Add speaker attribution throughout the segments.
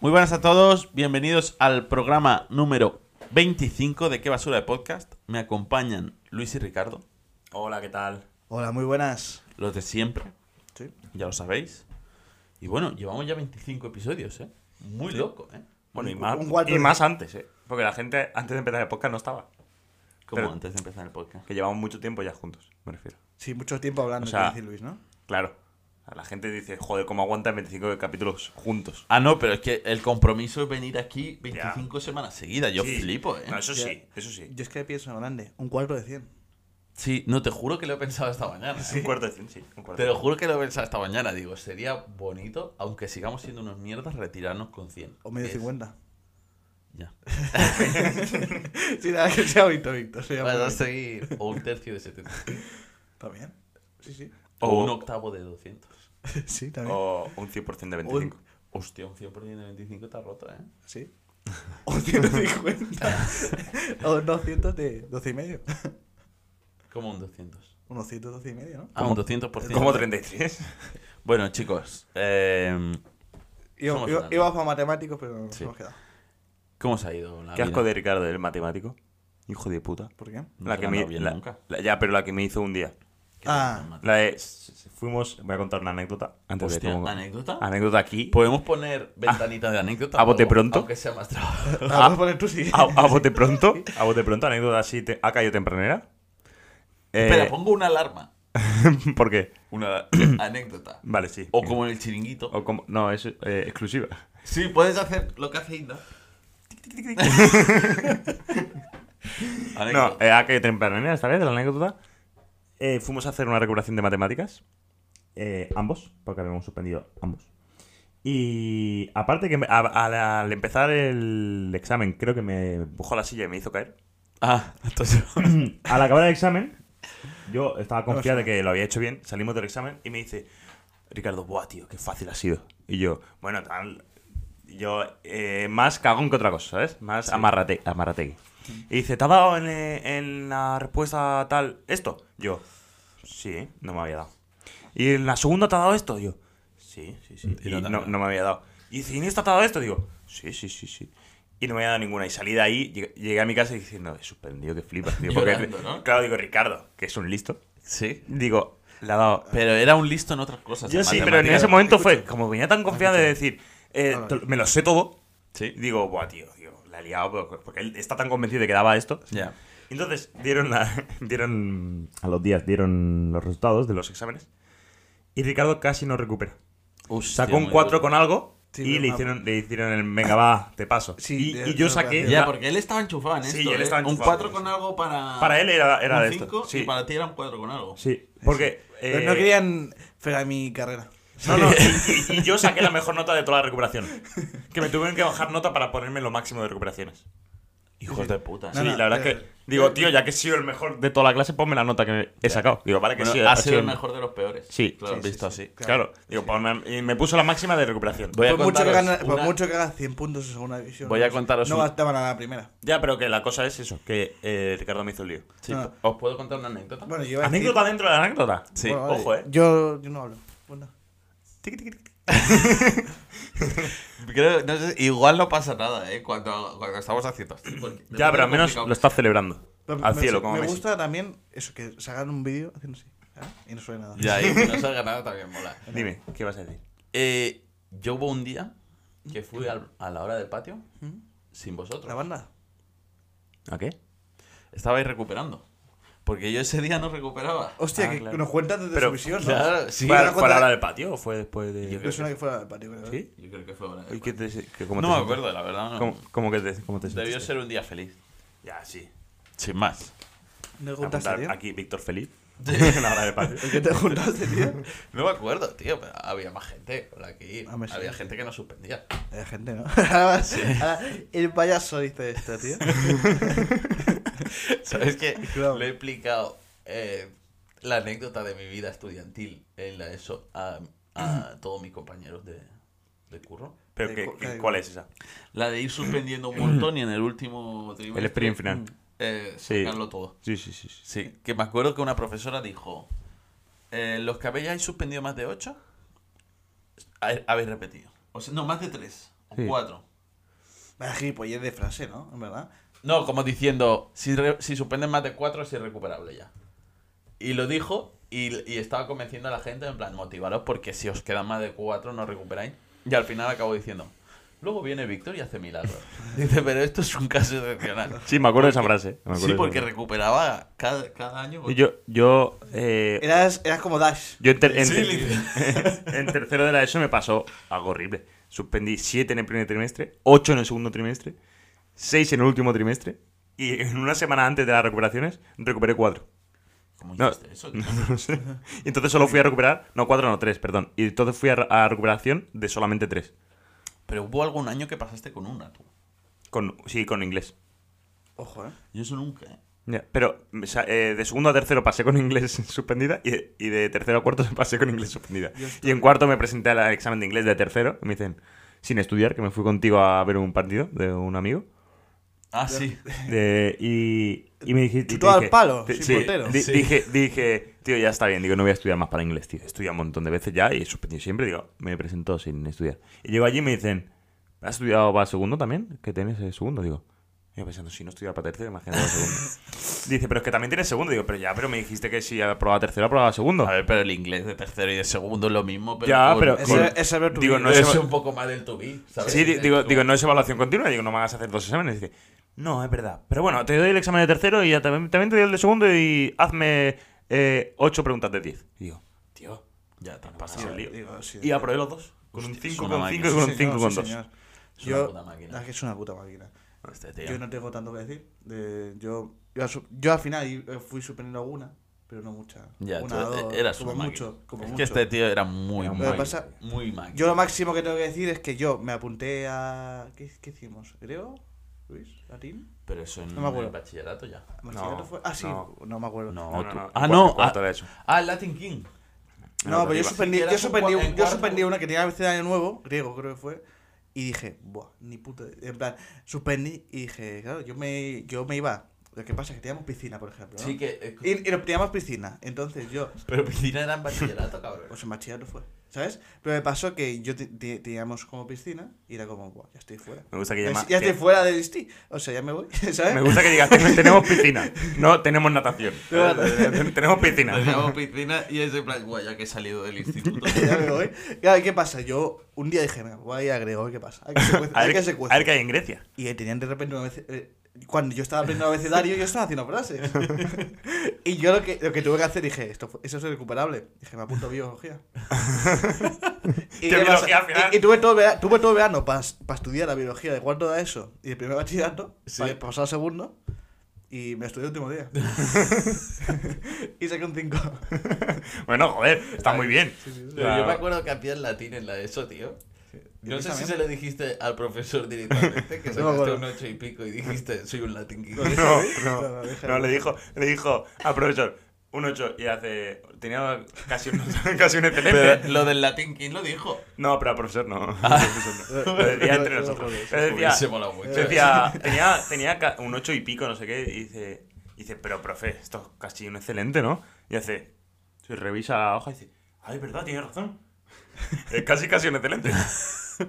Speaker 1: Muy buenas a todos, bienvenidos al programa número 25 de Qué Basura de Podcast. Me acompañan Luis y Ricardo,
Speaker 2: Hola, ¿qué tal?
Speaker 3: Hola, muy buenas.
Speaker 1: los de siempre,
Speaker 3: Sí.
Speaker 1: ya lo sabéis. Y bueno, llevamos ya 25 episodios, ¿eh? Muy loco, ¿eh?
Speaker 2: Bueno, y
Speaker 3: Un-
Speaker 2: más,
Speaker 3: un Walter.
Speaker 2: y más antes, ¿eh? Porque la gente antes de empezar el podcast no estaba.
Speaker 1: Como
Speaker 2: Pero-
Speaker 1: antes de empezar el podcast.
Speaker 2: Que llevamos mucho tiempo ya juntos, me refiero.
Speaker 3: Sí, mucho tiempo hablando,
Speaker 2: O sea-
Speaker 3: quiere decir Luis, ¿no?
Speaker 2: Claro. La gente dice, joder, ¿cómo aguantan 25 capítulos juntos?
Speaker 1: Ah, no, pero es que el compromiso es venir aquí 25 semanas seguidas. Yo
Speaker 2: Sí.
Speaker 1: flipo, ¿eh?
Speaker 2: No, eso
Speaker 3: Ya.
Speaker 2: sí, eso sí.
Speaker 3: Yo es que pienso en grande, un cuarto de 100.
Speaker 1: Sí, no, te juro que lo he pensado esta mañana. ¿eh?
Speaker 2: Un cuarto de cien, sí. Un cuarto
Speaker 1: Te lo juro que lo he pensado esta mañana. Digo, sería bonito, aunque sigamos siendo unos mierdas, retirarnos con 100.
Speaker 3: O medio
Speaker 1: Es-
Speaker 3: 50.
Speaker 1: Ya.
Speaker 3: sí, nada, que sea Víctor, Víctor. sea
Speaker 1: Vas a
Speaker 3: Víctor.
Speaker 1: seguir o un tercio de 70.
Speaker 3: También. Sí, sí.
Speaker 1: O,
Speaker 2: O-
Speaker 1: un octavo de 200.
Speaker 3: Sí, también.
Speaker 2: O un 100% de 25.
Speaker 3: Un-
Speaker 1: Hostia, un 100 por 100 de 25 está roto, ¿eh?
Speaker 3: Sí. O 150. o 200 de 12 y medio.
Speaker 1: Como un 200.
Speaker 3: Unos 112 y medio, ¿no?
Speaker 1: Ah, un 200 por 100.
Speaker 2: Como 33.
Speaker 1: Bueno, chicos, eh,
Speaker 3: Iba-
Speaker 1: Somos
Speaker 3: iba-
Speaker 1: grandes.
Speaker 3: Íbamos a matemáticos, pero nos
Speaker 1: Sí.
Speaker 3: hemos quedado.
Speaker 1: ¿cómo os ha ido la
Speaker 2: Qué
Speaker 1: vida?
Speaker 2: asco de Ricardo, el matemático. Hijo de puta.
Speaker 3: ¿Por qué?
Speaker 1: No
Speaker 2: la
Speaker 1: te
Speaker 2: que
Speaker 1: lo han
Speaker 2: me,
Speaker 1: dado bien
Speaker 2: la-
Speaker 1: nunca.
Speaker 2: la- ya, pero la que me hizo un día.
Speaker 1: ¿Qué te
Speaker 3: Ah.
Speaker 1: pasa, Mati?
Speaker 2: La de, s- s- fuimos, voy a contar una anécdota. Antes
Speaker 1: Hostia,
Speaker 2: de cómo-
Speaker 1: ¿anécdota?
Speaker 2: Anécdota aquí.
Speaker 1: ¿Podemos poner ventanita Ah. pues de Eh. anécdota?
Speaker 2: a bote
Speaker 1: Luego,
Speaker 2: pronto.
Speaker 1: Aunque sea más trabajo.
Speaker 3: Ah, vas a poner tú sí.
Speaker 2: a, a bote pronto, a bote pronto, anécdota así, te- ha caído tempranera. Eh,
Speaker 1: Espera, pongo una alarma.
Speaker 2: ¿Por qué?
Speaker 1: Una anécdota.
Speaker 2: Vale, sí.
Speaker 1: O como en el chiringuito.
Speaker 2: O como- no, es eh, exclusiva.
Speaker 1: Sí, puedes hacer lo que hace Inda.
Speaker 2: No, eh, ha caído tempranera esta vez, la anécdota. Eh, fuimos a hacer una recuperación de matemáticas. eh, ambos, porque habíamos suspendido ambos. Y aparte que me- a- a- al empezar el examen, creo que me empujó a la silla y me hizo caer.
Speaker 1: Ah, entonces.
Speaker 2: al acabar el examen, yo estaba confiado
Speaker 3: No
Speaker 2: de
Speaker 3: sé.
Speaker 2: que lo había hecho bien. Salimos del examen y me dice, Ricardo, buah, tío, qué fácil ha sido. Y yo, bueno, tal. Yo, eh, más cagón que otra cosa, ¿sabes? Más amarrate, amarrategui. Y dice, ¿te ha dado en, eh, en la respuesta tal esto? Yo, sí, no me había dado. ¿Y en la segunda te ha dado esto? Yo, sí, sí, sí.
Speaker 1: Y
Speaker 2: Y
Speaker 1: no
Speaker 2: no,
Speaker 1: te había
Speaker 2: no me había dado. Y dice, ¿y en esta te ha dado esto? Digo, sí, sí, sí, sí. Y no me había dado ninguna. Y salí de ahí, llegué, llegué a mi casa y diciendo, he suspendido, que flipas, tío. Porque,
Speaker 1: Llorando, ¿no?
Speaker 2: Claro, digo, Ricardo, que es un listo.
Speaker 1: Sí.
Speaker 2: Digo, le ha dado.
Speaker 1: Pero era un listo en otras cosas.
Speaker 2: Yo
Speaker 1: en
Speaker 2: sí, pero en
Speaker 1: matemáticas.
Speaker 2: ese momento fue, como venía tan confiado de decir, eh,
Speaker 3: No, no.
Speaker 2: te- me lo sé todo,
Speaker 1: Sí.
Speaker 2: digo, buah, tío, tío, la he liado, pero- porque él está tan convencido de que daba esto.
Speaker 1: Ya.
Speaker 2: Entonces dieron, la- dieron a los días, dieron los resultados de los exámenes. Y Ricardo casi no recupera. Sacó un 4 con algo
Speaker 3: Sí,
Speaker 2: y
Speaker 3: pero
Speaker 2: le
Speaker 3: una-
Speaker 2: hicieron, le hicieron el venga va, te paso.
Speaker 3: Sí,
Speaker 2: y,
Speaker 3: de-
Speaker 2: y yo
Speaker 3: de
Speaker 2: saqué.
Speaker 3: operación.
Speaker 1: Ya,
Speaker 2: la-
Speaker 1: porque él estaba enchufado en esto.
Speaker 2: Sí, él
Speaker 1: ¿eh?
Speaker 2: estaba
Speaker 1: Un
Speaker 2: enchufado,
Speaker 1: 4
Speaker 2: sí,
Speaker 1: con
Speaker 2: sí.
Speaker 1: algo para.
Speaker 2: Para él era, era
Speaker 1: un
Speaker 2: de esto.
Speaker 1: 5
Speaker 2: Sí,
Speaker 1: y para ti era un 4 con algo.
Speaker 2: sí, porque.
Speaker 3: Pero
Speaker 2: eh,
Speaker 3: no querían frenar mi carrera.
Speaker 2: No, no, y, y- y yo saqué la mejor nota de toda la recuperación. Que me tuvieron que bajar nota para ponerme lo máximo de recuperaciones.
Speaker 1: Hijos de puta.
Speaker 3: No,
Speaker 2: sí,
Speaker 3: no,
Speaker 2: la verdad es
Speaker 3: eh,
Speaker 2: que. Digo, tío, ya que he sido el mejor de toda la clase, ponme la nota que he sacado. Digo, vale, que
Speaker 1: Bueno,
Speaker 2: sí.
Speaker 1: ha sido el
Speaker 2: un-
Speaker 1: mejor de los peores.
Speaker 2: Sí.
Speaker 1: claro,
Speaker 3: Sí, sí,
Speaker 1: visto
Speaker 3: sí.
Speaker 1: así.
Speaker 2: Claro, digo, ponme- y me puso la máxima de recuperación.
Speaker 1: Voy a
Speaker 3: Por mucho, que
Speaker 1: contaros
Speaker 3: gana- por
Speaker 1: una-
Speaker 3: mucho que hagas 100 puntos en segunda división.
Speaker 1: Voy a
Speaker 3: no sé,
Speaker 1: contaros
Speaker 3: No
Speaker 1: un-
Speaker 3: gastaban a la primera.
Speaker 2: Ya, pero que la cosa es eso, que eh, Ricardo me hizo un lío.
Speaker 1: Sí.
Speaker 3: Ah.
Speaker 1: ¿Os puedo contar una anécdota?
Speaker 3: Bueno, yo iba a decir-
Speaker 2: Anécdota dentro de la anécdota.
Speaker 1: Sí.
Speaker 3: Bueno, vale,
Speaker 2: ojo, eh.
Speaker 3: Yo, yo no hablo. Bueno,
Speaker 2: Tic, tic, tic, tic.
Speaker 1: Creo- no sé, igual no pasa nada, ¿eh? Cuando, cuando estamos haciendo así. porque-
Speaker 2: Ya, pero al menos
Speaker 1: complicado.
Speaker 2: lo estás celebrando.
Speaker 3: Pero
Speaker 2: Al
Speaker 3: me-
Speaker 2: cielo, como
Speaker 3: Me
Speaker 2: Messi.
Speaker 3: gusta también eso, que sacan un vídeo haciendo así. ¿sabes? Y no suena nada.
Speaker 1: Ya, y que no salga nada también mola.
Speaker 2: Dime, ¿qué vas a decir?
Speaker 1: Eh, yo hubo un día que fui al- a la hora del patio
Speaker 3: ¿Mm?
Speaker 1: sin
Speaker 3: ¿La
Speaker 1: vosotros.
Speaker 3: banda?
Speaker 2: ¿A qué?
Speaker 1: Estabais recuperando. Porque yo ese día no recuperaba.
Speaker 3: Hostia,
Speaker 2: Ah,
Speaker 3: que
Speaker 2: claro.
Speaker 3: nos cuentan desde
Speaker 2: Pero-
Speaker 3: su visión, ¿no?
Speaker 1: Claro, sí.
Speaker 2: ¿Fue, a-
Speaker 3: Bueno,
Speaker 2: fue a la hora del patio o fue después de.?
Speaker 3: Me suena que fuera del patio, creo.
Speaker 2: ¿Sí?
Speaker 1: Yo creo que fue hora del
Speaker 2: ¿Y qué
Speaker 1: patio.
Speaker 2: te, qué- cómo
Speaker 1: No
Speaker 2: te
Speaker 1: me
Speaker 2: sentiste?
Speaker 1: acuerdo, la verdad. no.
Speaker 2: ¿Cómo, cómo que te, cómo te
Speaker 1: Debió
Speaker 2: sentiste?
Speaker 1: ser un día feliz.
Speaker 2: Ya, sí.
Speaker 1: Sin más.
Speaker 3: ¿No juntaste,
Speaker 2: Apuntar
Speaker 3: tío?
Speaker 2: aquí Víctor Feliz. en la hora del patio.
Speaker 3: ¿Por qué te juntaste, tío?
Speaker 1: No me acuerdo, tío, pero había más gente con la que ir.
Speaker 3: Ah, me
Speaker 1: Había
Speaker 3: sí.
Speaker 1: gente que nos suspendía.
Speaker 3: Hay Eh, gente, ¿no? Ahora, ahora el payaso dice esto, tío.
Speaker 1: ¿Sabes qué?
Speaker 3: Claro.
Speaker 1: Le he explicado eh, la anécdota de mi vida estudiantil en la ESO a, a todos mis compañeros de, de curro.
Speaker 2: Pero,
Speaker 3: Eh,
Speaker 2: ¿qué-
Speaker 3: cu-
Speaker 2: qué-
Speaker 3: eh,
Speaker 2: ¿cuál es esa?
Speaker 1: La de ir suspendiendo un montón y en el último trimestre.
Speaker 2: El sprint final.
Speaker 1: eh,
Speaker 2: Sí.
Speaker 1: sacarlo todo.
Speaker 2: Sí, sí, sí. sí.
Speaker 1: Sí, que me acuerdo que una profesora dijo: eh, Los que habéis suspendido más de 8, habéis repetido. O sea, no, más de 3. O
Speaker 2: Sí.
Speaker 1: cuatro.
Speaker 3: Vaya gilipollez de frase, ¿no? En verdad.
Speaker 1: No, como diciendo, si, re- si suspenden más de cuatro es irrecuperable ya. Y lo dijo y, y estaba convenciendo a la gente en plan, motivaros porque si os quedan más de cuatro no recuperáis. Y al final acabó diciendo, luego viene Víctor y hace milagros. Dice, pero esto es un caso excepcional.
Speaker 2: Sí, me acuerdo de esa frase. me acuerdo de
Speaker 1: Sí,
Speaker 2: esa
Speaker 1: porque
Speaker 2: frase.
Speaker 1: recuperaba cada, cada año.
Speaker 2: Y Yo, yo, eh,
Speaker 3: Eras, eras como Dash.
Speaker 2: yo en, ter- en
Speaker 1: Sí,
Speaker 2: ter-
Speaker 1: literal.
Speaker 2: en tercero de la ESO me pasó algo horrible. Suspendí 7 en el primer trimestre, 8 en el segundo trimestre, 6 en el último trimestre y en una semana antes de las recuperaciones recuperé 4.
Speaker 1: ¿Cómo
Speaker 2: No.
Speaker 1: hiciste eso? tío?
Speaker 2: No sé. Y entonces solo fui a recuperar, no 4, no 3, perdón. Y entonces fui a, a recuperación de solamente 3.
Speaker 1: Pero hubo algún año que pasaste con una, tú.
Speaker 2: Con, sí, con inglés.
Speaker 3: Ojo, ¿eh?
Speaker 1: Yo eso nunca, ¿eh?
Speaker 2: Ya, Pero o sea, eh, de segundo a tercero pasé con inglés suspendida y, y de tercero a cuarto pasé con inglés suspendida.
Speaker 3: Yo estoy-
Speaker 2: Y en cuarto me presenté al examen de inglés de tercero. y me dicen, sin estudiar, que me fui contigo a ver un partido de un amigo.
Speaker 1: Ah, sí.
Speaker 2: De- y, y me dijiste.
Speaker 3: Chutó al palo, sin portero.
Speaker 2: di-
Speaker 1: Sí.
Speaker 2: Dije, dije, tío, ya está bien. Digo, no voy a estudiar más para inglés, tío. He estudiado un montón de veces ya y he suspendido siempre. Digo, me presentó sin estudiar. Y llego allí y me dicen, ¿has estudiado para segundo también? ¿Que tienes eh, segundo? Digo, yo pensando, si no estudiaba para tercero, imagínate para segundo. Dice, pero es que también tienes segundo. Digo, pero ya, pero me dijiste que si aprobaba tercero, aprobaba segundo.
Speaker 1: A ver, pero el inglés de tercero y de segundo es lo mismo, pero.
Speaker 2: Ya,
Speaker 1: con-
Speaker 2: pero-
Speaker 1: con-
Speaker 3: Ese,
Speaker 2: Con-
Speaker 3: ese es el
Speaker 2: digo, no
Speaker 1: es
Speaker 2: es-
Speaker 1: un poco más del to be, ¿sabes?
Speaker 2: Sí, di- digo,
Speaker 1: Tú-
Speaker 2: digo, no es evaluación continua, digo, no me hagas hacer dos exámenes. Dice, no, es verdad. Pero bueno, te doy el examen de tercero y ya también, también te doy el de segundo y hazme eh, ocho preguntas de diez. Y digo, tío,
Speaker 1: Ya, te has
Speaker 2: ha sido
Speaker 1: pasado.
Speaker 2: el lío.
Speaker 3: digo, sí.
Speaker 2: y aprobé los dos. Con un
Speaker 1: Hostia, es
Speaker 2: 5,
Speaker 1: una
Speaker 2: con
Speaker 1: máquina.
Speaker 2: 5 y con un
Speaker 3: Sí,
Speaker 2: 5,
Speaker 3: no,
Speaker 2: con
Speaker 3: sí,
Speaker 2: 2.
Speaker 3: señor.
Speaker 1: Es
Speaker 3: Yo-
Speaker 1: una puta máquina.
Speaker 3: Es que es una puta máquina.
Speaker 1: Este tío.
Speaker 3: Yo no tengo tanto que decir. De- yo, yo, a su- yo al final i- eh, fui suspendiendo alguna, pero no mucha.
Speaker 1: Ya,
Speaker 3: una,
Speaker 1: tú,
Speaker 3: dos,
Speaker 1: eh, eras
Speaker 3: como
Speaker 1: una máquina.
Speaker 3: mucho. Como
Speaker 1: es
Speaker 3: mucho.
Speaker 1: que este tío era muy,
Speaker 2: Lo
Speaker 1: muy,
Speaker 3: que pasa-
Speaker 1: muy máquina.
Speaker 3: Yo lo máximo que tengo que decir es que yo me apunté a. ¿Qué, qué hicimos? ¿Creo? ¿Luis? ¿Latín?
Speaker 1: Pero eso en
Speaker 3: No me acuerdo.
Speaker 1: el bachillerato ya.
Speaker 3: ¿Bachillerato fue? Ah, sí,
Speaker 2: no.
Speaker 3: no, me acuerdo.
Speaker 1: No,
Speaker 2: No, no,
Speaker 1: tú-
Speaker 2: no,
Speaker 1: Ah,
Speaker 2: en
Speaker 1: no.
Speaker 2: cuarto- cuarto
Speaker 1: ah,
Speaker 2: era eso.
Speaker 1: ah, Latin King.
Speaker 3: No, pero yo
Speaker 2: iba.
Speaker 3: suspendí,
Speaker 1: Siquiera
Speaker 3: yo
Speaker 1: fue
Speaker 3: suspendí,
Speaker 1: en cuarto.
Speaker 3: yo suspendí una que tenía ABC de año nuevo, griego creo que fue, y dije, buah, ni puta. En plan, suspendí y dije, claro, yo me, yo me iba. Lo que pasa es que teníamos piscina, por ejemplo. ¿no?
Speaker 1: Sí, que. eh,
Speaker 3: Y, y nos teníamos piscina. Entonces yo,
Speaker 1: Pero piscina era en bachillerato, cabrón.
Speaker 3: pues en bachillerato fue, ¿sabes? Pero me pasó que yo te- te- teníamos como piscina y era como, buah, ya estoy fuera.
Speaker 2: Me gusta que
Speaker 3: Ya,
Speaker 2: llama-
Speaker 3: ya
Speaker 2: que-
Speaker 3: estoy fuera del ISTI. O sea, ya me voy,
Speaker 1: ¿eh?
Speaker 3: ¿sabes?
Speaker 2: Me gusta que digas, "Ten- tenemos piscina. No, tenemos natación.
Speaker 3: Claro.
Speaker 2: Ten- tenemos piscina.
Speaker 1: Teníamos piscina y ese plan, guay, ya que he salido del instituto.
Speaker 3: ya me voy. Claro, ¿qué pasa? Yo un día dije, me voy a Grego, ¿qué pasa? Hay que se cuece,
Speaker 2: A
Speaker 3: hay
Speaker 2: ver,
Speaker 3: que se
Speaker 2: a
Speaker 3: cuece.
Speaker 2: ver qué hay en Grecia.
Speaker 3: Y eh, tenían de repente una vez. eh, cuando yo estaba aprendiendo abecedario, yo estaba haciendo frases. y yo lo que, lo que tuve que hacer, dije, esto, fue- eso es irrecuperable. Dije, me apunto a biología. y,
Speaker 2: Tío,
Speaker 3: qué pasa?
Speaker 2: biología al final.
Speaker 3: Y- y tuve todo el vera- tuve todo el verano para estudiar la biología de cuarto de eso y de primer bachillerato,
Speaker 1: Sí.
Speaker 3: para pasar a segundo. Y me estudié el último día. y saqué un 5.
Speaker 2: Bueno, joder, está muy bien.
Speaker 1: Pero Yo me acuerdo que hacían latín en la ESO, tío. No sé si se lo dijiste al profesor directamente, que
Speaker 3: No me
Speaker 1: sacaste
Speaker 3: acuerdo.
Speaker 1: un ocho y pico y dijiste, soy un Latin King.
Speaker 2: No,
Speaker 3: No,
Speaker 2: no,
Speaker 3: no, déjalo.
Speaker 2: no, le dijo, le dijo al profesor un 8 y hace. Tenía casi un, casi un excelente.
Speaker 1: Pero Ah. lo del Latin King lo dijo.
Speaker 2: No, pero al profesor no. al profesor no. Lo decía entre
Speaker 3: Yo- yo-
Speaker 2: nosotros.
Speaker 3: yo-
Speaker 2: Pero decía,
Speaker 1: Hubiese molado mucho.
Speaker 2: decía, tenía, tenía ca- un 8 y pico, no sé qué, y dice, dice, pero profe, esto es casi un excelente, ¿no? Y hace, se revisa la hoja y dice, ay, es verdad, tiene razón. Es casi, casi un excelente.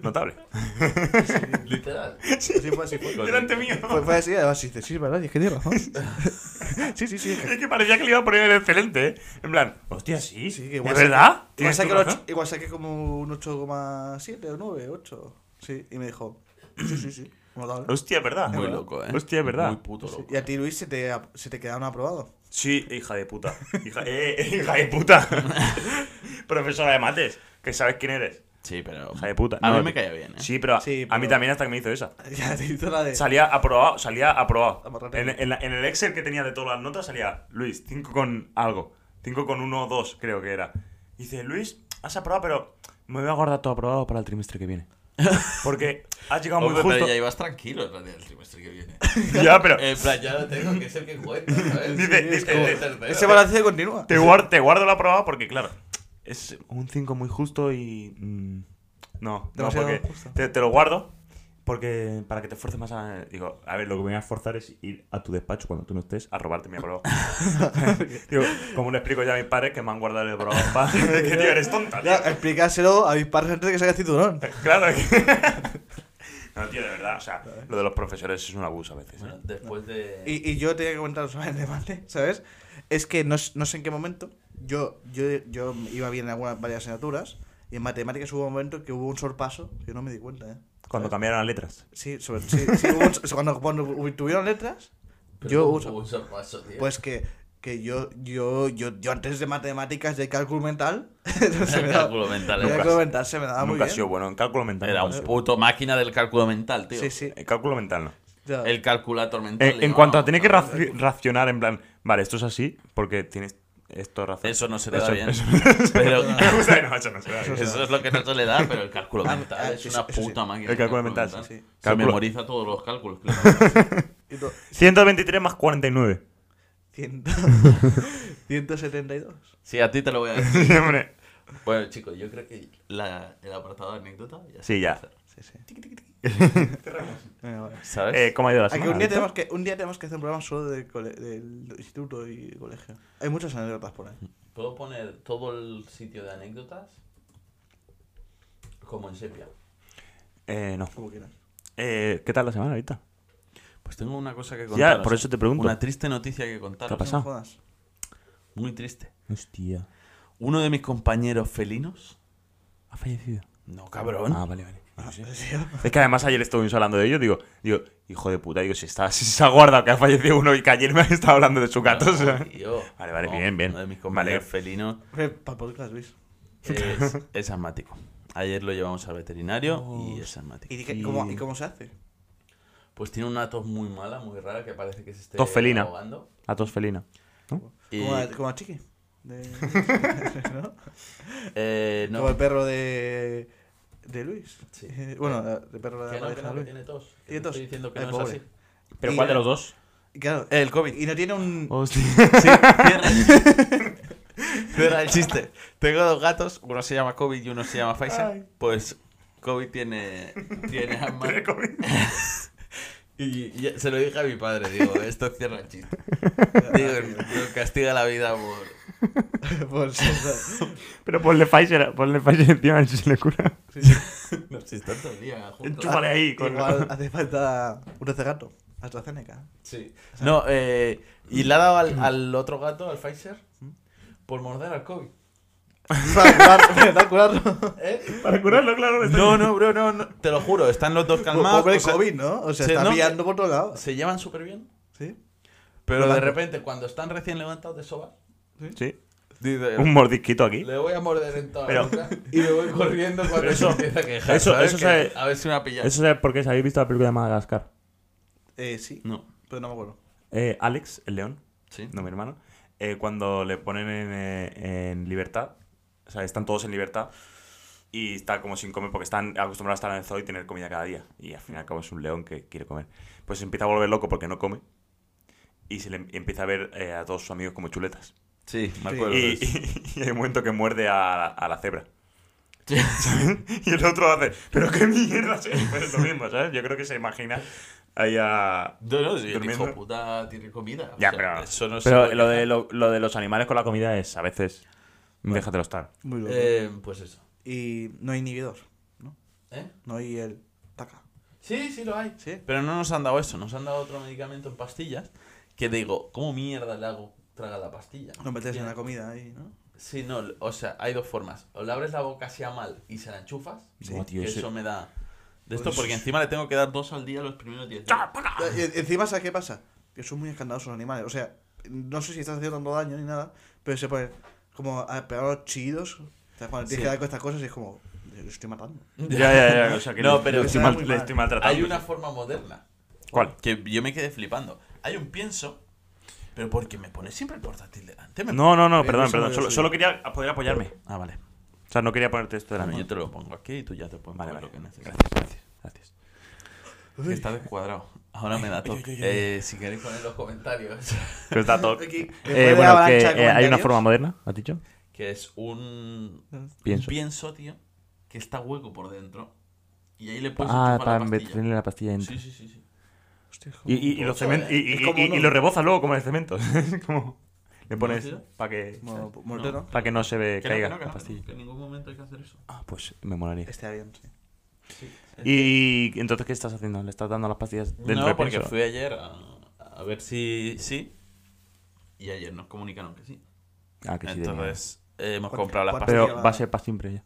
Speaker 2: Notable.
Speaker 1: eh. Literal.
Speaker 3: Así fue, así fue.
Speaker 2: Delante mío.
Speaker 3: Fue, fue así, además, dices, sí, es verdad, y es que tienes razón. sí, sí, sí. es que-
Speaker 2: Es que parecía que le iba a poner el excelente, ¿eh? En plan, hostia, sí.
Speaker 3: Sí, que
Speaker 2: ¿Es
Speaker 3: igual saqué-
Speaker 2: verdad?
Speaker 3: Igual
Speaker 2: ¿Tienes
Speaker 3: saqué,
Speaker 2: tu
Speaker 3: el
Speaker 2: razón?
Speaker 3: ocho- igual saqué como un 8,7 o 9, 8. Sí, y me dijo, sí, sí, sí, notable.
Speaker 2: Hostia, es verdad.
Speaker 1: Muy
Speaker 2: ¿verdad?
Speaker 1: loco, ¿eh?
Speaker 2: Hostia, es verdad.
Speaker 1: Muy puto loco.
Speaker 3: Y a ti, Luis, se te, ap- se te quedaron aprobados.
Speaker 2: Sí, hija de puta. Hija, eh, eh, hija de puta. Profesora de mates, que sabes quién eres.
Speaker 1: Sí, pero.
Speaker 2: Hija de puta.
Speaker 1: A mí
Speaker 2: No,
Speaker 1: me caía bien, ¿eh?
Speaker 2: Sí, pero, a-
Speaker 3: Sí,
Speaker 2: a mí
Speaker 3: pero-
Speaker 2: también hasta que me hizo esa.
Speaker 3: Ya te hizo la de...
Speaker 2: Salía aprobado, salía aprobado.
Speaker 3: Amarrate.
Speaker 2: En, en la- en el Excel que tenía de todas las notas salía Luis, 5 con algo. 5 con 1 o 2, creo que era. Dice, Luis, has aprobado, pero me voy a guardar todo aprobado para el trimestre que viene. Porque has llegado muy
Speaker 1: Hombre, Pero
Speaker 2: justo.
Speaker 1: Oh, Eh, ya ibas tranquilo en realidad el trimestre que viene.
Speaker 2: Ya, pero
Speaker 1: En plan, ya lo tengo, que es el que cuenta, ¿sabes?
Speaker 2: Dice-
Speaker 1: Sí,
Speaker 2: dice-
Speaker 1: es como el tercero.
Speaker 3: Ese balance continúa.
Speaker 2: Te, guar- te guardo la prueba porque, claro, es un 5 muy justo y. mm, no, no,
Speaker 3: Demasiado
Speaker 2: porque.
Speaker 3: justo.
Speaker 2: Te, te lo guardo porque para que te esfuerces más a. Digo, a ver, lo que me voy a esforzar es ir a tu despacho cuando tú no estés a robarte mi prueba. digo, como le explico ya a mis padres que me han guardado el prueba. pa- que tío, eres tonta. tío.
Speaker 3: Ya, explícaselo a mis padres antes de que salga el cinturón.
Speaker 2: Claro, que- No, tío, de verdad. O sea, lo de los profesores es un abuso a veces. ¿eh?
Speaker 1: Bueno, después de.
Speaker 3: Y, y yo tenía que comentaros más relevante, ¿sabes? Es que no, s- no sé en qué momento, yo, yo, yo iba bien en algunas, varias asignaturas, y en matemáticas hubo un momento que hubo un sorpaso, que yo no me di cuenta, ¿eh?
Speaker 2: Cuando cambiaron las letras.
Speaker 3: Sí, sobre, sí, sí, hubo un s- cuando, cuando hubo- tuvieron letras,
Speaker 1: Pero
Speaker 3: yo
Speaker 1: hubo
Speaker 3: uso-
Speaker 1: un sorpaso, tío.
Speaker 3: pues que, que yo, yo, yo, yo antes de matemáticas de cálculo mental, se me daba,
Speaker 1: cálculo mental,
Speaker 3: de
Speaker 1: Lucas.
Speaker 3: cálculo mental se me daba Ah, muy
Speaker 2: Nunca ha
Speaker 3: bien.
Speaker 2: sido bueno. En cálculo mental.
Speaker 1: Era
Speaker 2: nunca ha
Speaker 1: un
Speaker 2: sido
Speaker 1: puto máquina del cálculo mental, tío.
Speaker 3: Sí, sí.
Speaker 2: bueno. En cálculo mental no.
Speaker 3: Ya.
Speaker 1: El calculator mental.
Speaker 2: En,
Speaker 1: le
Speaker 2: Eh, en cuanto a
Speaker 1: llamábamos,
Speaker 2: tener que
Speaker 1: ¿no?
Speaker 2: raci- racionar, en plan, vale, esto es así, porque tienes esto razón.
Speaker 1: Eso no se le
Speaker 2: Eso-
Speaker 1: da bien.
Speaker 2: eso-
Speaker 1: Pero
Speaker 2: Bueno, eso no se da bien.
Speaker 1: eso es lo que no se le da, pero el cálculo
Speaker 3: Ah,
Speaker 1: mental
Speaker 3: ah,
Speaker 1: es
Speaker 3: sí,
Speaker 1: una
Speaker 3: eso sí.
Speaker 1: puta máquina.
Speaker 2: El cálculo mental, sí.
Speaker 1: Se
Speaker 2: Cálculo-
Speaker 1: memoriza todos los cálculos. claro.
Speaker 3: Y to-
Speaker 2: 123 más 49.
Speaker 3: ciento- 172.
Speaker 1: Sí, a ti te lo voy a decir.
Speaker 2: Sí, hombre.
Speaker 1: Bueno, chicos, yo creo que la- el apartado de anécdota ya
Speaker 2: Sí,
Speaker 1: se
Speaker 2: ya.
Speaker 1: puede hacer,
Speaker 3: Sí, sí. Venga, vale.
Speaker 1: ¿Sabes?
Speaker 2: Eh, ¿Cómo ha ido la
Speaker 3: Hay
Speaker 2: semana?
Speaker 3: que un, día
Speaker 2: Víctor?
Speaker 3: tenemos que, un día tenemos que hacer un programa solo de cole- del instituto y colegio. Hay muchas anécdotas por ahí.
Speaker 1: Puedo poner todo el sitio de anécdotas como en sepia.
Speaker 2: Eh, no.
Speaker 3: Como quieras.
Speaker 2: Eh, ¿Qué tal la semana ahorita?
Speaker 1: Pues tengo una cosa que contaros.
Speaker 2: Ya, por eso te pregunto.
Speaker 1: Una triste noticia que contaros.
Speaker 2: ¿Qué ha
Speaker 3: No
Speaker 2: pasado?
Speaker 3: jodas.
Speaker 1: Muy triste.
Speaker 2: Hostia.
Speaker 1: Uno de mis compañeros felinos.
Speaker 2: ¿Ha fallecido?
Speaker 1: No, cabrón.
Speaker 2: Ah, vale, vale.
Speaker 3: Ah, ¿en serio?
Speaker 2: Es que además ayer estuvimos hablando de ello, digo, digo, hijo de puta, digo, si, está, si se ha guardado que ha fallecido uno y que ayer me han estado hablando de su gato. o sea.
Speaker 1: No, tío.
Speaker 2: Vale, vale,
Speaker 1: No,
Speaker 2: bien, bien.
Speaker 1: Uno de mis compañeros
Speaker 2: Vale.
Speaker 1: felinos
Speaker 3: Fue Para el podcast, Luis.
Speaker 1: es, es asmático. Ayer lo llevamos al veterinario y es
Speaker 3: ¿Y,
Speaker 1: asmático.
Speaker 3: di que- cómo, ¿Y cómo se hace?
Speaker 1: Pues tiene una tos muy mala, muy rara, que parece que se esté
Speaker 2: Tos felina.
Speaker 1: ahogando.
Speaker 2: A tos felina.
Speaker 1: Y,
Speaker 3: Como, a, como a Chiqui. De- ¿no?
Speaker 1: eh, no,
Speaker 3: Como el perro de, de Luis.
Speaker 1: Sí.
Speaker 3: Eh, Bueno, el perro de
Speaker 1: que
Speaker 3: la
Speaker 1: no, que
Speaker 3: pareja
Speaker 1: no,
Speaker 3: de
Speaker 1: que
Speaker 3: Luis.
Speaker 1: tiene tos. Que
Speaker 3: Tiene
Speaker 1: te
Speaker 3: tos.
Speaker 1: Estoy diciendo que
Speaker 3: Ay,
Speaker 1: no
Speaker 3: pobre.
Speaker 1: es así.
Speaker 2: ¿Pero
Speaker 3: Y-
Speaker 2: cuál de los dos?
Speaker 3: Y Claro,
Speaker 1: El COVID.
Speaker 3: y no tiene un...
Speaker 2: Hostia.
Speaker 1: Oh, Sí, cierra el- cierra el chiste. Tengo dos gatos, uno se llama Kobe y uno se llama Faisal. Pues Kobe tiene, tiene asma. Y, y se lo dije a mi padre, digo, esto cierra el chiste. Digo, digo, castiga la vida por...
Speaker 3: por ser-
Speaker 2: Pero ponle Pfizer, ponle Pfizer encima a ver si se le cura.
Speaker 1: No, si están todo el día juntos.
Speaker 2: Enchúfale ahí con
Speaker 3: Igual hace falta un recegato. AstraZeneca.
Speaker 1: Ah, Sí. No, eh, y le ha dado al, al otro gato, al Pfizer, por morder al Kobe.
Speaker 3: Para curar- para curarlo.
Speaker 1: ¿Eh?
Speaker 2: Para curarlo, claro.
Speaker 1: No, no, bro, no, no, te lo juro, están los dos calmados.
Speaker 3: Pobre
Speaker 1: o sea,
Speaker 3: COVID, ¿no? O sea,
Speaker 1: se-
Speaker 3: está
Speaker 1: no,
Speaker 3: pillando por todos lados.
Speaker 1: se llevan súper bien.
Speaker 3: ¿Sí?
Speaker 1: Pero de
Speaker 3: Volando.
Speaker 1: repente, cuando están recién levantados de soba,
Speaker 2: Sí.
Speaker 1: dice,
Speaker 2: Un mordisquito aquí.
Speaker 1: le voy a morder en toda
Speaker 2: Pero-
Speaker 1: la boca y me voy corriendo cuando eso empieza a quejar.
Speaker 2: eso-
Speaker 1: ¿sabes?
Speaker 2: eso
Speaker 1: Que-
Speaker 2: sabe-
Speaker 1: A ver si me ha pillado.
Speaker 2: Eso es porque habéis visto la película de Madagascar.
Speaker 3: Eh, sí,
Speaker 1: No,
Speaker 3: pero no me acuerdo.
Speaker 2: Eh, Alex, el león,
Speaker 1: sí.
Speaker 2: no mi hermano, eh, cuando le ponen en, eh, en libertad, o sea, están todos en libertad y está como sin comer porque están acostumbrados a estar en el zoo y tener comida cada día. Y al fin y al cabo es un león que quiere comer. Pues se empieza a volver loco porque no come y se le em- empieza a ver eh, a todos sus amigos como chuletas.
Speaker 1: Sí, me
Speaker 3: Sí.
Speaker 1: acuerdo. de
Speaker 2: Y,
Speaker 1: eso.
Speaker 2: y hay un momento que muerde a, a la cebra.
Speaker 1: Sí.
Speaker 2: ¿sabes? Y el otro hace, pero qué mierda, es esto?". Pues es lo mismo, ¿sabes? Yo creo que se imagina ahí a...
Speaker 1: No, no, sí, el
Speaker 2: Durmiendo.
Speaker 1: hijo puta tiene comida. o
Speaker 2: Ya,
Speaker 1: sea,
Speaker 2: pero,
Speaker 1: Eso no se
Speaker 2: pero
Speaker 1: puede
Speaker 2: lo, de,
Speaker 1: quejar.
Speaker 2: lo, lo de los animales con la comida es a veces. Déjatelo estar.
Speaker 3: Muy loco.
Speaker 1: Eh, pues eso.
Speaker 3: Y no hay inhibidor, ¿no?
Speaker 1: ¿Eh?
Speaker 3: No hay el taca.
Speaker 1: Sí, sí lo hay.
Speaker 3: ¿Sí?
Speaker 1: Pero no nos han dado eso, nos han dado otro medicamento en pastillas que digo, ¿cómo mierda le hago traga la pastilla?
Speaker 3: No metes en
Speaker 1: Tiene-
Speaker 3: la comida ahí, ¿no?
Speaker 1: Sí, no, o sea, hay dos formas. O le abres la boca hacia mal y se la enchufas.
Speaker 2: Sí,
Speaker 1: que
Speaker 2: tío, ese-
Speaker 1: eso me da... De esto porque encima le tengo que dar dos al día los primeros 10 días.
Speaker 3: Y en- encima, ¿sabes qué pasa? Que son muy escandalosos los animales. O sea, no sé si estás haciendo tanto daño ni nada, pero se ponen como a pegar los chillidos. O sea, cuando
Speaker 1: Sí.
Speaker 3: tienes que dar con estas cosas y es como, lo estoy matando.
Speaker 2: Ya, ya, ya. O sea, que
Speaker 1: No,
Speaker 2: le-
Speaker 1: pero
Speaker 2: le estoy,
Speaker 3: está
Speaker 2: mal-
Speaker 3: muy
Speaker 2: le
Speaker 3: mal.
Speaker 2: estoy maltratando.
Speaker 1: Hay una forma moderna
Speaker 2: ¿Cuál?
Speaker 1: que yo me quedé flipando. Hay un pienso, pero porque me pone siempre el portátil delante. me-
Speaker 2: No, no, no,
Speaker 3: Eh,
Speaker 2: perdón,
Speaker 3: eso
Speaker 2: perdón.
Speaker 3: no
Speaker 2: Solo,
Speaker 3: lo sé.
Speaker 2: solo quería poder apoyarme.
Speaker 1: Ah, vale.
Speaker 2: O sea, no quería ponerte esto de la
Speaker 1: Bueno,
Speaker 2: mano.
Speaker 1: yo te lo pongo aquí y tú ya te pones
Speaker 2: Vale,
Speaker 1: con
Speaker 2: vale.
Speaker 1: lo que necesitas.
Speaker 2: Gracias, gracias. gracias.
Speaker 1: Que Está descuadrado. Ahora me da toque. Eh, si queréis poner los comentarios.
Speaker 2: Pero está todo-
Speaker 3: Aquí,
Speaker 2: Eh,
Speaker 3: después de
Speaker 2: bueno,
Speaker 3: avalancha
Speaker 2: que,
Speaker 3: de
Speaker 2: eh, hay una
Speaker 3: comentarios.
Speaker 2: forma moderna, ¿has dicho?
Speaker 1: que es un
Speaker 2: Pienso.
Speaker 1: pienso, tío, que está hueco por dentro. Y ahí le puedes
Speaker 2: Ah,
Speaker 1: enchufar
Speaker 2: para
Speaker 1: la pastilla.
Speaker 2: meterle la pastilla dentro.
Speaker 1: Sí, sí, sí, sí.
Speaker 3: Hostia, es como-
Speaker 2: Y, y, y lo
Speaker 1: Joder,
Speaker 2: cemen- y, y-
Speaker 3: es como
Speaker 2: y- y
Speaker 3: uno-
Speaker 2: lo reboza luego como el cemento. Es como le pones
Speaker 1: ¿Mortero?
Speaker 2: para que,
Speaker 3: como pues mortero.
Speaker 2: para que no se ve,
Speaker 1: Que no, que
Speaker 2: caiga
Speaker 1: no, que
Speaker 2: la
Speaker 1: no,
Speaker 2: pastilla.
Speaker 1: que en ningún momento hay que hacer eso.
Speaker 2: Ah, pues me molaría.
Speaker 3: Está bien, este sí.
Speaker 2: ¿Y entonces qué estás haciendo? ¿Le estás dando las pastillas del
Speaker 1: no, porque
Speaker 2: repienso?
Speaker 1: fui ayer a, a ver si sí. Y ayer nos comunicaron que sí.
Speaker 2: Ah, que sí, de mierda.
Speaker 1: Entonces eh, hemos
Speaker 3: ¿Cuánto-
Speaker 1: comprado las
Speaker 3: cuánto-
Speaker 1: pastillas.
Speaker 2: Pero
Speaker 3: lleva-
Speaker 2: va a ser para siempre ya.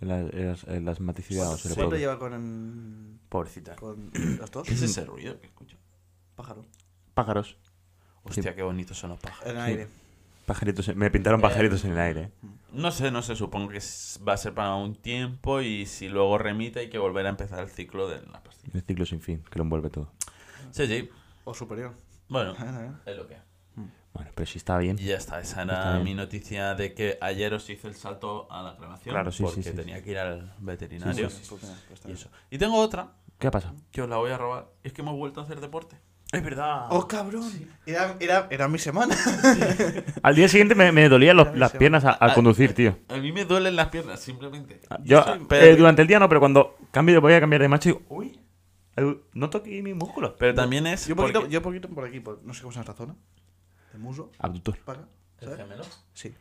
Speaker 2: Las, las, las maticidades,
Speaker 1: Pues
Speaker 2: se le
Speaker 3: Siempre
Speaker 2: puede-
Speaker 3: lleva con,
Speaker 2: Pobrecita.
Speaker 3: con los dos
Speaker 1: ¿Qué
Speaker 2: mm.
Speaker 1: es ese ruido que escucho?
Speaker 3: pájaros
Speaker 2: Pájaros.
Speaker 1: Hostia, qué bonitos son los pájaros.
Speaker 3: en el aire.
Speaker 2: Pajaritos. en- Me pintaron pajaritos en el aire. ¿eh?
Speaker 1: No sé, no sé, supongo que es- va a ser para un tiempo y si luego remite hay que volver a empezar el ciclo de las pastillas.
Speaker 2: Un ciclo sin fin que lo envuelve todo.
Speaker 1: Sí, sí.
Speaker 3: O superior.
Speaker 1: Bueno,
Speaker 3: Ah, también.
Speaker 1: es lo que. es.
Speaker 2: Bueno, pero si está bien.
Speaker 1: Y ya está, esa
Speaker 2: Está
Speaker 1: era
Speaker 2: bien.
Speaker 1: mi noticia de que ayer os hice el salto a la grabación
Speaker 2: Claro, sí, sí,
Speaker 1: porque
Speaker 2: sí, sí.
Speaker 1: tenía que ir al veterinario.
Speaker 3: Pues, pues, mira, pues está
Speaker 1: Y
Speaker 3: bien.
Speaker 1: eso. Y tengo otra
Speaker 2: ¿Qué pasa?
Speaker 1: que os la voy a robar. Es que hemos vuelto a hacer deporte. Es verdad.
Speaker 3: ¡Oh, cabrón! Era, era, era mi semana.
Speaker 2: Al día siguiente me, me dolían los- las piernas a- al
Speaker 1: Ah,
Speaker 2: conducir, tío.
Speaker 1: A mí me duelen las piernas, simplemente.
Speaker 2: Yo,
Speaker 1: soy
Speaker 2: eh,
Speaker 1: Pedro.
Speaker 2: durante el día no, pero cuando cambio, voy a cambiar de macho, digo, uy, eh, noto aquí mis músculos.
Speaker 1: Pero también es.
Speaker 3: Yo poquito,
Speaker 1: porque-
Speaker 3: yo poquito por aquí, por, no sé cómo es esta zona. El muslo,
Speaker 2: Abductor.
Speaker 3: para acá,
Speaker 1: ¿El
Speaker 3: ¿sabes?
Speaker 1: gemelo?
Speaker 3: Sí.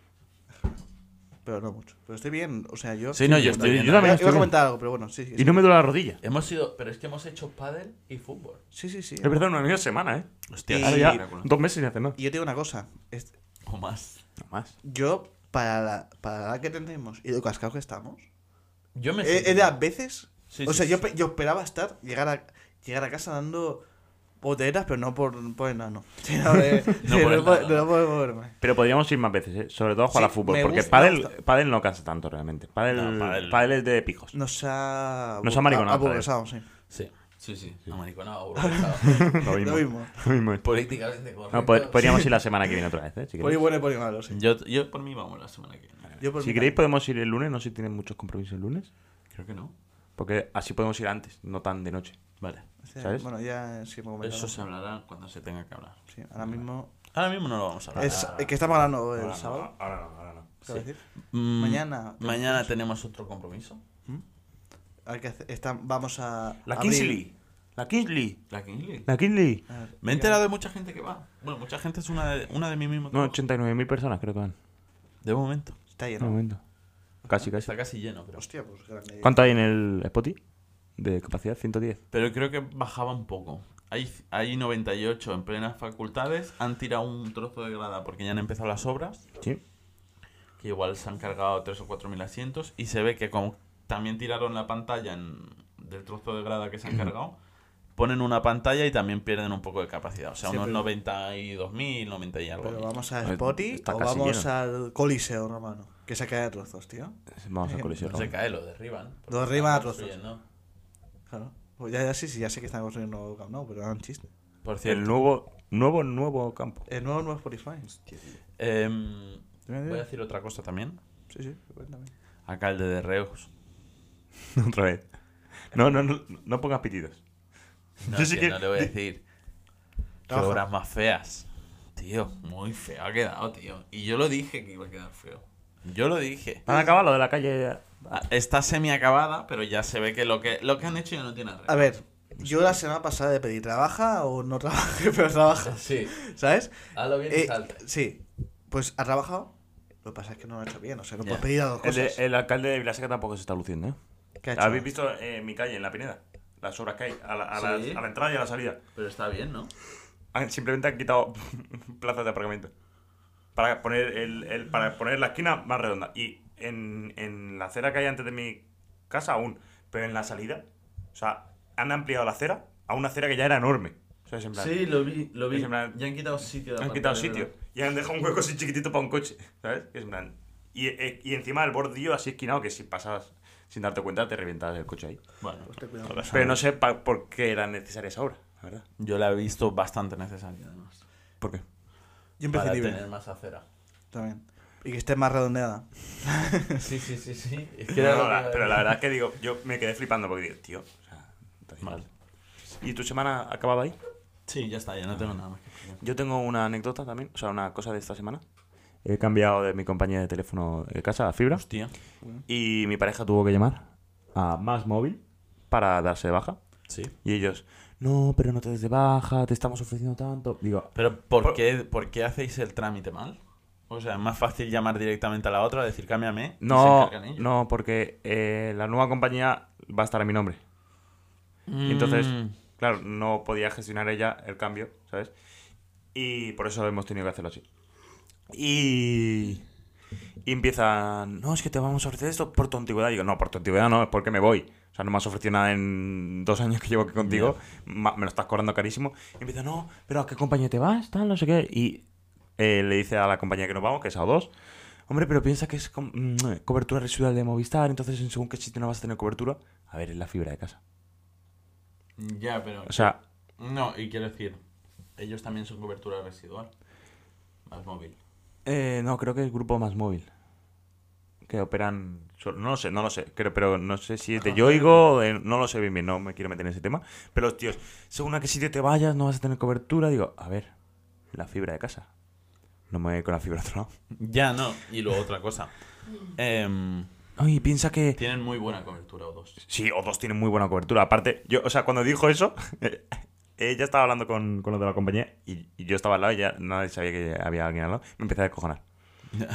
Speaker 3: Pero no mucho. Pero estoy bien, o sea, yo...
Speaker 1: Sí, no, yo estoy
Speaker 2: Yo
Speaker 1: bien.
Speaker 2: también.
Speaker 3: Iba,
Speaker 2: estoy
Speaker 3: iba a
Speaker 2: bien.
Speaker 3: comentar algo, pero bueno, sí. sí,
Speaker 2: Y no me duele la rodilla.
Speaker 1: Hemos sido. Pero es que hemos hecho pádel y fútbol.
Speaker 3: Sí, sí, sí.
Speaker 2: Es verdad, una misma semana, ¿eh?
Speaker 1: Hostia,
Speaker 3: Y-
Speaker 2: Ahora
Speaker 1: sí,
Speaker 2: ya
Speaker 1: espectacular.
Speaker 2: dos meses sin hacer nada.
Speaker 3: Y yo te digo una cosa. es-
Speaker 1: O más.
Speaker 2: No más.
Speaker 3: yo, para la, para la edad que tenemos y lo cascado que estamos,
Speaker 1: Yo me.
Speaker 3: eh,
Speaker 1: siento-
Speaker 3: era veces...
Speaker 1: Sí,
Speaker 3: o
Speaker 1: sí,
Speaker 3: sea,
Speaker 1: sí,
Speaker 3: yo,
Speaker 1: sí.
Speaker 3: pe- yo esperaba estar, llegar a, llegar a casa dando botelleras, pero no por, por enano. Sino de-
Speaker 1: No por
Speaker 3: de-
Speaker 1: enano.
Speaker 3: de no poder moverme.
Speaker 2: Pero podríamos ir más veces, ¿eh? Sobre todo a jugar
Speaker 3: Sí,
Speaker 2: a fútbol,
Speaker 3: me
Speaker 2: porque
Speaker 3: gusta, me
Speaker 2: pádel,
Speaker 3: gusta.
Speaker 2: pádel no cansa tanto realmente. Pádel,
Speaker 1: No, pádel-
Speaker 2: pádel es de pijos.
Speaker 3: Nos ha.
Speaker 2: Nos ha mariconado,
Speaker 3: aburresado, sí.
Speaker 1: Sí, sí, sí. Amariconado, aburrido.
Speaker 2: Lo
Speaker 3: Lo mismo.
Speaker 2: Lo mismo es.
Speaker 1: Políticamente correcto.
Speaker 2: No, pod- podríamos ir la semana que viene otra vez, ¿eh? Si
Speaker 3: Por
Speaker 2: queréis,
Speaker 3: ahí
Speaker 2: Mm.
Speaker 3: bueno y por ahí malo, sí.
Speaker 1: Yo, yo por mí vamos la semana que viene.
Speaker 3: Yo por
Speaker 2: Si
Speaker 3: mí
Speaker 2: queréis,
Speaker 3: también.
Speaker 2: podemos ir el lunes, no sé si tienen muchos compromisos el lunes.
Speaker 1: Creo que no.
Speaker 2: Porque así podemos ir antes, no tan de noche.
Speaker 1: Vale.
Speaker 3: O sea,
Speaker 2: ¿sabes?
Speaker 3: Bueno, ya sí me comentaron.
Speaker 1: Eso se hablará cuando se tenga que hablar.
Speaker 3: Sí, ahora mismo.
Speaker 1: Ahora mismo no lo vamos a hablar.
Speaker 3: Es, eh, que estamos hablando el
Speaker 2: Ahora no,
Speaker 3: sábado.
Speaker 2: Ahora no, ahora no.
Speaker 3: ¿qué iba a decir?
Speaker 1: Mm,
Speaker 3: mañana-
Speaker 1: Mañana tenemos otro compromiso.
Speaker 3: Hay que hacer- está- vamos a.
Speaker 2: La
Speaker 3: abrir-
Speaker 2: Kingsley. La Kingsley.
Speaker 1: La Kingsley.
Speaker 2: La Kingsley.
Speaker 3: a ver,
Speaker 1: Me he enterado de mucha gente que va. Bueno, mucha gente es una de, una de mi mismo
Speaker 2: No,
Speaker 1: trabajo.
Speaker 2: 89.000 personas creo que van.
Speaker 1: De momento.
Speaker 3: Está
Speaker 2: De
Speaker 3: lleno.
Speaker 2: momento. Casi, casi.
Speaker 1: Está casi lleno, pero.
Speaker 3: Hostia, pues grande.
Speaker 2: ¿Cuánto hay en el Spotify? De capacidad 110.
Speaker 1: Pero creo que bajaba un poco. Hay, hay 98 en plenas facultades. Han tirado un trozo de grada porque ya han empezado las obras.
Speaker 2: Sí.
Speaker 1: Que igual se han cargado 3 o 4 mil asientos. Y se ve que como también tiraron la pantalla en- del trozo de grada que se han cargado, ponen una pantalla y también pierden un poco de capacidad. O sea,
Speaker 3: Sí,
Speaker 1: unos
Speaker 3: pero-
Speaker 1: 92.000, 90 y algo.
Speaker 3: Pero vamos a
Speaker 2: A ver,
Speaker 3: Spotty
Speaker 2: está
Speaker 3: o
Speaker 2: casi
Speaker 3: vamos
Speaker 2: lleno.
Speaker 3: al Coliseo romano. Que se cae a trozos, tío.
Speaker 2: Vamos a coliseo.
Speaker 1: No se cae, lo derriban.
Speaker 3: Lo derriban a trozos.
Speaker 1: Construyendo.
Speaker 3: Claro. Pues ya, ya sí, sí, ya sé que están construyendo un nuevo Camp Nou, pero era un chiste.
Speaker 1: Por
Speaker 2: El
Speaker 1: cierto,
Speaker 2: nuevo, nuevo, nuevo campo.
Speaker 3: El nuevo, nuevo Spotify. Eh.
Speaker 1: em, voy a
Speaker 3: Sí,
Speaker 1: decir otra cosa también.
Speaker 3: sí, cuéntame.
Speaker 1: Alcalde de Reus.
Speaker 2: Otra vez. No, no, no, no pongas pitidos.
Speaker 1: No,
Speaker 2: Yo sí
Speaker 1: tío,
Speaker 2: que-
Speaker 1: no le voy a
Speaker 2: yo-
Speaker 1: decir. Qué
Speaker 3: Trabaja.
Speaker 1: obras más feas. Tío, muy feo ha quedado, tío. Y yo lo dije que iba a quedar feo. Yo lo dije.
Speaker 2: Van a acabar lo de la calle.
Speaker 1: Ah, Está semi acabada, pero ya se ve que lo que, lo que han hecho ya no tiene arreglo.
Speaker 3: A ver, yo la semana pasada le pedí, ¿trabaja o no trabaja? Pero trabaja,
Speaker 1: Sí,
Speaker 3: ¿sabes?
Speaker 1: hazlo bien y
Speaker 3: Eh,
Speaker 1: salta.
Speaker 3: sí, pues ha trabajado. Lo que pasa es que no lo ha hecho bien, o sea, no
Speaker 1: Ya.
Speaker 3: puedes pedir a dos
Speaker 2: El,
Speaker 3: cosas.
Speaker 2: el alcalde de Vilaseca tampoco se está luciendo, ¿eh?
Speaker 3: ¿Qué ha hecho?
Speaker 2: ¿Habéis visto eh, mi calle en la Pineda? Las obras que hay a la, a la-
Speaker 1: Sí.
Speaker 2: a la entrada y a la salida.
Speaker 1: Pero está bien, ¿no?
Speaker 2: Han- simplemente han quitado plazas de aparcamiento. Para poner, el, el- para poner la esquina más redonda. Y en, en la acera que hay antes de mi casa aún. Pero en la salida. O sea, han ampliado la acera a una acera que ya era enorme. O sea, es en plan,
Speaker 1: lo vi, lo
Speaker 2: vi. Es en plan-
Speaker 1: Ya han quitado sitio.
Speaker 2: han quitado sitio. Y han dejado un hueco así chiquitito para un coche. ¿Sabes? Es en plan, y, eh, y encima el bordillo así esquinado que si pasabas sin darte cuenta te reventabas el coche ahí.
Speaker 1: Bueno,
Speaker 3: Pues ten cuidado.
Speaker 2: Pero no sé pa- por qué era necesaria esa obra, la verdad.
Speaker 1: yo la he visto bastante necesaria, además.
Speaker 2: ¿Por qué?
Speaker 3: Yo empecé
Speaker 1: para
Speaker 3: libre
Speaker 1: tener más acera.
Speaker 3: también. Y que esté más redondeada.
Speaker 1: Sí, sí, sí, sí. Es que era
Speaker 2: No,
Speaker 1: lo
Speaker 2: la-
Speaker 1: que-
Speaker 2: pero la verdad es que digo, yo me quedé flipando porque digo, tío, o sea, está bien.
Speaker 1: Mal.
Speaker 2: ¿Y tu semana acababa ahí?
Speaker 1: Sí, ya está, ya no tengo nada más que explicar.
Speaker 2: Yo tengo una anécdota también, o sea, una cosa de esta semana. He cambiado de mi compañía de teléfono de casa a fibra
Speaker 1: Hostia.
Speaker 2: y mi pareja tuvo que llamar a Más Móvil para darse de baja.
Speaker 1: Sí.
Speaker 2: Y ellos, no, pero no te des de baja, te estamos ofreciendo tanto. Digo,
Speaker 1: Pero ¿por,
Speaker 2: Por-
Speaker 1: Qué, ¿por qué hacéis el trámite mal? O sea, es más fácil llamar directamente a la otra, decir cámbiame. y se
Speaker 2: No,
Speaker 1: encargan ellos.
Speaker 2: no, porque eh, la nueva compañía va a estar a mi nombre.
Speaker 1: Mm,
Speaker 2: Y entonces, claro, no podía gestionar ella el cambio, ¿sabes? Y por eso hemos tenido que hacerlo así. Y, y empiezan, no, es que te vamos a ofrecer esto por tu antigüedad. Y digo, no, por tu antigüedad no, es porque me voy. O sea, no me has ofrecido nada en dos años que llevo aquí contigo. ma- Me lo estás cobrando carísimo. Y empieza, no, pero ¿a qué compañía te vas? Tal, no sé qué. Y eh, le dice a la compañía que nos vamos, que es A2. Hombre, pero piensa que es com- mm, cobertura residual de Movistar, entonces en según qué sitio no vas a tener cobertura. A ver, es la fibra de casa.
Speaker 1: Ya, pero.
Speaker 2: O sea,
Speaker 1: No, y quiero decir, ellos también son cobertura residual. Más móvil.
Speaker 2: Eh, no, creo que es Grupo Más Móvil. Que operan. solo- No lo sé, no lo sé. Creo, pero no sé si es de Yoigo. o de- no lo sé bien, bien. No me quiero meter en ese tema. Pero los tíos, según a qué sitio te vayas, no vas a tener cobertura. Digo, a ver, la fibra de casa. No me voy a ir con la fibra a otro lado.
Speaker 1: Ya, no. Y luego otra cosa. Em,
Speaker 2: Ay, piensa que.
Speaker 1: tienen muy buena cobertura o dos.
Speaker 2: Sí, o dos tienen muy buena cobertura. Aparte, yo, o sea, cuando dijo eso, ella estaba hablando con, con los de la compañía y, y yo estaba al lado y ya nadie sabía que había alguien al lado. Me empecé a descojonar.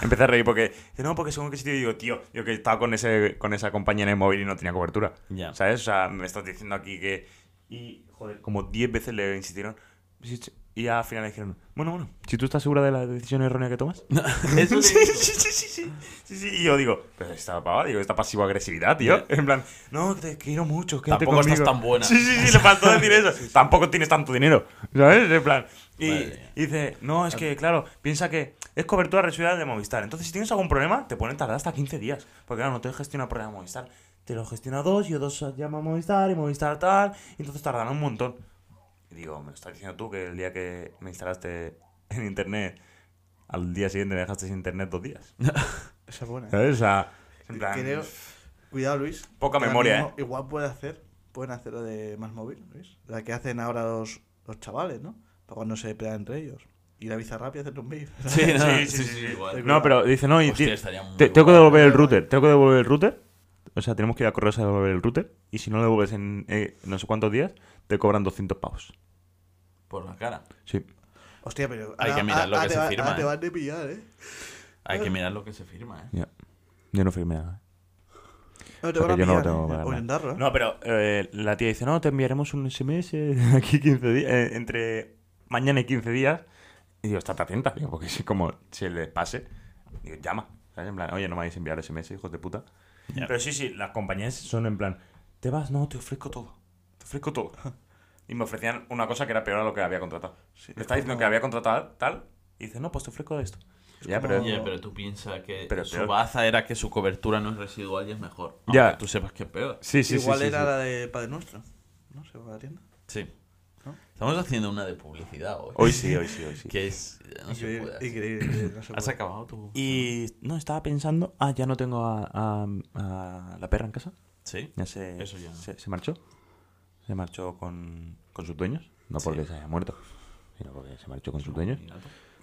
Speaker 2: Empecé a reír porque, dice, no, porque según qué sitio, Y digo, tío, yo que estaba con, ese, con esa compañía en el móvil y no tenía cobertura.
Speaker 1: Ya.
Speaker 2: ¿Sabes? O sea, me estás diciendo aquí que. Y, joder, como 10 veces le insistieron. Sí, sí. Y ya al final le dijeron, bueno, bueno, si tú estás segura de la decisión errónea que tomas.
Speaker 1: Eso
Speaker 2: Sí, sí, sí, sí, sí, sí, sí. Y yo digo, pero esta pava, digo, esta pasivo-agresividad, tío. En plan, no, te quiero mucho, quédate
Speaker 1: Eh. Tampoco estás
Speaker 2: conmigo".
Speaker 1: tan buena.
Speaker 2: Sí, sí, sí, le faltó decir eso. Tampoco tienes tanto dinero, ¿sabes? En plan, y,
Speaker 1: Madre mía.
Speaker 2: y dice, no, es que, claro, piensa que es cobertura residual de Movistar. Entonces, si tienes algún problema, te ponen tardar hasta 15 días. Porque, claro, no te gestiona el problema Movistar. Te lo gestiona dos, yo dos llamo a Movistar y Movistar tal. Y entonces tardarán un montón. Y digo, me lo estás diciendo tú que el día que me instalaste en internet, al día siguiente me dejaste sin internet dos días.
Speaker 3: Esa es buena. ¿eh?
Speaker 2: ¿Sabes? O sea, en plan,
Speaker 3: Creo- Cuidado, Luis.
Speaker 2: Poca
Speaker 3: que ahora
Speaker 2: memoria,
Speaker 1: eh.
Speaker 3: mismo Igual puede hacer, pueden hacer la de más móvil, Luis. La que hacen ahora los, los chavales, ¿no? Para cuando se pelean entre ellos. Y la bizarrap y hacer un vídeo.
Speaker 1: Sí, no, sí,
Speaker 2: Sí, sí, sí,
Speaker 1: sí,
Speaker 2: sí.
Speaker 1: igual.
Speaker 2: No, pero dice, no, y
Speaker 1: Hostia,
Speaker 2: ti-
Speaker 1: estaría muy
Speaker 2: te- tengo que
Speaker 1: guay.
Speaker 2: devolver el router, tengo que devolver el router. O sea, tenemos que ir a correos a devolver el router. Y si no lo devuelves en eh, no sé cuántos días, te cobran 200 pavos.
Speaker 1: Por la cara.
Speaker 2: Sí.
Speaker 3: Hostia, pero.
Speaker 1: Hay que mirar lo
Speaker 3: ahora
Speaker 1: que
Speaker 3: te
Speaker 1: se
Speaker 3: va-
Speaker 1: firma,
Speaker 3: ahora te
Speaker 1: eh.
Speaker 3: van de pillar, ¿eh?
Speaker 1: Hay que mirar lo que se firma, ¿eh?
Speaker 2: Ya. Yo no firmé nada.
Speaker 3: No te
Speaker 2: Porque
Speaker 3: van a
Speaker 2: yo no
Speaker 3: pillar.
Speaker 2: tengo
Speaker 3: eh,
Speaker 2: para
Speaker 3: o
Speaker 2: nada.
Speaker 3: intentarlo, ¿eh?
Speaker 2: No, pero eh, la tía dice, no, te enviaremos un SMS aquí 15 días, eh, entre mañana y 15 días. Y digo, estate atenta, digo, porque si como se les pase, digo, llama. ¿Sabes? En plan, oye, no me vais a enviar SMS, hijos de puta.
Speaker 1: Ya.
Speaker 2: Pero sí, sí, las compañías son en plan, te vas, no, te ofrezco todo. Te ofrezco todo. Y me ofrecían una cosa que era peor a lo que había contratado. me está diciendo que había contratado tal, y dice, no, pues te ofrezco esto. Ya,
Speaker 3: como-
Speaker 2: pero...
Speaker 1: Oye, pero tú piensas que
Speaker 2: Pero
Speaker 1: su
Speaker 2: peor.
Speaker 1: baza era que su cobertura no es residual y es mejor.
Speaker 2: Ya.
Speaker 1: Aunque tú sepas que es peor.
Speaker 2: Sí, sí, sí,
Speaker 3: igual
Speaker 2: sí,
Speaker 3: era
Speaker 2: sí.
Speaker 3: la de Padre Nuestro. No sé, va a la tienda.
Speaker 1: Sí.
Speaker 3: ¿No?
Speaker 1: Estamos haciendo una de publicidad hoy.
Speaker 2: Hoy sí, hoy sí, hoy sí.
Speaker 1: Que es. No se
Speaker 3: Increíble,
Speaker 1: puede. así.
Speaker 3: increíble, increíble, no se
Speaker 1: ¿Has
Speaker 3: puede.
Speaker 1: acabado tú?
Speaker 2: Y no, estaba pensando, ah, ya no tengo a, a- a la perra en casa.
Speaker 1: Sí.
Speaker 2: Ya se,
Speaker 1: Eso ya no.
Speaker 2: se, se marchó. Se marchó con, con sus dueños. No porque se haya muerto, sino porque se marchó con sus dueños.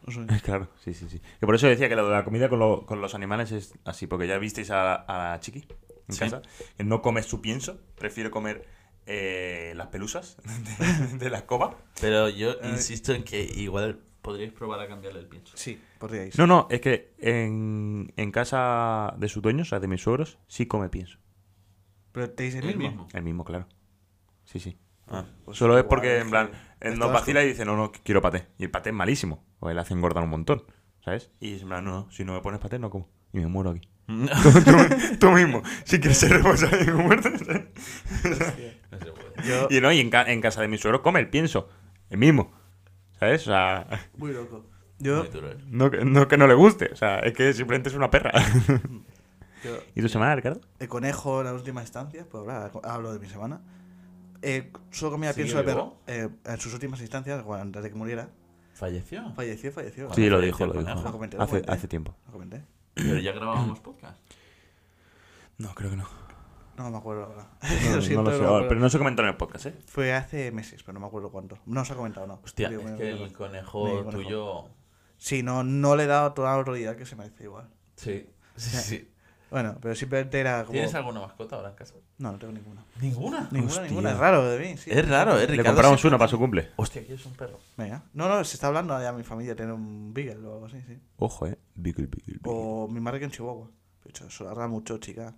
Speaker 3: No sé.
Speaker 2: Claro, sí, sí, sí. Que por eso decía que lo de la comida con, lo- con los animales es así, porque ya visteis a, a la Chiqui en
Speaker 1: Sí.
Speaker 2: casa, que no come su pienso, prefiere comer eh, las pelusas de, de la escoba.
Speaker 1: Pero yo insisto en que igual podríais probar a cambiarle el pienso.
Speaker 3: Sí, podríais.
Speaker 2: No, no, es que en, en casa de sus dueños, o sea, de mis suegros, sí come pienso.
Speaker 3: Pero te dice el
Speaker 1: El
Speaker 3: mismo.
Speaker 1: mismo.
Speaker 2: El mismo, claro. Sí, sí.
Speaker 3: Pues
Speaker 2: Solo es
Speaker 3: igual,
Speaker 2: porque,
Speaker 3: que
Speaker 2: en plan,
Speaker 3: es
Speaker 2: él
Speaker 3: todo
Speaker 2: nos vacila
Speaker 3: asco.
Speaker 2: y dice, no, no, quiero paté. Y el paté es malísimo. O él hace engordar un montón, ¿sabes? Y es en plan, no, no, si no me pones paté, no como. Y me muero aquí. tú, tú- tú mismo, si quieres ser responsable de mi muerte. ¿sabes?
Speaker 1: No se puede.
Speaker 3: Yo,
Speaker 2: Y no, y en, ca- en casa de mi suegro come el pienso. El mismo. ¿Sabes? O sea,
Speaker 3: muy loco. Yo,
Speaker 1: Muy duro, ¿eh?
Speaker 2: no, que- no que no le guste. O sea, es que simplemente es una perra.
Speaker 3: yo-
Speaker 2: ¿Y tu semana, Ricardo?
Speaker 3: el conejo en las últimas instancias, pues hablar, hablo de mi semana. Eh, solo comía
Speaker 1: ¿Sigue
Speaker 3: pienso de perro.
Speaker 1: vivo?
Speaker 3: Eh, en sus últimas instancias, bueno, antes de que muriera,
Speaker 1: Falleció.
Speaker 3: falleció, falleció.
Speaker 1: Sí, lo dijo, lo dijo.
Speaker 3: Lo comenté, lo
Speaker 2: Hace,
Speaker 3: comenté.
Speaker 2: hace tiempo.
Speaker 3: Lo comenté.
Speaker 1: Pero ya grabábamos podcast.
Speaker 2: No, creo que no.
Speaker 3: No me acuerdo ahora.
Speaker 2: No,
Speaker 3: Lo siento,
Speaker 2: no lo sé,
Speaker 3: me acuerdo.
Speaker 2: pero no se comentó en el podcast, ¿eh?
Speaker 3: Fue hace meses, pero no me acuerdo cuánto. No se ha comentado, no.
Speaker 1: Hostia,
Speaker 3: Digo,
Speaker 1: es
Speaker 3: me-
Speaker 1: que
Speaker 3: me-
Speaker 1: el
Speaker 3: me-
Speaker 1: conejo
Speaker 3: conejo.
Speaker 1: tuyo.
Speaker 3: Sí, no, no le he dado toda la autoridad que se merece igual.
Speaker 1: Sí. Sí, sí.
Speaker 3: Bueno, pero simplemente era como...
Speaker 1: ¿Tienes alguna mascota ahora en casa?
Speaker 3: No, no tengo ninguna.
Speaker 1: ¿Ninguna?
Speaker 3: Ninguna,
Speaker 2: Hostia.
Speaker 3: ninguna. Es raro de mí, sí.
Speaker 1: Es raro, ¿eh?
Speaker 2: Le
Speaker 1: Ricardo
Speaker 2: compramos
Speaker 1: se-
Speaker 2: uno para su cumple.
Speaker 1: Hostia, aquí es un perro.
Speaker 3: Venga. No, no, se está hablando ya mi familia de tener un Beagle o algo así, sí.
Speaker 2: Ojo, eh. Beagle, beagle, beagle.
Speaker 3: O mi madre que un Chihuahua. De hecho, eso hará mucho, chica.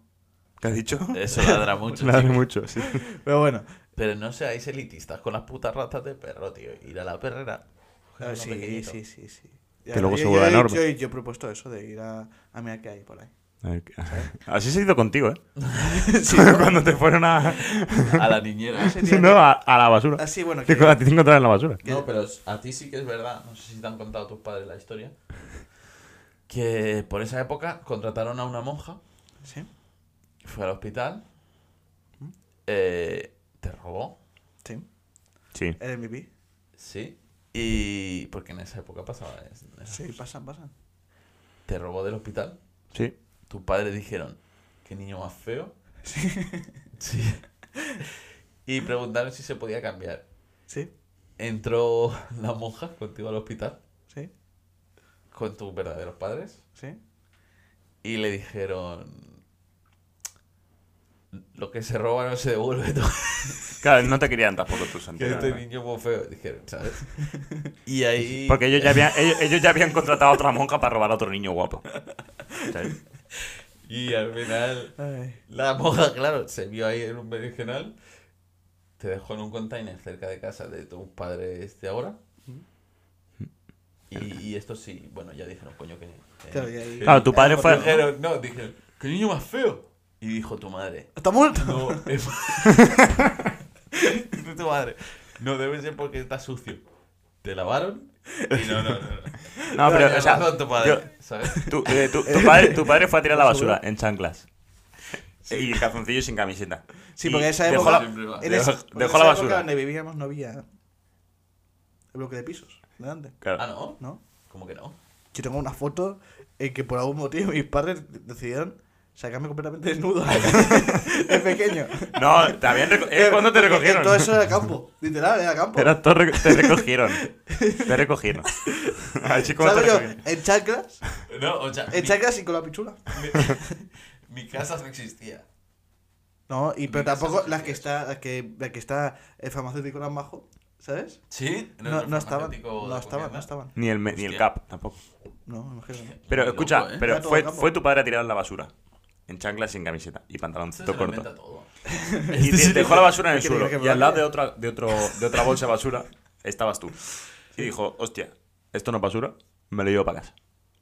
Speaker 2: ¿Qué has dicho?
Speaker 1: Eso ladra mucho.
Speaker 2: Ladra
Speaker 1: chico.
Speaker 2: Eh, mucho, sí.
Speaker 3: Pero bueno,
Speaker 1: Pero no seáis elitistas con las putas ratas de perro, tío. Ir a la perrera. coger
Speaker 3: Ah,
Speaker 1: uno
Speaker 3: sí,
Speaker 1: pequeñito.
Speaker 3: sí, sí, sí.
Speaker 2: Que
Speaker 3: Ya,
Speaker 2: luego
Speaker 3: yo-
Speaker 2: se
Speaker 3: yo
Speaker 2: vuelve
Speaker 3: he-
Speaker 2: enorme.
Speaker 3: Yo, yo he propuesto eso de ir a, a mirar qué hay por ahí.
Speaker 2: A ver, Así se hizo contigo, ¿eh?
Speaker 3: ¿Eh? Sí.
Speaker 2: Cuando te fueron a.
Speaker 1: A la niñera.
Speaker 2: no, a, a la basura.
Speaker 3: Así, Ah, bueno,
Speaker 2: Te-
Speaker 3: que,
Speaker 2: a ti te encontraron en la basura.
Speaker 1: No, pero es- a ti sí que es verdad, no sé si te han contado tus padres la historia, que por esa época contrataron a una monja,
Speaker 3: sí.
Speaker 1: fue al hospital, eh, te robó,
Speaker 3: Sí.
Speaker 2: Sí.
Speaker 3: El MVP.
Speaker 1: sí, y... porque en esa época pasaba es- es-
Speaker 3: Sí, pasan, pasan.
Speaker 1: Te robó del hospital,
Speaker 2: Sí.
Speaker 1: tus padres dijeron, qué niño más feo,
Speaker 3: Sí.
Speaker 1: sí, y preguntaron si se podía cambiar.
Speaker 3: Sí.
Speaker 1: Entró la monja contigo al hospital,
Speaker 3: Sí.
Speaker 1: con tus verdaderos padres,
Speaker 3: Sí.
Speaker 1: Y le dijeron. Lo que se roba no se devuelve. ¿no?
Speaker 2: Claro, no te querían tampoco tus
Speaker 1: Que
Speaker 2: antiguos.
Speaker 1: este niño fue feo, dijeron, ¿sabes? Y ahí.
Speaker 2: Porque ellos ya, habían, ellos, ellos ya habían contratado a otra monja para robar a otro niño guapo. ¿Sabes?
Speaker 1: Y al final.
Speaker 2: Eh,
Speaker 3: Ay.
Speaker 1: La monja, claro, se vio ahí en un berenjenal. Te dejó en un container cerca de casa de tus padres de ahora. Y, y esto sí, bueno, ya dijeron, coño, que. que-
Speaker 3: Claro, y ahí-
Speaker 2: Claro, tu padre
Speaker 1: que-
Speaker 2: Ah, fue-
Speaker 1: Dijeron, no, dijeron, ¡qué niño más feo! Y dijo tu madre,
Speaker 3: ¿Está muerto?
Speaker 1: No, es... Dice tu madre. No, debe ser porque está sucio. ¿Te lavaron? Y no, no, no. no.
Speaker 2: No, pero,
Speaker 1: Tenía
Speaker 2: o sea,
Speaker 1: razón tu padre,
Speaker 2: yo-
Speaker 1: ¿sabes?
Speaker 2: tu, eh, tu- tu padre, tu padre fue a tirar la basura en chanclas. Y calzoncillos sin camiseta.
Speaker 3: Sí,
Speaker 2: Y
Speaker 3: porque en esa
Speaker 2: dejó
Speaker 3: época.
Speaker 2: la-
Speaker 1: Siempre va.
Speaker 3: en esa-
Speaker 2: dejó-
Speaker 3: porque en
Speaker 2: dejó la
Speaker 3: esa
Speaker 2: basura.
Speaker 3: época donde vivíamos no había el bloque de pisos. Delante.
Speaker 2: Claro.
Speaker 1: Ah, no.
Speaker 3: ¿No?
Speaker 1: ¿Cómo que no?
Speaker 3: Yo tengo una foto en que por algún motivo mis padres decidieron sacarme completamente desnudo. de pequeño.
Speaker 2: No, te habían reco- eh, ¿Cuándo te
Speaker 3: Porque
Speaker 2: recogieron?
Speaker 3: Todo eso era campo. Literal, era campo.
Speaker 2: Era todo reco- te recogieron. Te recogieron. Al chico te
Speaker 3: ¿Sabes yo?
Speaker 2: recogieron.
Speaker 3: En chacras.
Speaker 1: No, o sea, mi,
Speaker 3: En chacras y con la pichula.
Speaker 1: mi- mi casa no existía.
Speaker 3: No, y pero
Speaker 1: Ni esas
Speaker 3: tampoco las que
Speaker 1: asociaciones.
Speaker 3: está, las que, la que está el farmacéutico más bajo, ¿sabes?
Speaker 1: ¿Sí?
Speaker 3: No, no estaban.
Speaker 1: farmacéutico
Speaker 3: No
Speaker 1: de
Speaker 3: estaban, no
Speaker 1: confianza.
Speaker 3: estaban.
Speaker 2: Ni el, me- ni el
Speaker 1: Hostia.
Speaker 2: cap tampoco.
Speaker 3: No, me imagino. ¿no?
Speaker 2: Pero
Speaker 1: Muy
Speaker 2: escucha,
Speaker 1: loco, ¿eh?
Speaker 2: pero
Speaker 3: Era todo
Speaker 2: fue,
Speaker 3: campo.
Speaker 2: fue tu padre a tirar la basura. En chanclas sin camiseta y
Speaker 1: Esto
Speaker 2: pantaloncito
Speaker 1: se lo inventa
Speaker 2: corto.
Speaker 1: todo.
Speaker 2: Y
Speaker 1: Este
Speaker 2: te- dejó la basura en el
Speaker 3: Que diga
Speaker 2: suelo.
Speaker 3: que me
Speaker 2: Y al
Speaker 3: vale.
Speaker 2: lado de otra, de, otro, de otra bolsa de basura estabas tú. Y dijo, hostia, esto no es basura, me lo llevo para casa.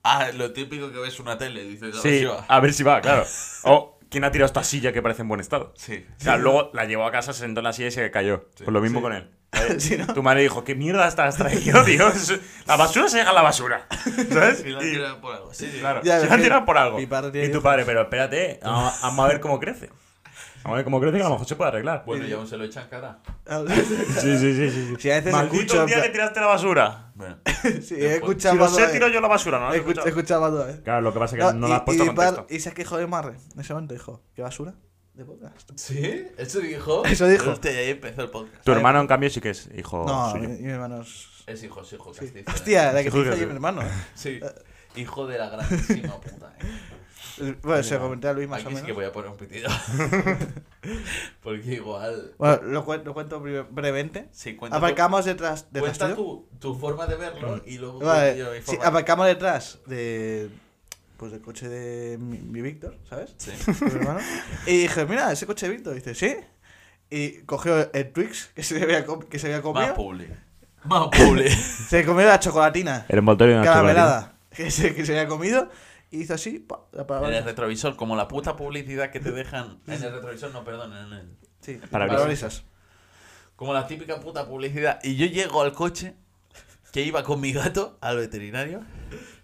Speaker 1: Ah, lo típico que ves una tele, dices, a ver
Speaker 2: Sí,
Speaker 1: si va.
Speaker 2: a ver si va, claro. O, ¿quién ha tirado esta silla que parece en buen estado?
Speaker 1: Sí.
Speaker 2: O sea, luego la llevó a casa, se sentó en la silla y se cayó.
Speaker 1: Sí.
Speaker 2: Pues lo mismo
Speaker 1: Sí.
Speaker 2: con él.
Speaker 3: Sí, ¿no?
Speaker 2: Tu madre dijo, ¿qué mierda estás traído, Dios? La basura se deja en la basura. ¿Sabes?
Speaker 1: Y la
Speaker 2: Y-
Speaker 1: tira por algo. Sí, sí.
Speaker 2: Claro,
Speaker 3: Ya,
Speaker 2: se
Speaker 3: es
Speaker 2: la han
Speaker 3: que
Speaker 2: tirado por algo.
Speaker 3: mi padre tiene
Speaker 2: y tu
Speaker 3: hijos.
Speaker 2: padre, pero espérate, vamos vamos a ver cómo crece. Vamos a ver cómo crece que a lo mejor se puede arreglar.
Speaker 1: Bueno, y aún se lo echan cara.
Speaker 2: Sí, sí, sí, sí. sí.
Speaker 3: Si a veces
Speaker 2: Maldito
Speaker 3: escucho-
Speaker 2: un día le tiraste la basura.
Speaker 1: Bueno.
Speaker 3: Sí, he
Speaker 2: Si
Speaker 3: escuchado
Speaker 2: lo
Speaker 3: más
Speaker 2: sé,
Speaker 3: de-
Speaker 2: tiro yo la basura, ¿no?
Speaker 3: he escuch- he escuchado más de-
Speaker 2: Claro, lo que pasa es que no, la has
Speaker 3: y,
Speaker 2: puesto
Speaker 3: y
Speaker 2: en
Speaker 3: mi
Speaker 2: contexto.
Speaker 3: padre- y se quejó de Marre. En ese momento dijo, qué basura de podcast.
Speaker 1: ¿Sí? ¿Eso dijo?
Speaker 3: Eso dijo.
Speaker 1: Hostia, y ahí empezó el podcast.
Speaker 2: Tu hermano, en cambio, Oh, sí que es hijo
Speaker 3: no, eh. mi,
Speaker 2: suyo.
Speaker 3: mi hermano es...
Speaker 1: Es hijo, es hijo
Speaker 3: sí.
Speaker 1: castizo.
Speaker 3: Hostia, la que
Speaker 2: Hijo
Speaker 3: te
Speaker 2: de
Speaker 3: hizo ayer
Speaker 2: Dios.
Speaker 3: mi hermano. ¿eh?
Speaker 1: Sí. Hijo de la grandísima puta, eh.
Speaker 3: Bueno, se lo comenté a Luis más o
Speaker 1: Aquí sí que
Speaker 3: menos.
Speaker 1: voy a poner un pitido. Porque igual.
Speaker 3: Bueno, lo, cuen- lo cuento bre- brevemente.
Speaker 1: Sí, cuenta.
Speaker 3: Aparcamos detrás
Speaker 1: tu,
Speaker 3: de
Speaker 1: cuenta tu, tu forma de verlo y luego cuento yo
Speaker 3: Mm. Vale,
Speaker 1: mi
Speaker 3: sí,
Speaker 1: forma.
Speaker 3: aparcamos detrás de pues del coche de mi, mi Víctor, ¿sabes?
Speaker 1: Sí.
Speaker 3: Mi hermano. Y dije, mira, ese coche de Víctor. Dice, sí. Y cogió el Twix que se había, com- que se había
Speaker 1: Más
Speaker 3: comido.
Speaker 1: publi. Más publi.
Speaker 3: Se comió la chocolatina.
Speaker 2: El envoltorio de una chocolatina.
Speaker 3: Caramelada. Que se, que se había comido. Y hizo así. pa,
Speaker 1: en
Speaker 3: la
Speaker 1: el
Speaker 3: palabra.
Speaker 1: retrovisor, como la puta publicidad que te dejan. En el retrovisor, no, perdón, en el.
Speaker 3: Sí,
Speaker 2: Parabrisas.
Speaker 3: parabrisas.
Speaker 1: Como la típica puta publicidad. Y yo llego al coche que iba con mi gato al veterinario.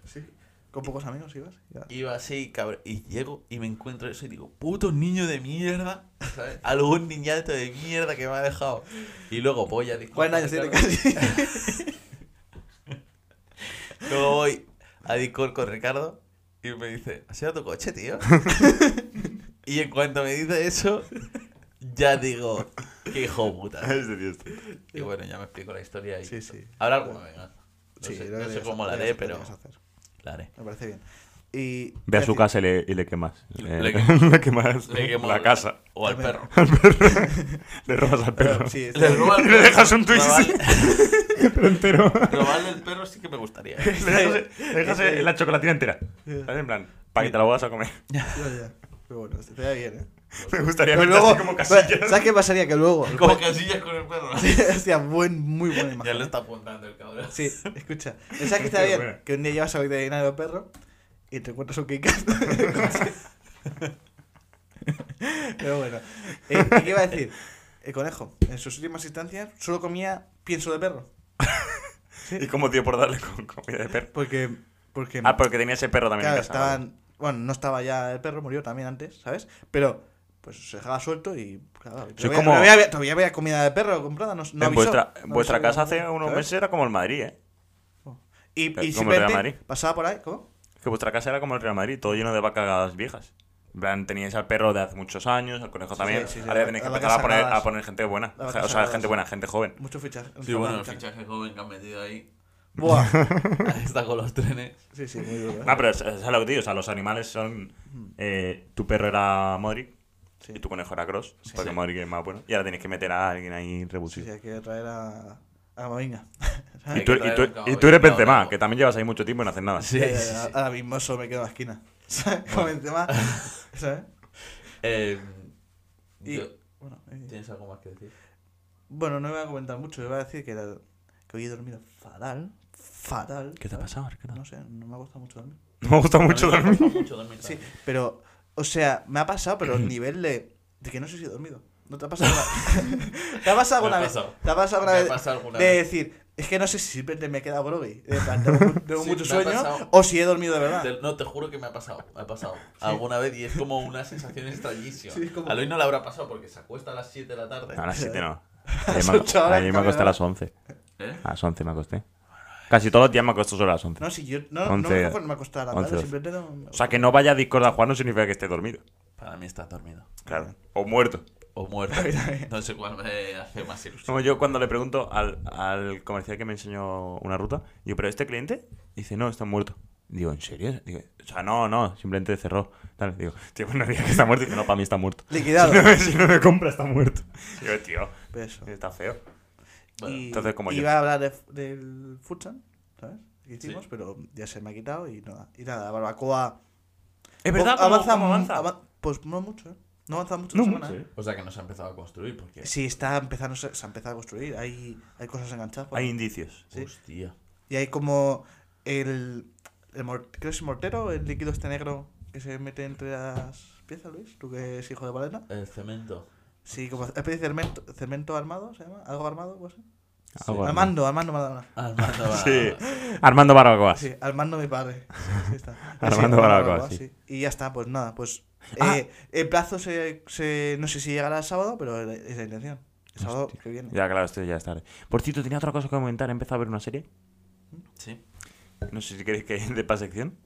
Speaker 3: Sí. Con pocos amigos ibas. Ya.
Speaker 1: Iba así, cabrón. Y llego y me encuentro eso y digo, puto niño de mierda. ¿sabes? Algún niñato de mierda que me ha dejado. Y luego voy a discotecar.
Speaker 3: 40 años tiene casi.
Speaker 1: Luego voy a Discord con Ricardo y me dice, ¿has ido a tu coche, tío? y en cuanto me dice eso, ya digo, qué hijo de puta.
Speaker 2: Es de Dios.
Speaker 1: Y bueno, ya me explico la historia y
Speaker 3: Sí, sí.
Speaker 1: Habrá alguna venganza. No
Speaker 3: Sí,
Speaker 1: sé,
Speaker 3: lo
Speaker 1: no sé
Speaker 3: deberías
Speaker 1: cómo la
Speaker 3: hacer,
Speaker 1: haré,
Speaker 3: lo
Speaker 1: pero
Speaker 3: deberías hacer.
Speaker 1: la haré.
Speaker 3: Me parece bien. Y
Speaker 2: Ve a
Speaker 3: voy
Speaker 2: su
Speaker 3: decir-
Speaker 2: casa y le, y le quemas. Eh,
Speaker 1: Le quemas.
Speaker 2: le quemas
Speaker 1: Le quemo
Speaker 2: la
Speaker 1: al-
Speaker 2: casa.
Speaker 1: O al
Speaker 3: También.
Speaker 1: perro.
Speaker 2: Le robas al perro.
Speaker 3: Sí,
Speaker 1: Le
Speaker 3: está-
Speaker 1: robo al
Speaker 2: le
Speaker 1: perro.
Speaker 2: dejas un Twix. Pero entero.
Speaker 1: Robarle el perro sí que me gustaría.
Speaker 2: Le dejas, le dejas la chocolatina entera. ¿Sabes? En plan, para que te la vuelvas a comer.
Speaker 3: Ya, ya. Pero bueno, se te da bien, ¿eh?
Speaker 2: Me gustaría
Speaker 3: Pero
Speaker 2: verte
Speaker 3: luego,
Speaker 2: así como
Speaker 3: pero,
Speaker 2: casillas.
Speaker 3: ¿sabes qué pasaría? Que luego.
Speaker 1: Como casillas con el perro.
Speaker 3: Hostia, buen, muy buena
Speaker 1: Ya
Speaker 3: imagen.
Speaker 1: le está apuntando el cabrón.
Speaker 3: Sí, escucha. ¿Sabes que está
Speaker 2: Qué
Speaker 3: bien?
Speaker 2: buena.
Speaker 3: Que un día llevas a la veterinaria de perro y te encuentras un Kit Kat. Pero bueno. Eh, ¿Qué iba a decir? El conejo, en sus últimas instancias, solo comía pienso de perro.
Speaker 2: ¿Y cómo tío por darle con comida de perro?
Speaker 3: Porque. porque
Speaker 2: Ah, porque tenía ese perro también
Speaker 3: claro,
Speaker 2: en casa.
Speaker 3: estaban. Bueno, no estaba ya el perro, murió también antes, ¿sabes? Pero. Pues se dejaba suelto y. Claro, todavía,
Speaker 2: como-
Speaker 3: todavía había, todavía había comida de perro comprada, no, no
Speaker 2: en
Speaker 3: avisó,
Speaker 2: vuestra,
Speaker 3: no
Speaker 2: en vuestra
Speaker 3: avisó,
Speaker 2: casa
Speaker 3: no-
Speaker 2: hace unos
Speaker 3: ¿sabes?
Speaker 2: meses era como el Madrid, ¿eh?
Speaker 3: Y,
Speaker 2: ¿Cómo
Speaker 3: y
Speaker 2: el Real Madrid?
Speaker 3: simplemente pasaba por ahí, ¿cómo?
Speaker 2: Que vuestra casa era como el Real Madrid, todo lleno de vacas viejas. En plan, teníais al perro de hace muchos años, al conejo también.
Speaker 3: sí, sí,
Speaker 2: Ahora
Speaker 3: la-
Speaker 2: ya tenéis que
Speaker 3: las
Speaker 2: empezar
Speaker 3: vacas
Speaker 2: a poner,
Speaker 3: sagradas.
Speaker 2: a poner gente buena.
Speaker 3: Las
Speaker 2: O sea, o
Speaker 3: vacas
Speaker 2: sea, gente
Speaker 3: sagradas.
Speaker 2: buena, gente joven.
Speaker 3: Mucho fichaje.
Speaker 1: Sí, bueno, el
Speaker 3: fichaje.
Speaker 1: fichaje joven que han metido ahí.
Speaker 3: Buah.
Speaker 1: Ahí está con los trenes.
Speaker 3: Sí, sí, muy duro. ¿eh?
Speaker 2: No, Ah, pero es, es lo que te digo, o sea, los animales son... eh, tu perro era Modric
Speaker 3: Mm. Sí.
Speaker 2: y tu conejo era Cross, porque
Speaker 1: Sí.
Speaker 2: Modric es más bueno. Y ahora tenéis que meter a alguien ahí
Speaker 3: Sí,
Speaker 2: revulsivo.
Speaker 3: sí, hay que traer a, a Mavinga.
Speaker 1: Hay
Speaker 2: Y
Speaker 1: que
Speaker 2: tú, y,
Speaker 1: traer
Speaker 2: tú,
Speaker 1: un caballo,
Speaker 2: y tú eres
Speaker 1: claro,
Speaker 2: Benzema,
Speaker 1: claro.
Speaker 2: que también llevas ahí mucho tiempo y no haces nada.
Speaker 1: Sí,
Speaker 3: Ya, ya,
Speaker 1: sí,
Speaker 3: ya,
Speaker 1: sí.
Speaker 3: Ahora mismo eso me quedo en la esquina. ¿Sabes? Con el tema. ¿Sabes?
Speaker 1: Eh,
Speaker 3: Y,
Speaker 1: yo-
Speaker 3: bueno, eh,
Speaker 1: ¿Tienes algo más que decir?
Speaker 3: bueno, no iba a comentar mucho. Iba a decir que, era- que hoy he dormido fatal. Fatal.
Speaker 2: ¿Qué te ha
Speaker 3: ¿sabes?
Speaker 2: pasado, Arcana?
Speaker 3: No sé, no me ha costado mucho dormir.
Speaker 2: Me gusta mucho
Speaker 1: A mí me
Speaker 2: dormir.
Speaker 1: gusta mucho dormir
Speaker 3: Sí,
Speaker 1: también.
Speaker 3: pero, o sea, me ha pasado, pero el nivel de, de que no sé si he dormido. ¿No te ha pasado alguna ¿Te ha pasado
Speaker 1: Me ha
Speaker 3: alguna vez?
Speaker 1: pasado.
Speaker 3: ¿Te ha pasado
Speaker 1: Me
Speaker 3: alguna
Speaker 1: ha
Speaker 3: vez?
Speaker 1: pasado alguna
Speaker 3: de
Speaker 1: vez.
Speaker 3: decir, es que no sé si simplemente me he quedado groggy. de plan, Tengo, tengo
Speaker 1: Sí,
Speaker 3: mucho
Speaker 1: me ha
Speaker 3: sueño
Speaker 1: pasado.
Speaker 3: o si he dormido de verdad.
Speaker 1: Te- no, te juro que me ha pasado, me ha pasado alguna vez y es como una sensación extrañísima.
Speaker 3: Sí, es como-
Speaker 1: A Luis no le habrá pasado porque se acuesta a las 7 de la tarde.
Speaker 2: No, a las 7 no.
Speaker 3: A las
Speaker 2: Ayer me-
Speaker 3: ocho horas,
Speaker 2: ayer me acosté a
Speaker 3: cabrón.
Speaker 2: las 11.
Speaker 1: ¿Eh?
Speaker 2: A las 11 me acosté. Casi todos los días me acosté solo a las 11.
Speaker 3: No, si yo no, no
Speaker 2: Once-
Speaker 3: me conformo con acostar a la
Speaker 2: once,
Speaker 3: tarde,
Speaker 2: doce.
Speaker 3: simplemente no.
Speaker 2: O sea, que no vaya a Discord a jugar no significa que esté dormido.
Speaker 1: Para mí estás dormido.
Speaker 2: Claro. O muerto.
Speaker 1: O muerto.
Speaker 3: A mí también.
Speaker 1: No sé cuál me hace más ilusión.
Speaker 2: Como yo cuando le pregunto al, al comercial que me enseñó una ruta, digo, ¿pero este cliente? Dice, no, está muerto. Digo, ¿en serio? Digo, o sea, no, no, simplemente cerró. Tal, digo, tío, bueno, diga que está muerto. Dice, no, para mí está muerto.
Speaker 3: Liquidado. Pues
Speaker 2: Si no, me, si no me compra, está muerto. Digo, tío,
Speaker 3: Eso.
Speaker 2: está feo.
Speaker 1: Bueno,
Speaker 3: y
Speaker 2: entonces, como yo.
Speaker 3: iba a hablar de- del futsal, ¿sabes? Que hicimos, pero ya se me ha quitado y nada. Y nada, barbacoa.
Speaker 2: Es verdad, ¿cómo-
Speaker 3: avanza,
Speaker 2: cómo avanza?
Speaker 3: ava- pues no mucho, ¿eh? No avanza mucho.
Speaker 2: No
Speaker 3: esta semana,
Speaker 2: mucho, ¿eh?
Speaker 3: ¿eh?
Speaker 1: O sea que no se ha empezado a construir porque.
Speaker 3: Sí, está empezando, se se ha empezado a construir. Hay, hay cosas enganchadas. por
Speaker 2: Hay
Speaker 3: ahí.
Speaker 2: indicios.
Speaker 3: Sí.
Speaker 1: Hostia.
Speaker 3: Y hay como el, el mor- creo que es mortero, el líquido este negro que se mete entre las piezas, Luis, tú que es hijo de paleta.
Speaker 1: El cemento.
Speaker 3: Sí, como especie de cemento, cemento armado, ¿se llama? ¿Algo armado? algo así?
Speaker 2: Algo así.
Speaker 3: Armando, Armando Maradona.
Speaker 1: Armando Ah, va-
Speaker 2: Sí. Armando Barbacoa.
Speaker 3: Sí, Armando mi padre. Sí, está.
Speaker 2: Ah, Armando Barbacoa, sí.
Speaker 3: Y ya está, pues nada, pues
Speaker 2: Ah.
Speaker 3: eh, el plazo se, se- no sé si llegará el sábado, pero es la intención. El sábado que viene.
Speaker 2: Ya, claro, esto ya es tarde. Por cierto, tenía otra cosa que comentar. He empezado a ver una serie.
Speaker 1: Sí.
Speaker 2: No sé si queréis que de pa' sección.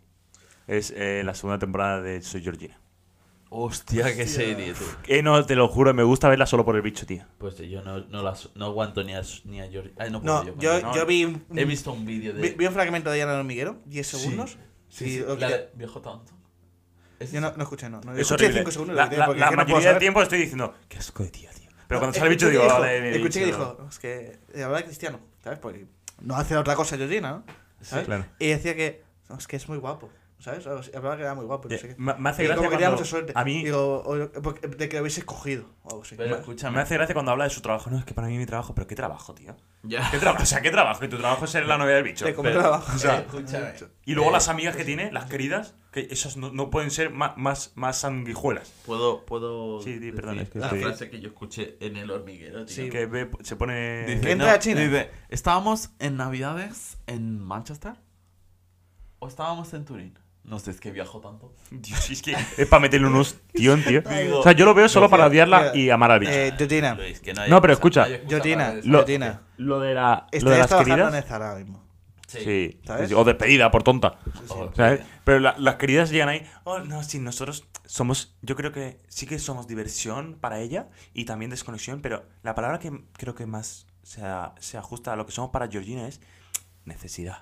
Speaker 2: Es eh, la segunda temporada de Soy Georgina.
Speaker 1: Hostia, qué serie, tú.
Speaker 2: Eh, no, te lo juro, me gusta verla solo por el bicho, tío.
Speaker 1: Pues yo no, no, las, no aguanto ni a, ni a Jordi. Ay, no puedo
Speaker 3: No,
Speaker 1: yo. con
Speaker 3: yo,
Speaker 1: ella.
Speaker 2: no.
Speaker 3: yo vi, un,
Speaker 1: He visto un vídeo de.
Speaker 3: vi, vi un fragmento de Diana Hormiguero, 10
Speaker 1: Sí.
Speaker 3: segundos.
Speaker 1: Sí,
Speaker 3: y
Speaker 1: sí,
Speaker 3: lo que
Speaker 1: la
Speaker 3: te-
Speaker 1: de viejo tonto. Es-
Speaker 3: Yo no, no escuché, no. no
Speaker 2: Es
Speaker 3: escuché
Speaker 2: horrible.
Speaker 3: 5 segundos.
Speaker 2: la
Speaker 3: lo que
Speaker 2: la-
Speaker 3: tiene, porque
Speaker 2: la
Speaker 3: es que no
Speaker 2: mayoría
Speaker 3: puedo
Speaker 2: del
Speaker 3: saber.
Speaker 2: tiempo estoy diciendo, qué asco de tío, tío. Pero cuando sale el bicho
Speaker 3: Escuché
Speaker 2: digo,
Speaker 3: que
Speaker 2: "Ole,
Speaker 3: dijo-
Speaker 2: bicho".
Speaker 3: Escuché que dijo, es que eh, hablaba de cristiano, ¿sabes? Porque no hace otra cosa Georgina, ¿no? ¿Sabes?
Speaker 2: claro.
Speaker 3: Y decía que, no, es que es muy guapo, ¿sabes? O sea, Hablaba que era muy guapo, no
Speaker 2: Eh,
Speaker 3: sé qué.
Speaker 2: me- me hace
Speaker 3: Y
Speaker 2: gracia
Speaker 3: como que tenía
Speaker 2: cuando-
Speaker 3: mucha suerte.
Speaker 2: a mí-
Speaker 3: Digo, o- porque- de que lo hubiese cogido o algo así.
Speaker 1: Pero
Speaker 3: Ma-
Speaker 1: escúchame.
Speaker 2: Me hace gracia cuando habla de su trabajo. No, es que para mí mi trabajo, pero qué trabajo, tío.
Speaker 1: Ya.
Speaker 2: ¿Qué trabajo? O sea, ¿qué trabajo? Que tu trabajo es ser la novia del bicho.
Speaker 3: Te compré
Speaker 1: Pero-
Speaker 3: abajo.
Speaker 1: o sea, escúchame.
Speaker 2: Y luego
Speaker 1: Eh,
Speaker 2: las amigas que tiene, las queridas, que esas no, no pueden ser ma- más, más sanguijuelas.
Speaker 1: Puedo, puedo.
Speaker 2: Sí, di,
Speaker 1: decir
Speaker 2: perdón, es que
Speaker 1: La
Speaker 2: estoy-
Speaker 1: frase que yo escuché en el hormiguero, tío.
Speaker 3: Sí.
Speaker 2: Que ve- se pone.
Speaker 1: Dice,
Speaker 3: Entra
Speaker 1: no,
Speaker 3: a China.
Speaker 1: dice, ¿estábamos en Navidades en Manchester? ¿O estábamos en Turín? No sé, es que viajo tanto.
Speaker 2: Dios, es que es para meterle un ostión, tío.
Speaker 1: Digo,
Speaker 2: O sea, yo lo veo solo para odiarla
Speaker 3: mira,
Speaker 2: y amar al bicho.
Speaker 3: Eh, Georgina,
Speaker 1: Luis, que hay
Speaker 2: No, pero
Speaker 1: excusa,
Speaker 2: escucha.
Speaker 1: hay excusa
Speaker 3: Georgina,
Speaker 1: para
Speaker 2: Lo-
Speaker 3: Georgina.
Speaker 2: Lo de, la,
Speaker 1: Este
Speaker 2: lo de
Speaker 3: Estarías
Speaker 2: las
Speaker 3: trabajando en
Speaker 2: queridas.
Speaker 3: esta ahora mismo.
Speaker 1: Sí.
Speaker 2: Sí.
Speaker 3: ¿Sabes?
Speaker 2: O despedida por tonta.
Speaker 1: Oh,
Speaker 2: ¿Sabes? Pero la- las queridas llegan ahí. Oh, no, sí, nosotros somos. Yo creo que sí que somos diversión para ella y también desconexión, pero la palabra que creo que más se, a- se ajusta a lo que somos para Georgina es necesidad.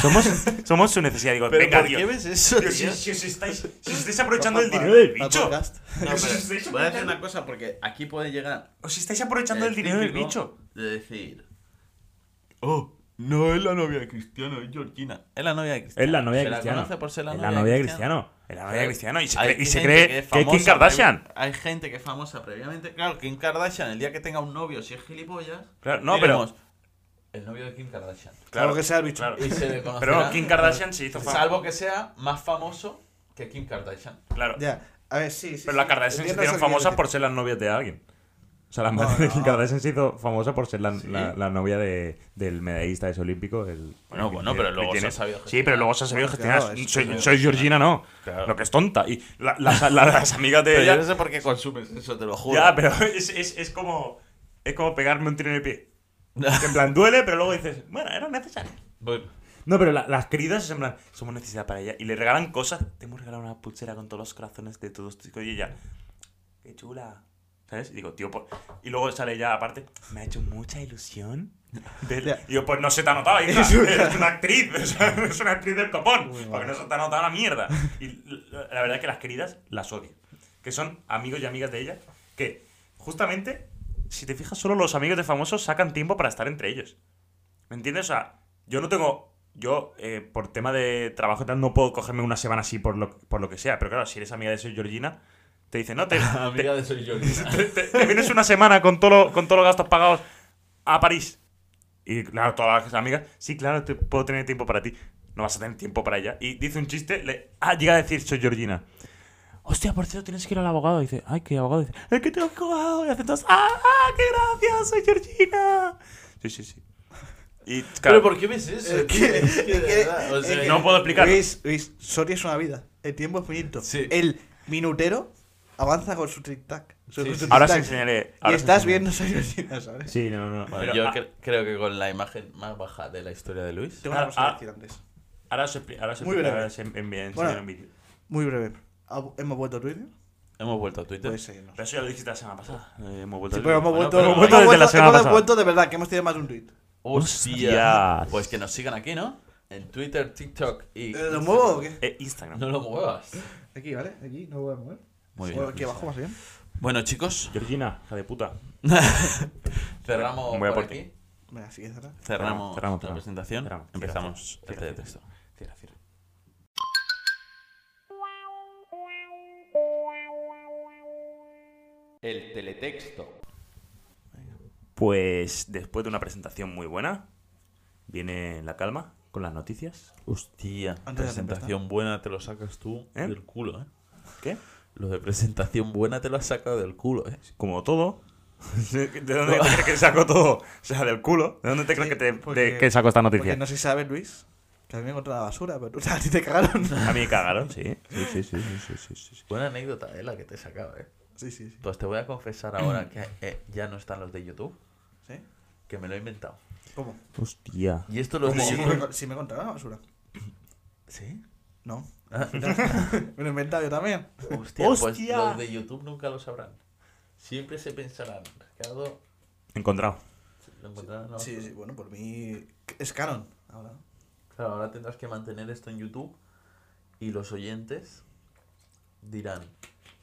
Speaker 2: Somos, somos su necesidad. Digo,
Speaker 1: Pero
Speaker 2: venga,
Speaker 1: ¿por
Speaker 2: tío.
Speaker 1: qué ves eso,
Speaker 2: Tío,
Speaker 1: tío?
Speaker 2: si, si os estáis, si os estáis aprovechando
Speaker 3: Pa-
Speaker 2: del
Speaker 3: pa-
Speaker 2: dinero del
Speaker 3: pa-
Speaker 2: bicho.
Speaker 3: podcast.
Speaker 1: No,
Speaker 2: Os
Speaker 1: pero
Speaker 2: estáis
Speaker 1: voy a decir
Speaker 2: aprovechando-
Speaker 1: una cosa porque aquí puede llegar.
Speaker 2: Os estáis aprovechando del
Speaker 1: el
Speaker 2: dinero del
Speaker 1: típico
Speaker 2: bicho.
Speaker 1: De decir. Oh, no es la novia de Cristiano, es Georgina. Es la novia de Cristiano.
Speaker 2: Es la novia de
Speaker 1: Se
Speaker 2: Cristiano.
Speaker 1: La conoce por ser la
Speaker 2: Es
Speaker 1: novia,
Speaker 2: la novia
Speaker 1: de
Speaker 2: de Cristiano. Era María Cristiano y se,
Speaker 1: Hay
Speaker 2: cree- y se
Speaker 1: gente
Speaker 2: cree que
Speaker 1: es
Speaker 2: es
Speaker 1: famosa
Speaker 2: Kim Kardashian.
Speaker 1: previ- Hay gente que es famosa previamente. Claro, Kim Kardashian, el día que tenga un novio, si es gilipollas.
Speaker 2: Claro, no,
Speaker 1: diremos, El novio de Kim Kardashian.
Speaker 3: Claro que sea el bicho.
Speaker 2: claro.
Speaker 1: Y se le
Speaker 2: Pero
Speaker 1: conocerá-
Speaker 2: no, Kim Kardashian se hizo famosa.
Speaker 1: Salvo que sea más famoso que Kim Kardashian.
Speaker 2: Claro.
Speaker 3: Ya. A ver, sí, sí.
Speaker 2: Pero
Speaker 3: sí.
Speaker 2: las Kardashian se
Speaker 3: Entiendo
Speaker 2: hicieron
Speaker 3: eso que
Speaker 2: famosas
Speaker 3: quieres
Speaker 2: por ser las novias de alguien. O sea, la
Speaker 3: No,
Speaker 2: madre de Kim
Speaker 3: no.
Speaker 2: Kardashian se hizo famosa por ser la,
Speaker 1: ¿Sí?
Speaker 2: la- la novia de- del medallista ese olímpico. El,
Speaker 1: Bueno,
Speaker 2: el-
Speaker 1: bueno,
Speaker 2: el-
Speaker 1: pero
Speaker 2: el
Speaker 1: luego
Speaker 2: quién
Speaker 1: se ha
Speaker 2: es.
Speaker 1: sabido
Speaker 2: Sí, pero luego se ha sabido gestionar.
Speaker 3: Claro, eso
Speaker 2: soy,
Speaker 1: sí.
Speaker 2: soy Georgina, no.
Speaker 1: Claro.
Speaker 2: Lo que es tonta. Y la- las, la- las amigas de
Speaker 1: Pero yo
Speaker 2: ella.
Speaker 1: no sé por qué consumes eso, te lo juro.
Speaker 2: Ya, pero es, es- es como. Es como pegarme un tiro en el pie. Que en plan duele, pero luego dices, bueno, era necesario.
Speaker 1: Bueno,
Speaker 2: No, pero la- las queridas es en plan, somos necesidad para ella. Y le regalan cosas. Te hemos regalado una pulsera con todos los corazones de todos tus hijos. Y ella, qué chula. ¿Sabes? Y digo, tío, por... Y luego sale ella aparte, me ha hecho mucha ilusión. ver-".
Speaker 3: Ya.
Speaker 2: Y yo, pues no se te ha notado, hija. Es una actriz, o sea, es una actriz del copón.
Speaker 3: Muy
Speaker 2: Porque
Speaker 3: mal.
Speaker 2: no se te ha notado la mierda. Y l- la verdad es que las queridas las odio. Que son amigos y amigas de ella. Que justamente, si te fijas, solo los amigos de famosos sacan tiempo para estar entre ellos. ¿Me entiendes? O sea, yo no tengo. Yo, eh, por tema de trabajo y tal, no puedo cogerme una semana así por lo, por lo que sea. Pero claro, si eres amiga de Soy Georgina, te dicen, no, te, te,
Speaker 1: amiga de Soy Georgina.
Speaker 2: te- te- te vienes una semana con todos con todos los gastos pagados a París. Y claro, todas las amigas, sí, claro, te, puedo tener tiempo para ti. No vas a tener tiempo para ella. Y dice un chiste, le, ah, llega a decir, soy Georgina. Hostia, por cierto, tienes que ir al abogado. Y dice, ay, qué abogado. Y dice, es que tengo que ir al abogado. Y hacen todos, ah, ah, qué gracias, soy Georgina. Sí, sí, sí. Y claro,
Speaker 1: Pero ¿por qué ves eso?
Speaker 3: Es
Speaker 1: tío?
Speaker 3: que-
Speaker 1: Es que de
Speaker 3: es que-
Speaker 1: verdad, o sea,
Speaker 3: es que-
Speaker 2: no puedo explicarlo.
Speaker 3: Luis, Luis, Soria es una vida. El tiempo es finito.
Speaker 1: Sí.
Speaker 3: El minutero avanza con su tic-tac. su-
Speaker 1: Sí,
Speaker 3: con su
Speaker 1: sí.
Speaker 2: ahora os
Speaker 3: tic-tac.
Speaker 2: enseñaré.
Speaker 3: Y
Speaker 2: ahora os
Speaker 3: estás
Speaker 2: enseñaré.
Speaker 3: viendo Georgina, ¿sabes?
Speaker 2: Sí, no, no.
Speaker 1: Bueno,
Speaker 2: pero
Speaker 1: yo
Speaker 2: a-
Speaker 1: cre- creo que con la imagen más baja de la historia de Luis.
Speaker 3: Tengo una
Speaker 2: Ah,
Speaker 3: cosa que
Speaker 2: ah.
Speaker 3: decir antes.
Speaker 2: ahora os expli- ahora os
Speaker 3: Muy
Speaker 2: explicaré,
Speaker 3: breve.
Speaker 2: ahora os en- enviaré-
Speaker 3: Bueno.
Speaker 2: enseñaré un vídeo.
Speaker 3: Muy breve. ¿Ha- ¿Hemos vuelto a Twitter?
Speaker 1: Hemos vuelto a Twitter.
Speaker 3: Puede seguirnos.
Speaker 2: Pero eso ya lo dijiste la semana pasada. Eh, hemos vuelto
Speaker 3: Sí,
Speaker 2: al-
Speaker 3: pero hemos
Speaker 2: Bueno,
Speaker 3: vuelto,
Speaker 2: pero-
Speaker 3: hemos
Speaker 1: vuelto
Speaker 2: desde la
Speaker 3: vuelto-
Speaker 2: semana
Speaker 3: hemos
Speaker 2: pasada.
Speaker 3: vuelto de verdad, que hemos tenido más de un tweet.
Speaker 1: Hostia.
Speaker 2: Hostias.
Speaker 1: Pues que nos sigan aquí, ¿no? En Twitter, TikTok y.
Speaker 3: Eh, ¿Lo muevo o qué?
Speaker 2: Eh, Instagram.
Speaker 1: No lo muevas.
Speaker 3: Aquí, ¿vale? Aquí, no lo voy a mover.
Speaker 1: Muy
Speaker 3: O
Speaker 1: bien.
Speaker 3: aquí abajo, más bien.
Speaker 1: Bueno, chicos,
Speaker 2: Georgina, hija de puta.
Speaker 1: cerramos
Speaker 2: Voy a
Speaker 1: por,
Speaker 2: por ti.
Speaker 1: aquí.
Speaker 3: Venga, sigue cerrado.
Speaker 1: Cerramos,
Speaker 2: Cerramos, cerramos,
Speaker 1: la
Speaker 2: cerramos.
Speaker 1: presentación.
Speaker 2: Cerramos. Cierra,
Speaker 1: Empezamos
Speaker 2: cierra,
Speaker 1: este
Speaker 2: cierra,
Speaker 1: texto.
Speaker 2: Cierra, cierra.
Speaker 4: El teletexto.
Speaker 2: Pues después de una presentación muy buena, viene la calma con las noticias.
Speaker 1: Hostia,
Speaker 3: Antes de la
Speaker 1: presentación buena te lo sacas tú
Speaker 2: ¿Eh?
Speaker 1: del culo, ¿eh?
Speaker 2: ¿Qué?
Speaker 1: Lo de presentación buena te lo has sacado del culo, ¿eh?
Speaker 2: Como todo. ¿De dónde te crees que saco todo? O sea, del culo. ¿De dónde te crees que, te,
Speaker 3: porque-
Speaker 2: de- que saco esta
Speaker 3: Porque
Speaker 2: noticia?
Speaker 3: no sé si sabes, Luis, que a mí me encontré la basura, pero tú a ti te cagaron.
Speaker 2: A mí me cagaron, sí. Sí, sí, sí, sí, sí, sí, sí, sí.
Speaker 1: Buena anécdota, ¿eh? La que te he sacado, ¿eh?
Speaker 3: Sí, sí, sí.
Speaker 1: Pues te voy a confesar ahora que eh, ya no están los de YouTube,
Speaker 3: ¿Sí?
Speaker 1: que me lo he inventado.
Speaker 3: ¿Cómo?
Speaker 2: Hostia.
Speaker 1: Y esto los de
Speaker 3: Si
Speaker 1: YouTube.
Speaker 3: me, si me encontraron la basura.
Speaker 1: ¿Sí?
Speaker 3: No.
Speaker 1: Ah.
Speaker 3: me lo he inventado yo también.
Speaker 1: Hostia, pues
Speaker 2: Hostia.
Speaker 1: los de YouTube nunca lo sabrán. Siempre se pensarán, Ricardo,
Speaker 2: Encontrado.
Speaker 1: lo encontrarán. ¿no?
Speaker 3: Sí, sí, bueno, por mí es canon. Ahora.
Speaker 1: Claro, ahora tendrás que mantener esto en YouTube y los oyentes dirán,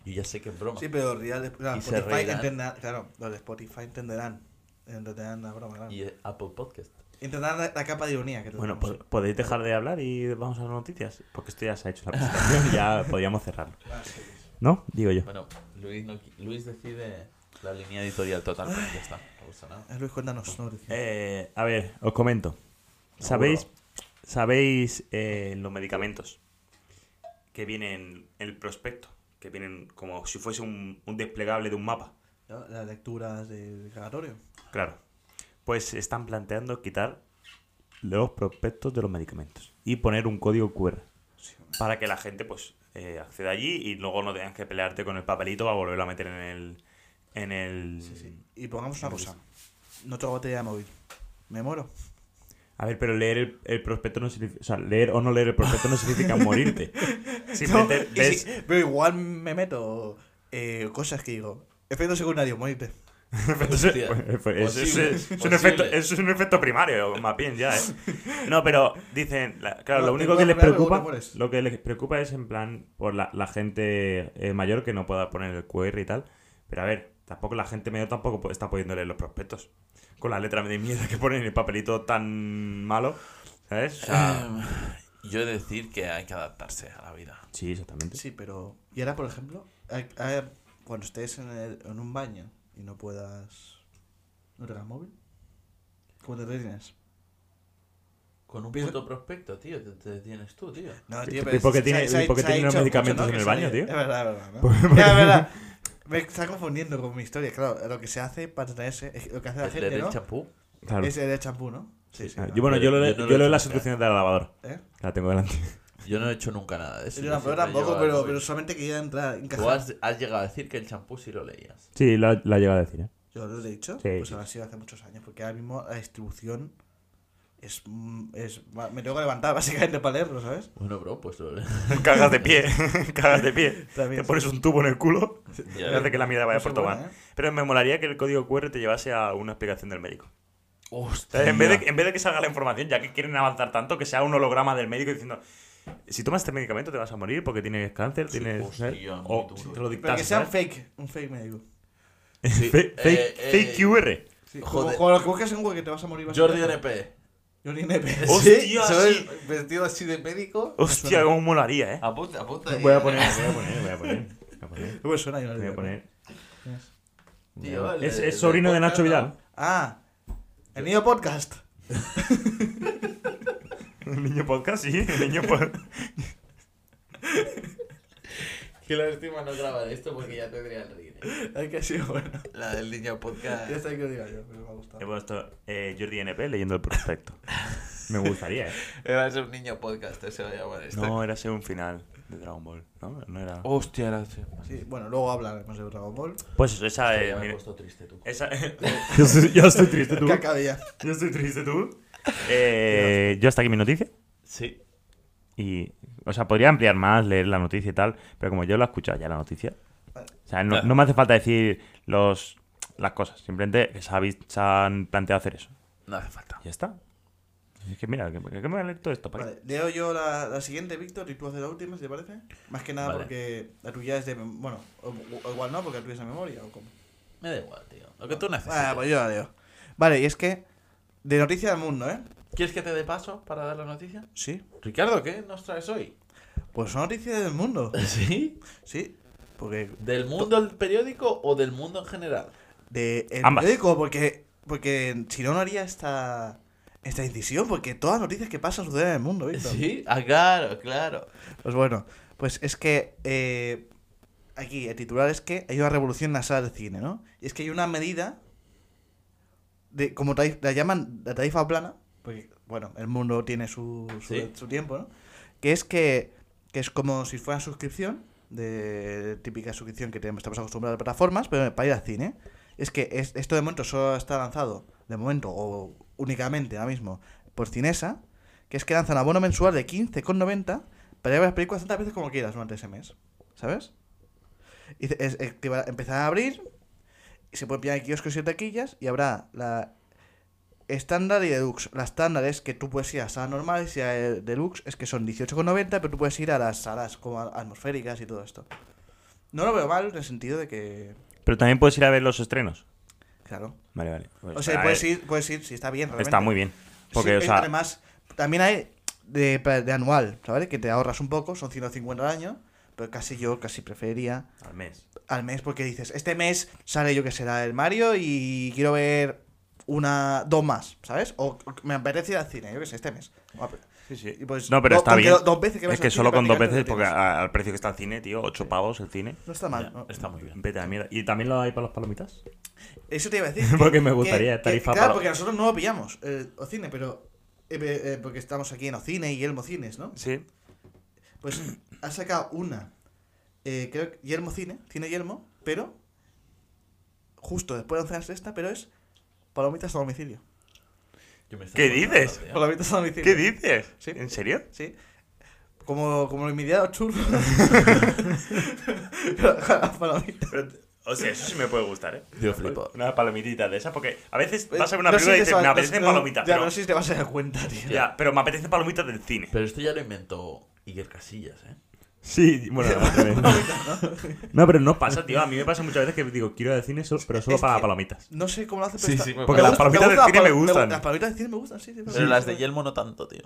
Speaker 1: yo ya sé que es broma.
Speaker 3: Sí, pero los reales- claro,
Speaker 1: Y se
Speaker 3: Spotify
Speaker 1: reirán.
Speaker 3: entenderán. Claro, los de Spotify entenderán. Entenderán la broma, claro.
Speaker 1: Y eh, Apple Podcast.
Speaker 3: Entenderán la, la capa de ironía que tenemos.
Speaker 2: Bueno,
Speaker 1: pues-
Speaker 2: po- podéis dejar de hablar y vamos a las noticias. Porque esto ya se ha hecho la presentación. ya podríamos cerrarlo.
Speaker 3: Ah, sí, sí.
Speaker 2: ¿No? Digo yo.
Speaker 1: Bueno, Luis, no qui- Luis decide la línea editorial total, pero ya está, no gusta nada.
Speaker 3: Eh, Luis, cuéntanos. No, Luis.
Speaker 2: Eh, a ver, os comento. ¿Sabéis, sabéis eh, los medicamentos que vienen en el prospecto? Que vienen como si fuese un, un desplegable de un mapa.
Speaker 3: ¿No? Las lecturas del cagatorio.
Speaker 2: Claro. Pues están planteando quitar los prospectos de los medicamentos y poner un código QR para que la gente pues eh, acceda allí y luego no tengas que pelearte con el papelito para volverlo a meter en el... En el...
Speaker 3: Sí,
Speaker 1: mm,
Speaker 3: sí. Y pongamos una
Speaker 2: Sí,
Speaker 3: cosa. No tengo batería de móvil. Me muero.
Speaker 2: A ver, pero leer el, el prospecto no significa. O sea, leer o no leer el prospecto no significa morirte. Simplemente
Speaker 3: No, y
Speaker 2: ves.
Speaker 3: sí, pero igual me meto eh, cosas que digo. Efecto secundario, morirte.
Speaker 2: Eso-
Speaker 1: Hostia.
Speaker 2: pues, eso es-
Speaker 1: Posible,
Speaker 2: es un
Speaker 1: posible.
Speaker 2: efecto- eso es un efecto primario, más bien ya, ¿eh? No, pero dicen. la- claro,
Speaker 3: No,
Speaker 2: lo
Speaker 3: te
Speaker 2: único
Speaker 3: puedes
Speaker 2: que les
Speaker 3: morir, pero
Speaker 2: preocupa.
Speaker 3: te mueres.
Speaker 2: Lo que les preocupa es en plan. Por la, la gente eh, mayor que no pueda poner el QR y tal. Pero a ver, tampoco la gente mayor tampoco pu- está pudiendo leer los prospectos. Con la letra de mierda que ponen en el papelito tan malo. ¿Sabes? O sea,
Speaker 1: Ah, yo he de decir que hay que adaptarse a la vida.
Speaker 2: Sí, exactamente.
Speaker 3: Sí, pero. Y ahora, por ejemplo, a- a- cuando estés en, el- en un baño y no puedas. ¿No tengas móvil? ¿Cómo te detienes?
Speaker 1: Con un
Speaker 3: Pienso-
Speaker 1: puto prospecto, tío, te, te tienes tú, tío.
Speaker 3: No,
Speaker 2: tío, pero ¿Y por qué se- tiene- se ha- y por qué se ha tiene los hecho mucho, medicamentos ¿no? en que el se baño, oye. tío?
Speaker 3: Es verdad, es verdad. ¿no? Ya, es verdad. Me está confundiendo con mi historia, claro. Lo que se hace para tenerse. es Lo que hace la
Speaker 1: El del
Speaker 3: gente, ¿no?
Speaker 1: champú.
Speaker 2: Claro.
Speaker 3: Es el de champú, ¿no? Sí, sí.
Speaker 2: Ah,
Speaker 3: claro.
Speaker 2: yo, bueno, yo lo,
Speaker 1: Yo no lo
Speaker 2: yo
Speaker 1: he hecho
Speaker 2: leo las
Speaker 1: nunca.
Speaker 2: instrucciones de la lavadora.
Speaker 3: ¿Eh?
Speaker 2: La tengo delante.
Speaker 1: Yo no he hecho nunca nada de eso.
Speaker 3: Yo tampoco,
Speaker 1: siempre
Speaker 3: tampoco,
Speaker 1: llevo al
Speaker 3: pero,
Speaker 1: móvil.
Speaker 3: pero solamente quería entrar
Speaker 1: Tú
Speaker 3: encajar.
Speaker 1: has, has llegado a decir que el champú sí lo leías.
Speaker 2: Sí, la, la he llegado a decir, ¿eh?
Speaker 3: Yo lo he dicho,
Speaker 2: Sí,
Speaker 3: pues
Speaker 2: sí.
Speaker 3: ha sido hace muchos años, porque ahora mismo la distribución es, mm, es ma- me tengo que levantar básicamente para leerlo, ¿sabes?
Speaker 1: Bueno, bro, pues lo lees.
Speaker 2: Cagas de pie, cagas de pie.
Speaker 3: También,
Speaker 2: Te pones un tubo en el culo y
Speaker 1: Ya Pues
Speaker 2: hace que la mierda vaya
Speaker 3: No
Speaker 2: por
Speaker 3: soy buena,
Speaker 2: tomar.
Speaker 3: ¿eh?
Speaker 2: Pero me molaría que el código QR te llevase a una explicación del médico. O
Speaker 1: Hostia.
Speaker 2: sea, en, vez de, en vez de que salga la información, ya que quieren avanzar tanto, que sea un holograma del médico diciendo: Si tomas este medicamento te vas a morir porque tienes cáncer,
Speaker 1: Sí,
Speaker 2: tienes.
Speaker 1: hostia,
Speaker 2: ¿sabes?
Speaker 1: muy
Speaker 2: o
Speaker 1: duro.
Speaker 2: si te lo
Speaker 3: Pero que
Speaker 2: dictas.
Speaker 3: sea un
Speaker 2: ¿sabes?
Speaker 3: fake, un fake me digo.
Speaker 1: Sí,
Speaker 2: Fe-
Speaker 1: eh,
Speaker 2: fake,
Speaker 1: eh,
Speaker 2: fake QR.
Speaker 3: Sí,
Speaker 1: Joder.
Speaker 3: como, como lo que buscas en Google que te vas a morir
Speaker 1: Jordi
Speaker 3: básicamente.
Speaker 1: NP.
Speaker 3: Jordi NP.
Speaker 2: Hostia,
Speaker 3: Sí,
Speaker 1: ¿Sabes?
Speaker 3: sí.
Speaker 1: Vestido así de médico.
Speaker 2: Hostia, cómo molaría, ¿eh?
Speaker 1: Apunta, apunta. ahí.
Speaker 2: Voy a poner, voy a poner, voy a poner. Voy a poner.
Speaker 3: No me suena Jordi
Speaker 2: Voy a
Speaker 3: NP.
Speaker 2: poner.
Speaker 1: Tío, el-
Speaker 2: es,
Speaker 1: el-
Speaker 2: es sobrino de
Speaker 1: el
Speaker 2: Nacho
Speaker 1: podcast,
Speaker 2: Vidal.
Speaker 3: Ah, el niño podcast.
Speaker 2: El niño podcast, sí. El niño pod-
Speaker 1: Qué lástima no grabar esto porque ya tendría el ring. ¿eh?
Speaker 3: Es que ha sido bueno.
Speaker 1: La del niño
Speaker 3: Ya
Speaker 1: podcast.
Speaker 3: está que lo diga yo, pero me ha gustado.
Speaker 2: He puesto eh, Jordi NP leyendo el prospecto. Me gustaría, ¿eh?
Speaker 1: Era ser un niño podcast, se va a llamar este.
Speaker 2: No, era ser un final de Dragon Ball. No, no era.
Speaker 1: Hostia, era.
Speaker 3: Sí, bueno, luego hablaremos de Dragon Ball.
Speaker 2: Pues eso, esa.
Speaker 1: Hostia,
Speaker 2: eh,
Speaker 1: ya me he
Speaker 2: mira,
Speaker 1: puesto triste tú.
Speaker 2: esa yo, estoy, triste, tú.
Speaker 3: Que acabe ya.
Speaker 2: Yo estoy triste, tú. Eh, yo hasta aquí mi noticia.
Speaker 1: Sí.
Speaker 2: Y, o sea, podría ampliar más, leer la noticia y tal, pero como yo la he escuchado ya la noticia, o sea, no, no me hace falta decir los, las cosas, simplemente que se, ha vis- se han planteado hacer eso.
Speaker 1: No hace falta.
Speaker 2: Ya está. Es que mira, ¿qué, qué me voy a leer todo esto? ¿Para qué?
Speaker 3: Vale, leo yo la, la siguiente, Víctor, y tú haces la última, si te parece. Más que nada
Speaker 1: Vale.
Speaker 3: porque la tuya es de. mem- Bueno, o, o- o igual no, porque la tuya es de memoria, o cómo.
Speaker 1: Me da igual, tío. Lo que tú
Speaker 3: Ah,
Speaker 1: necesites.
Speaker 3: pues yo la leo. Vale, y es que. De noticia del mundo, ¿eh?
Speaker 1: ¿Quieres que te dé paso para dar la noticia?
Speaker 3: Sí.
Speaker 1: Ricardo, ¿qué nos traes hoy?
Speaker 3: Pues son noticias del mundo.
Speaker 1: ¿Sí?
Speaker 3: Sí. Porque.
Speaker 1: ¿Del mundo del periódico o del mundo en general?
Speaker 3: De, el
Speaker 2: Ambas.
Speaker 3: periódico, porque. Porque si no, no haría esta. Esta incisión, porque todas las noticias que pasan suceden en el mundo, Víctor.
Speaker 1: Sí, ah, claro, claro.
Speaker 3: Pues bueno, pues es que eh, aquí el titular es que hay una revolución en la sala del cine, ¿no? Y es que hay una medida de, como tarif- la llaman la tarifa plana, porque, bueno, el mundo tiene su, su,
Speaker 1: Sí.
Speaker 3: su tiempo, ¿no? Que es que, que es como si fuera suscripción, de típica suscripción que tenemos, estamos acostumbrados a plataformas, pero para ir al cine. Es que es- esto de momento solo está lanzado, de momento, o únicamente ahora mismo, por Cinesa, que es que lanzan abono mensual de 15,90 para ver las películas tantas veces como quieras durante ese mes, ¿sabes? Y dice, es- es que va a empezar a abrir, y se pueden pillar en kioscos y taquillas, y habrá la estándar y deluxe. La estándar es que tú puedes ir a salas normales, y la de- deluxe es que son 18,90, pero tú puedes ir a las salas como a- atmosféricas y todo esto. No lo veo mal en el sentido de que,
Speaker 2: Pero también puedes ir a ver los estrenos.
Speaker 3: claro,
Speaker 2: Vale, vale. Pues,
Speaker 3: o
Speaker 2: a
Speaker 3: sea,
Speaker 2: ver,
Speaker 3: puedes ir, puedes ir si está bien.
Speaker 2: Está
Speaker 3: realmente.
Speaker 2: muy bien. Porque,
Speaker 3: Sí,
Speaker 2: o sea,
Speaker 3: Además, también hay de, de anual, ¿sabes? Que te ahorras un poco, son 150 al año, pero casi yo casi preferiría
Speaker 2: al mes.
Speaker 3: al mes porque dices, este mes sale yo que será el Mario y quiero ver una dos más, ¿sabes? O o me apetece ir al cine, yo que sé, este mes. O ap-
Speaker 2: Sí, sí.
Speaker 3: y pues,
Speaker 2: no, pero
Speaker 3: do-
Speaker 2: está
Speaker 3: con que
Speaker 2: bien.
Speaker 3: do- dos veces que
Speaker 2: es
Speaker 3: vas
Speaker 2: que
Speaker 3: al cine
Speaker 2: solo con dos veces,
Speaker 3: prácticamente
Speaker 2: porque
Speaker 3: lo tienes. Ah.
Speaker 2: a- al precio que está el cine, tío, 8 pavos el cine.
Speaker 3: No está mal. ¿no?
Speaker 1: Está muy bien.
Speaker 2: Vete a la mierda. ¿Y también lo hay para las palomitas?
Speaker 3: Eso te iba a decir.
Speaker 2: Porque me
Speaker 3: que-
Speaker 2: gustaría
Speaker 3: que-
Speaker 2: tarifa
Speaker 3: Claro,
Speaker 2: para-
Speaker 3: porque nosotros no lo pillamos, el Ocine, pero... eh, eh, porque estamos aquí en Ocine y Elmocines, ¿no?
Speaker 2: Sí.
Speaker 3: Pues ha sacado una. eh, creo que Yelmo Cine, Cine Yelmo, pero justo después de lanzarse esta, pero es Palomitas a domicilio.
Speaker 1: Yo me estoy
Speaker 2: ¿Qué
Speaker 1: acordando,
Speaker 2: dices?
Speaker 1: tío.
Speaker 3: Palomitas a domicilio.
Speaker 2: ¿Qué dices?
Speaker 3: Sí.
Speaker 2: ¿En serio?
Speaker 3: Sí. Como, como el mediado chulo. Palomitas.
Speaker 2: Pero, o sea, eso sí me puede gustar, ¿eh?
Speaker 1: Yo flipo.
Speaker 2: Una palomitita de esas, porque a veces vas a ver una
Speaker 3: Eh, No sé
Speaker 2: película y
Speaker 3: si te
Speaker 2: dices,
Speaker 3: vas-
Speaker 2: me
Speaker 3: no-
Speaker 2: apetecen
Speaker 3: no-
Speaker 2: palomitas.
Speaker 3: Ya,
Speaker 2: pero,
Speaker 3: no sé si te vas a dar cuenta, tío.
Speaker 2: ya, pero me apetecen palomitas del cine.
Speaker 1: Pero esto ya lo inventó Iker Casillas, ¿eh?
Speaker 2: Sí, bueno, no, pero no pasa, tío. A mí me pasa muchas veces que digo, quiero ir al cine, solo- pero solo
Speaker 3: Es
Speaker 2: para
Speaker 3: que-
Speaker 2: palomitas.
Speaker 3: No sé cómo lo hace, pero
Speaker 1: Sí,
Speaker 3: está-
Speaker 1: sí, me
Speaker 3: me
Speaker 1: Porque
Speaker 2: las
Speaker 3: gusta-
Speaker 2: palomitas del
Speaker 3: gusta
Speaker 2: cine
Speaker 3: la
Speaker 2: me
Speaker 3: palo-
Speaker 2: gustan.
Speaker 3: Las palomitas del cine me gustan, sí. sí,
Speaker 1: Pero las de Yelmo no tanto, tío.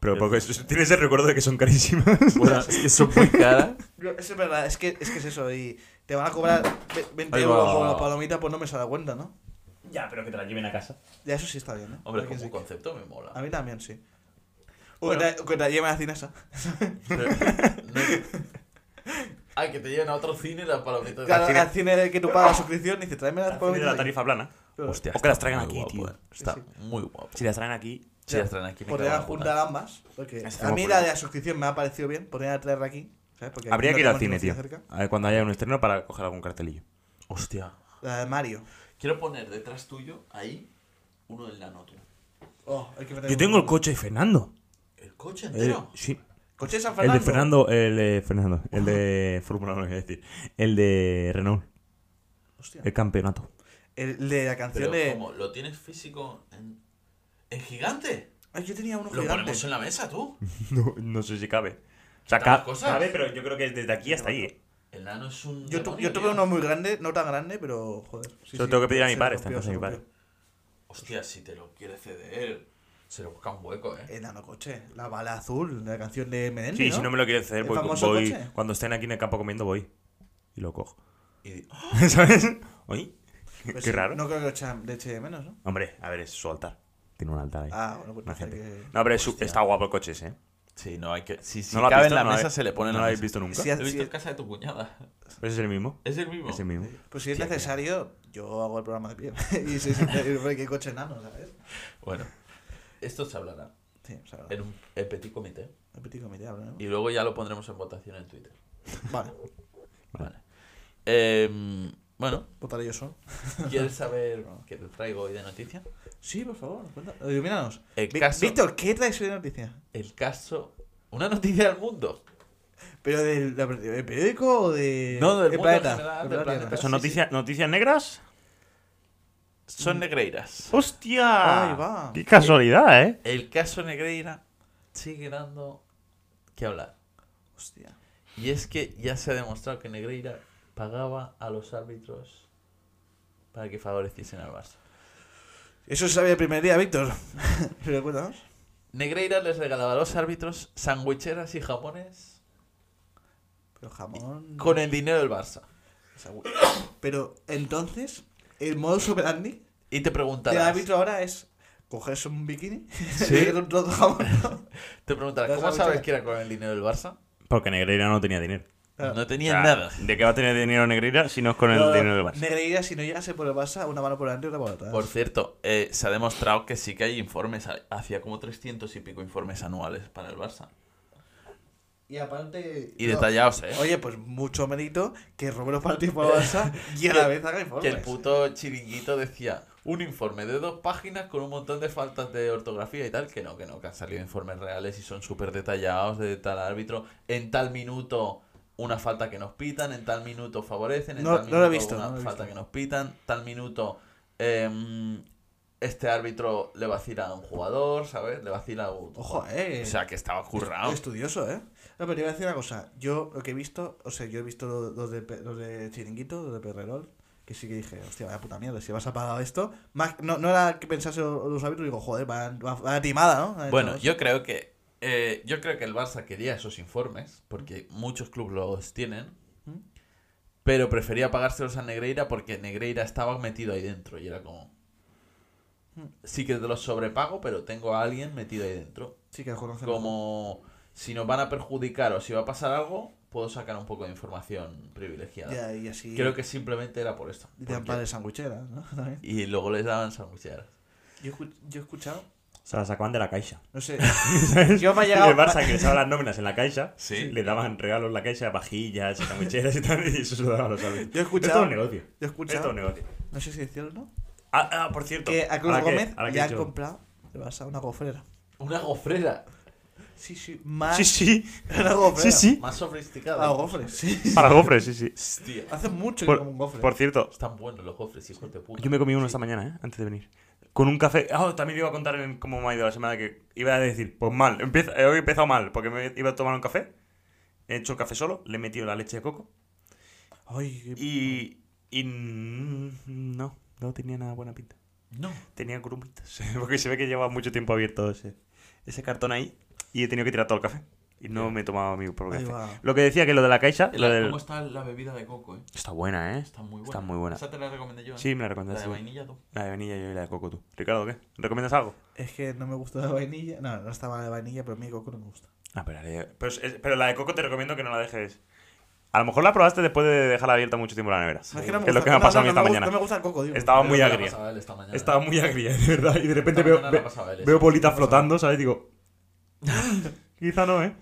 Speaker 2: Pero poco, es- tienes el recuerdo de que son carísimas.
Speaker 1: Bueno, es que son muy caras.
Speaker 3: Yo- eso es verdad, es que, es que es eso. Y te van a cobrar ve- 20
Speaker 1: Ahí
Speaker 3: euros
Speaker 1: va.
Speaker 3: por la palomita, pues no me sale a cuenta, ¿no?
Speaker 2: Ya, pero que te la lleven a casa.
Speaker 3: Ya eso sí está bien, ¿no?
Speaker 1: Hombre,
Speaker 3: Para
Speaker 1: como
Speaker 3: quien sí.
Speaker 1: concepto me
Speaker 3: A
Speaker 1: mola.
Speaker 3: mí también sí.
Speaker 2: Bueno.
Speaker 3: Que te- Que te lleven a Cinesa.
Speaker 1: Pero, no hay- Ah, que te lleven a otro cine las palomitas.
Speaker 3: Claro,
Speaker 2: cine-
Speaker 3: al cine que tú pagas la suscripción y dices, tráeme las
Speaker 2: De
Speaker 3: palomitas.
Speaker 2: la
Speaker 3: aquí".
Speaker 2: tarifa plana.
Speaker 3: Claro.
Speaker 1: Hostia,
Speaker 2: O que las
Speaker 1: está
Speaker 2: traigan
Speaker 1: muy
Speaker 2: aquí, tío.
Speaker 1: guapo, eh. Está
Speaker 3: Sí,
Speaker 1: muy guapo.
Speaker 2: Si las traen aquí.
Speaker 1: Si las traen aquí, me
Speaker 3: Podrían
Speaker 1: cago en la puta.
Speaker 3: juntar ambas. Porque
Speaker 2: Es que
Speaker 3: a
Speaker 2: me
Speaker 3: mí
Speaker 2: mola.
Speaker 3: la de la suscripción me ha parecido bien. Podrían traerla aquí. ¿sabes? Porque aquí
Speaker 2: Habría
Speaker 3: no
Speaker 2: que ir al cine,
Speaker 3: tenemos
Speaker 2: tío.
Speaker 3: ningún cerca.
Speaker 2: A ver, cuando haya un estreno para coger algún cartelillo.
Speaker 1: Hostia.
Speaker 3: La de Mario.
Speaker 1: Quiero poner detrás tuyo, ahí, uno del nano, tú.
Speaker 3: Oh, hay que meter
Speaker 2: Yo
Speaker 3: un-
Speaker 2: tengo el coche de Fernando.
Speaker 1: ¿El coche
Speaker 2: El-
Speaker 1: entero?
Speaker 2: sí.
Speaker 3: coche de San
Speaker 2: El
Speaker 3: Fernando.
Speaker 2: de Fernando, el de Fernando, el de Fórmula 1, iba a decir. El de Renault,
Speaker 3: Hostia.
Speaker 2: el campeonato.
Speaker 3: El de la canción
Speaker 1: Pero,
Speaker 3: de.
Speaker 1: ¿cómo? ¿Lo tienes físico en, en gigante?
Speaker 3: Ay, yo tenía uno
Speaker 1: Lo
Speaker 3: gigante.
Speaker 1: ponemos en la mesa, tú.
Speaker 2: No, no sé si cabe. O sea,
Speaker 1: ¿Tantas
Speaker 2: ca-
Speaker 1: cosas?
Speaker 2: cabe, pero yo creo que es desde aquí hasta allí. ¿eh?
Speaker 1: El nano es un.
Speaker 3: Yo, tu-
Speaker 1: demonio,
Speaker 3: yo tuve
Speaker 1: tío.
Speaker 3: uno muy grande, no tan grande, pero joder.
Speaker 2: Se lo tengo que pedir a mi
Speaker 3: se
Speaker 2: padre, está
Speaker 3: rompió,
Speaker 2: en casa de mi
Speaker 3: se rompió.
Speaker 1: Hostia, si te lo quiere ceder, se le busca un hueco, eh.
Speaker 3: El nanocoche, la bala azul, la canción de Melendi.
Speaker 2: Sí, si no me lo quieren ceder,
Speaker 3: ¿El
Speaker 2: voy,
Speaker 3: famoso
Speaker 2: voy-
Speaker 3: coche?
Speaker 2: cuando estén aquí en el campo comiendo, voy y lo cojo.
Speaker 1: Y di- ¡Oh!
Speaker 2: ¿Sabes? Oye, qué,
Speaker 3: Pues
Speaker 2: qué
Speaker 3: sí,
Speaker 2: raro.
Speaker 3: No creo que lo echen de eche de menos, ¿no?
Speaker 2: Hombre, a ver, es su altar. Tiene un altar ahí.
Speaker 3: Ah, bueno, pues
Speaker 2: Una
Speaker 3: parece
Speaker 2: gente.
Speaker 3: que-
Speaker 2: No, pero es su- está guapo el coche ese. ¿eh?
Speaker 1: Sí, no hay que. Si, si
Speaker 2: ¿No lo has
Speaker 1: cabe
Speaker 2: visto?
Speaker 1: en la
Speaker 2: No lo
Speaker 1: mesa,
Speaker 2: he-
Speaker 1: se le pone en
Speaker 2: ¿No
Speaker 1: la
Speaker 2: lo habéis
Speaker 1: mesa.
Speaker 2: visto nunca?
Speaker 3: Sí,
Speaker 1: Lo he visto en casa de tu cuñada.
Speaker 2: ¿Pero ese es el mismo?
Speaker 1: ¿Es el mismo?
Speaker 2: Es el mismo.
Speaker 3: Pues si es
Speaker 2: Hostia, qué-
Speaker 3: necesario, yo hago el programa de pie. y si es que coche nano, ¿sabes?
Speaker 1: Bueno, esto se hablará
Speaker 3: Sí, o sea,
Speaker 1: en un en petit comité.
Speaker 3: el petit comité habla, ¿no?
Speaker 1: Y luego ya lo pondremos en votación en Twitter.
Speaker 3: Vale,
Speaker 1: Vale. Em, bueno,
Speaker 3: votaré yo solo.
Speaker 1: ¿quieres saber qué te traigo hoy de noticia?
Speaker 3: Sí, por favor, cuenta. Ilumínanos.
Speaker 1: El
Speaker 3: Vi-
Speaker 1: caso-
Speaker 3: Víctor, ¿qué traes hoy de noticia?
Speaker 1: El caso. Una noticia del mundo.
Speaker 3: ¿Pero del, la- del periódico o de.?
Speaker 1: No, del
Speaker 3: el
Speaker 1: mundo en general, del planeta.
Speaker 3: Tierra?
Speaker 2: ¿Son
Speaker 1: sí,
Speaker 2: noticias, noticias negras?
Speaker 3: Mm.
Speaker 1: Son negreiras.
Speaker 2: ¡Hostia!
Speaker 3: Ahí va.
Speaker 2: ¡Qué casualidad, eh!
Speaker 1: El caso Negreira sigue dando que hablar.
Speaker 3: Hostia.
Speaker 1: Y es que ya se ha demostrado que Negreira pagaba a los árbitros para que favoreciesen al Barça.
Speaker 3: Eso se sabía el primer día, Víctor. ¿Pero cuéntanos?
Speaker 1: Negreira les regalaba a los árbitros sandwicheras y jamones
Speaker 3: Pero jamón.
Speaker 1: con el dinero del Barça.
Speaker 3: Seguro. Pero entonces, el modus operandi
Speaker 1: Y te
Speaker 3: del
Speaker 1: preguntarás,
Speaker 3: árbitro ahora es cogerse un bikini
Speaker 1: Sí.
Speaker 3: y un trozo de jamón. ¿no?
Speaker 1: te preguntarás,
Speaker 3: Las
Speaker 1: ¿cómo sabes
Speaker 3: sandwicheras.
Speaker 1: que era con el dinero del Barça?
Speaker 2: Porque Negreira no tenía dinero.
Speaker 3: Claro.
Speaker 1: No tenía
Speaker 2: O sea,
Speaker 1: nada.
Speaker 2: ¿De qué va a tener dinero Negreira si no es con el
Speaker 3: No,
Speaker 2: dinero del Barça?
Speaker 3: Negreira, si no llegase por el Barça, una mano por delante y otra por atrás.
Speaker 1: Por cierto, eh, se ha demostrado que sí que hay informes. ha- Hacía como 300 y pico informes anuales para el Barça.
Speaker 3: Y aparte.
Speaker 1: Y
Speaker 3: no.
Speaker 1: detallados, ¿eh?
Speaker 3: Oye, pues mucho mérito que robe los partidos para el Barça y a la vez haga
Speaker 1: Que
Speaker 3: informes.
Speaker 1: el puto chiringuito decía un informe de dos páginas con un montón de faltas de ortografía y tal. Que no, que no, que han salido informes reales y son súper detallados de tal árbitro. En tal minuto una falta que nos pitan, en tal minuto favorecen, en
Speaker 3: No-
Speaker 1: tal
Speaker 3: no
Speaker 1: minuto
Speaker 3: lo he visto,
Speaker 1: una
Speaker 3: no lo he
Speaker 1: falta
Speaker 3: visto.
Speaker 1: que nos pitan, tal minuto em, este árbitro le vacila a un jugador, ¿sabes? Le vacila a un...
Speaker 3: Ojo, eh.
Speaker 1: O sea, que estaba currado.
Speaker 3: Estudioso, ¿eh? No, pero te iba a decir una cosa. Yo lo que he visto, o sea, yo he visto lo- los de, Pe- los de Chiringuito, los de Perrerol, que sí que dije, hostia, vaya puta mierda, si vas a pagar esto. Más, no, no era que pensase lo- los árbitros, digo, joder, van va, va timada, Ah, ¿no? Han
Speaker 1: Bueno,
Speaker 3: hecho-
Speaker 1: yo creo que eh, yo creo que el Barça quería esos informes porque muchos clubes los tienen,
Speaker 3: ¿Mm?
Speaker 1: pero prefería pagárselos a Negreira porque Negreira estaba metido ahí dentro y era como sí que te los sobrepago, pero tengo a alguien metido ahí dentro.
Speaker 3: Sí que los conocen.
Speaker 1: Como si nos van a perjudicar o si va a pasar algo, puedo sacar un poco de información privilegiada.
Speaker 3: Ya, y así.
Speaker 1: Creo que simplemente era por esto.
Speaker 3: Y te dan
Speaker 1: porque-
Speaker 3: pan de sandwichera, ¿no? También.
Speaker 1: Y luego les daban sandwicheras.
Speaker 3: Yo, he escu- yo he escuchado,
Speaker 2: Se la sacaban de la caixa.
Speaker 3: no sé.
Speaker 2: ¿Sabes?
Speaker 3: Yo me ha
Speaker 2: Y
Speaker 3: llegado-
Speaker 2: El Barça que les daba las nóminas en la caixa,
Speaker 1: Sí.
Speaker 2: le daban regalos en la caixa, vajillas, camicheras y tal, y eso se lo daban a los árbitros.
Speaker 3: Yo he escuchado-
Speaker 2: Es todo un negocio.
Speaker 3: Yo he
Speaker 2: Es todo
Speaker 3: escuchado.
Speaker 2: un negocio.
Speaker 3: No sé si decirlo, ¿no?
Speaker 2: Ah, ah, por cierto.
Speaker 3: Que a Cruz
Speaker 2: ahora que-
Speaker 3: Gómez
Speaker 2: ahora que
Speaker 3: le
Speaker 2: he
Speaker 3: han
Speaker 2: dicho-
Speaker 3: comprado, le vas a una gofrera.
Speaker 1: Una gofrera
Speaker 3: Sí, sí, más.
Speaker 2: Sí, sí.
Speaker 3: Una gofrera.
Speaker 2: Sí, sí.
Speaker 1: más sofisticada.
Speaker 3: Ah, gofres, sí.
Speaker 2: Para gofres, sí, sí.
Speaker 1: Hostia.
Speaker 3: Hace mucho que
Speaker 2: Por,
Speaker 3: como un gofre.
Speaker 2: por cierto,
Speaker 1: Están buenos los gofres, hijo de puta.
Speaker 2: yo me comí uno esta mañana, ¿eh? Antes de venir. Con un café. Ah, también iba a contar en cómo me ha ido la semana que iba a decir, pues mal, empieza, eh, hoy he empezado mal, porque me iba a tomar un café. He hecho el café solo, le he metido la leche de coco
Speaker 3: Ay, qué-
Speaker 2: y. y mm, no, no tenía nada buena pinta.
Speaker 1: No.
Speaker 2: Tenía grumitas. Porque se ve que lleva mucho tiempo abierto ese, ese cartón ahí. y he tenido que tirar todo el café. Y no me he tomado mi propio
Speaker 3: Ahí
Speaker 2: café.
Speaker 3: va.
Speaker 2: Lo que decía que lo de la caixa.
Speaker 1: La-
Speaker 2: lo del-
Speaker 1: ¿Cómo está la bebida de coco, eh?
Speaker 2: Está buena, ¿eh?
Speaker 1: Está muy buena.
Speaker 2: Está muy buena.
Speaker 1: Esa te la recomendé yo. ¿eh?
Speaker 2: Sí, me la
Speaker 1: La
Speaker 2: recomendaste.
Speaker 1: de
Speaker 2: tú.
Speaker 1: vainilla tú.
Speaker 2: La de vainilla yo y la de coco tú. Ricardo, ¿qué? ¿Recomiendas algo?
Speaker 3: Es que no me gusta la vainilla. No, no está mal la vainilla, pero a mí Coco no me gusta.
Speaker 2: Ah, pero, haré- pero es- es- pero la de coco te recomiendo que no la dejes. A lo mejor la probaste después de dejarla abierta mucho tiempo en la nevera.
Speaker 3: No, que no
Speaker 2: es lo
Speaker 3: gusta-
Speaker 2: que me ha
Speaker 3: no,
Speaker 2: pasado a mí
Speaker 3: no,
Speaker 2: esta
Speaker 3: no me gu-
Speaker 2: mañana.
Speaker 3: No me gusta el coco, digo.
Speaker 2: Estaba
Speaker 1: Creo
Speaker 2: muy
Speaker 1: que la
Speaker 2: agria.
Speaker 1: pasaba él esta mañana.
Speaker 2: Estaba muy agria, de verdad. Y de repente veo,
Speaker 1: mañana la
Speaker 2: ve-
Speaker 1: pasaba él, eh.
Speaker 2: veo
Speaker 1: esa.
Speaker 2: bolitas
Speaker 1: La pasaba
Speaker 2: flotando, ¿sabes? Digo, quizá no, ¿eh?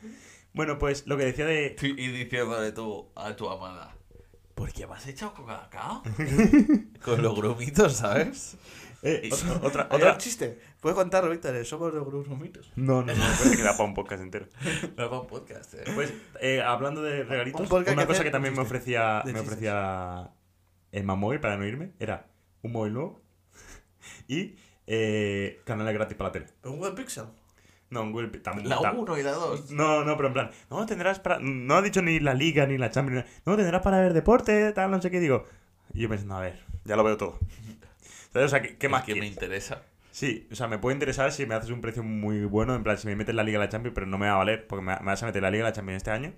Speaker 2: Bueno, pues lo que decía de.
Speaker 1: Sí, Y diciéndole tú a tu amada, ¿por qué me has echado coca de acá? Con los grumitos, ¿sabes?
Speaker 2: eh, otra, otra,
Speaker 3: Otro
Speaker 2: otra-
Speaker 3: chiste. Puedes contarlo, Víctor. Somos los grumitos.
Speaker 2: No, no, no, pero queda para un podcast entero.
Speaker 1: No fue un podcast, ¿eh?
Speaker 2: Pues eh, hablando de regalitos,
Speaker 3: Un podcast
Speaker 2: una
Speaker 3: que
Speaker 2: cosa
Speaker 3: hacer
Speaker 2: que también
Speaker 3: de
Speaker 2: me
Speaker 3: chistes.
Speaker 2: ofrecía,
Speaker 3: De
Speaker 2: me
Speaker 3: chistes.
Speaker 2: ofrecía el Mamoy para no irme era un móvil nuevo y eh, canales gratis para la tele.
Speaker 3: Un web pixel.
Speaker 2: No, un Google Pi- tam-
Speaker 1: La
Speaker 2: tam-
Speaker 1: 1 y la 2.
Speaker 2: No, no, pero en plan, no tendrás para. No ha dicho ni la Liga ni la Champions. No tendrás para ver deporte, tal, no sé qué. Digo, y yo pensando, a ver, ya lo veo todo. ¿Sabes? O sea, ¿qué, qué más
Speaker 1: que me
Speaker 2: quieres?
Speaker 1: interesa.
Speaker 2: Sí, o sea, me puede interesar si me haces un precio muy bueno, en plan, si me metes la Liga de la Champions, pero no me va a valer, porque me, me vas a meter la Liga de la Champions este año,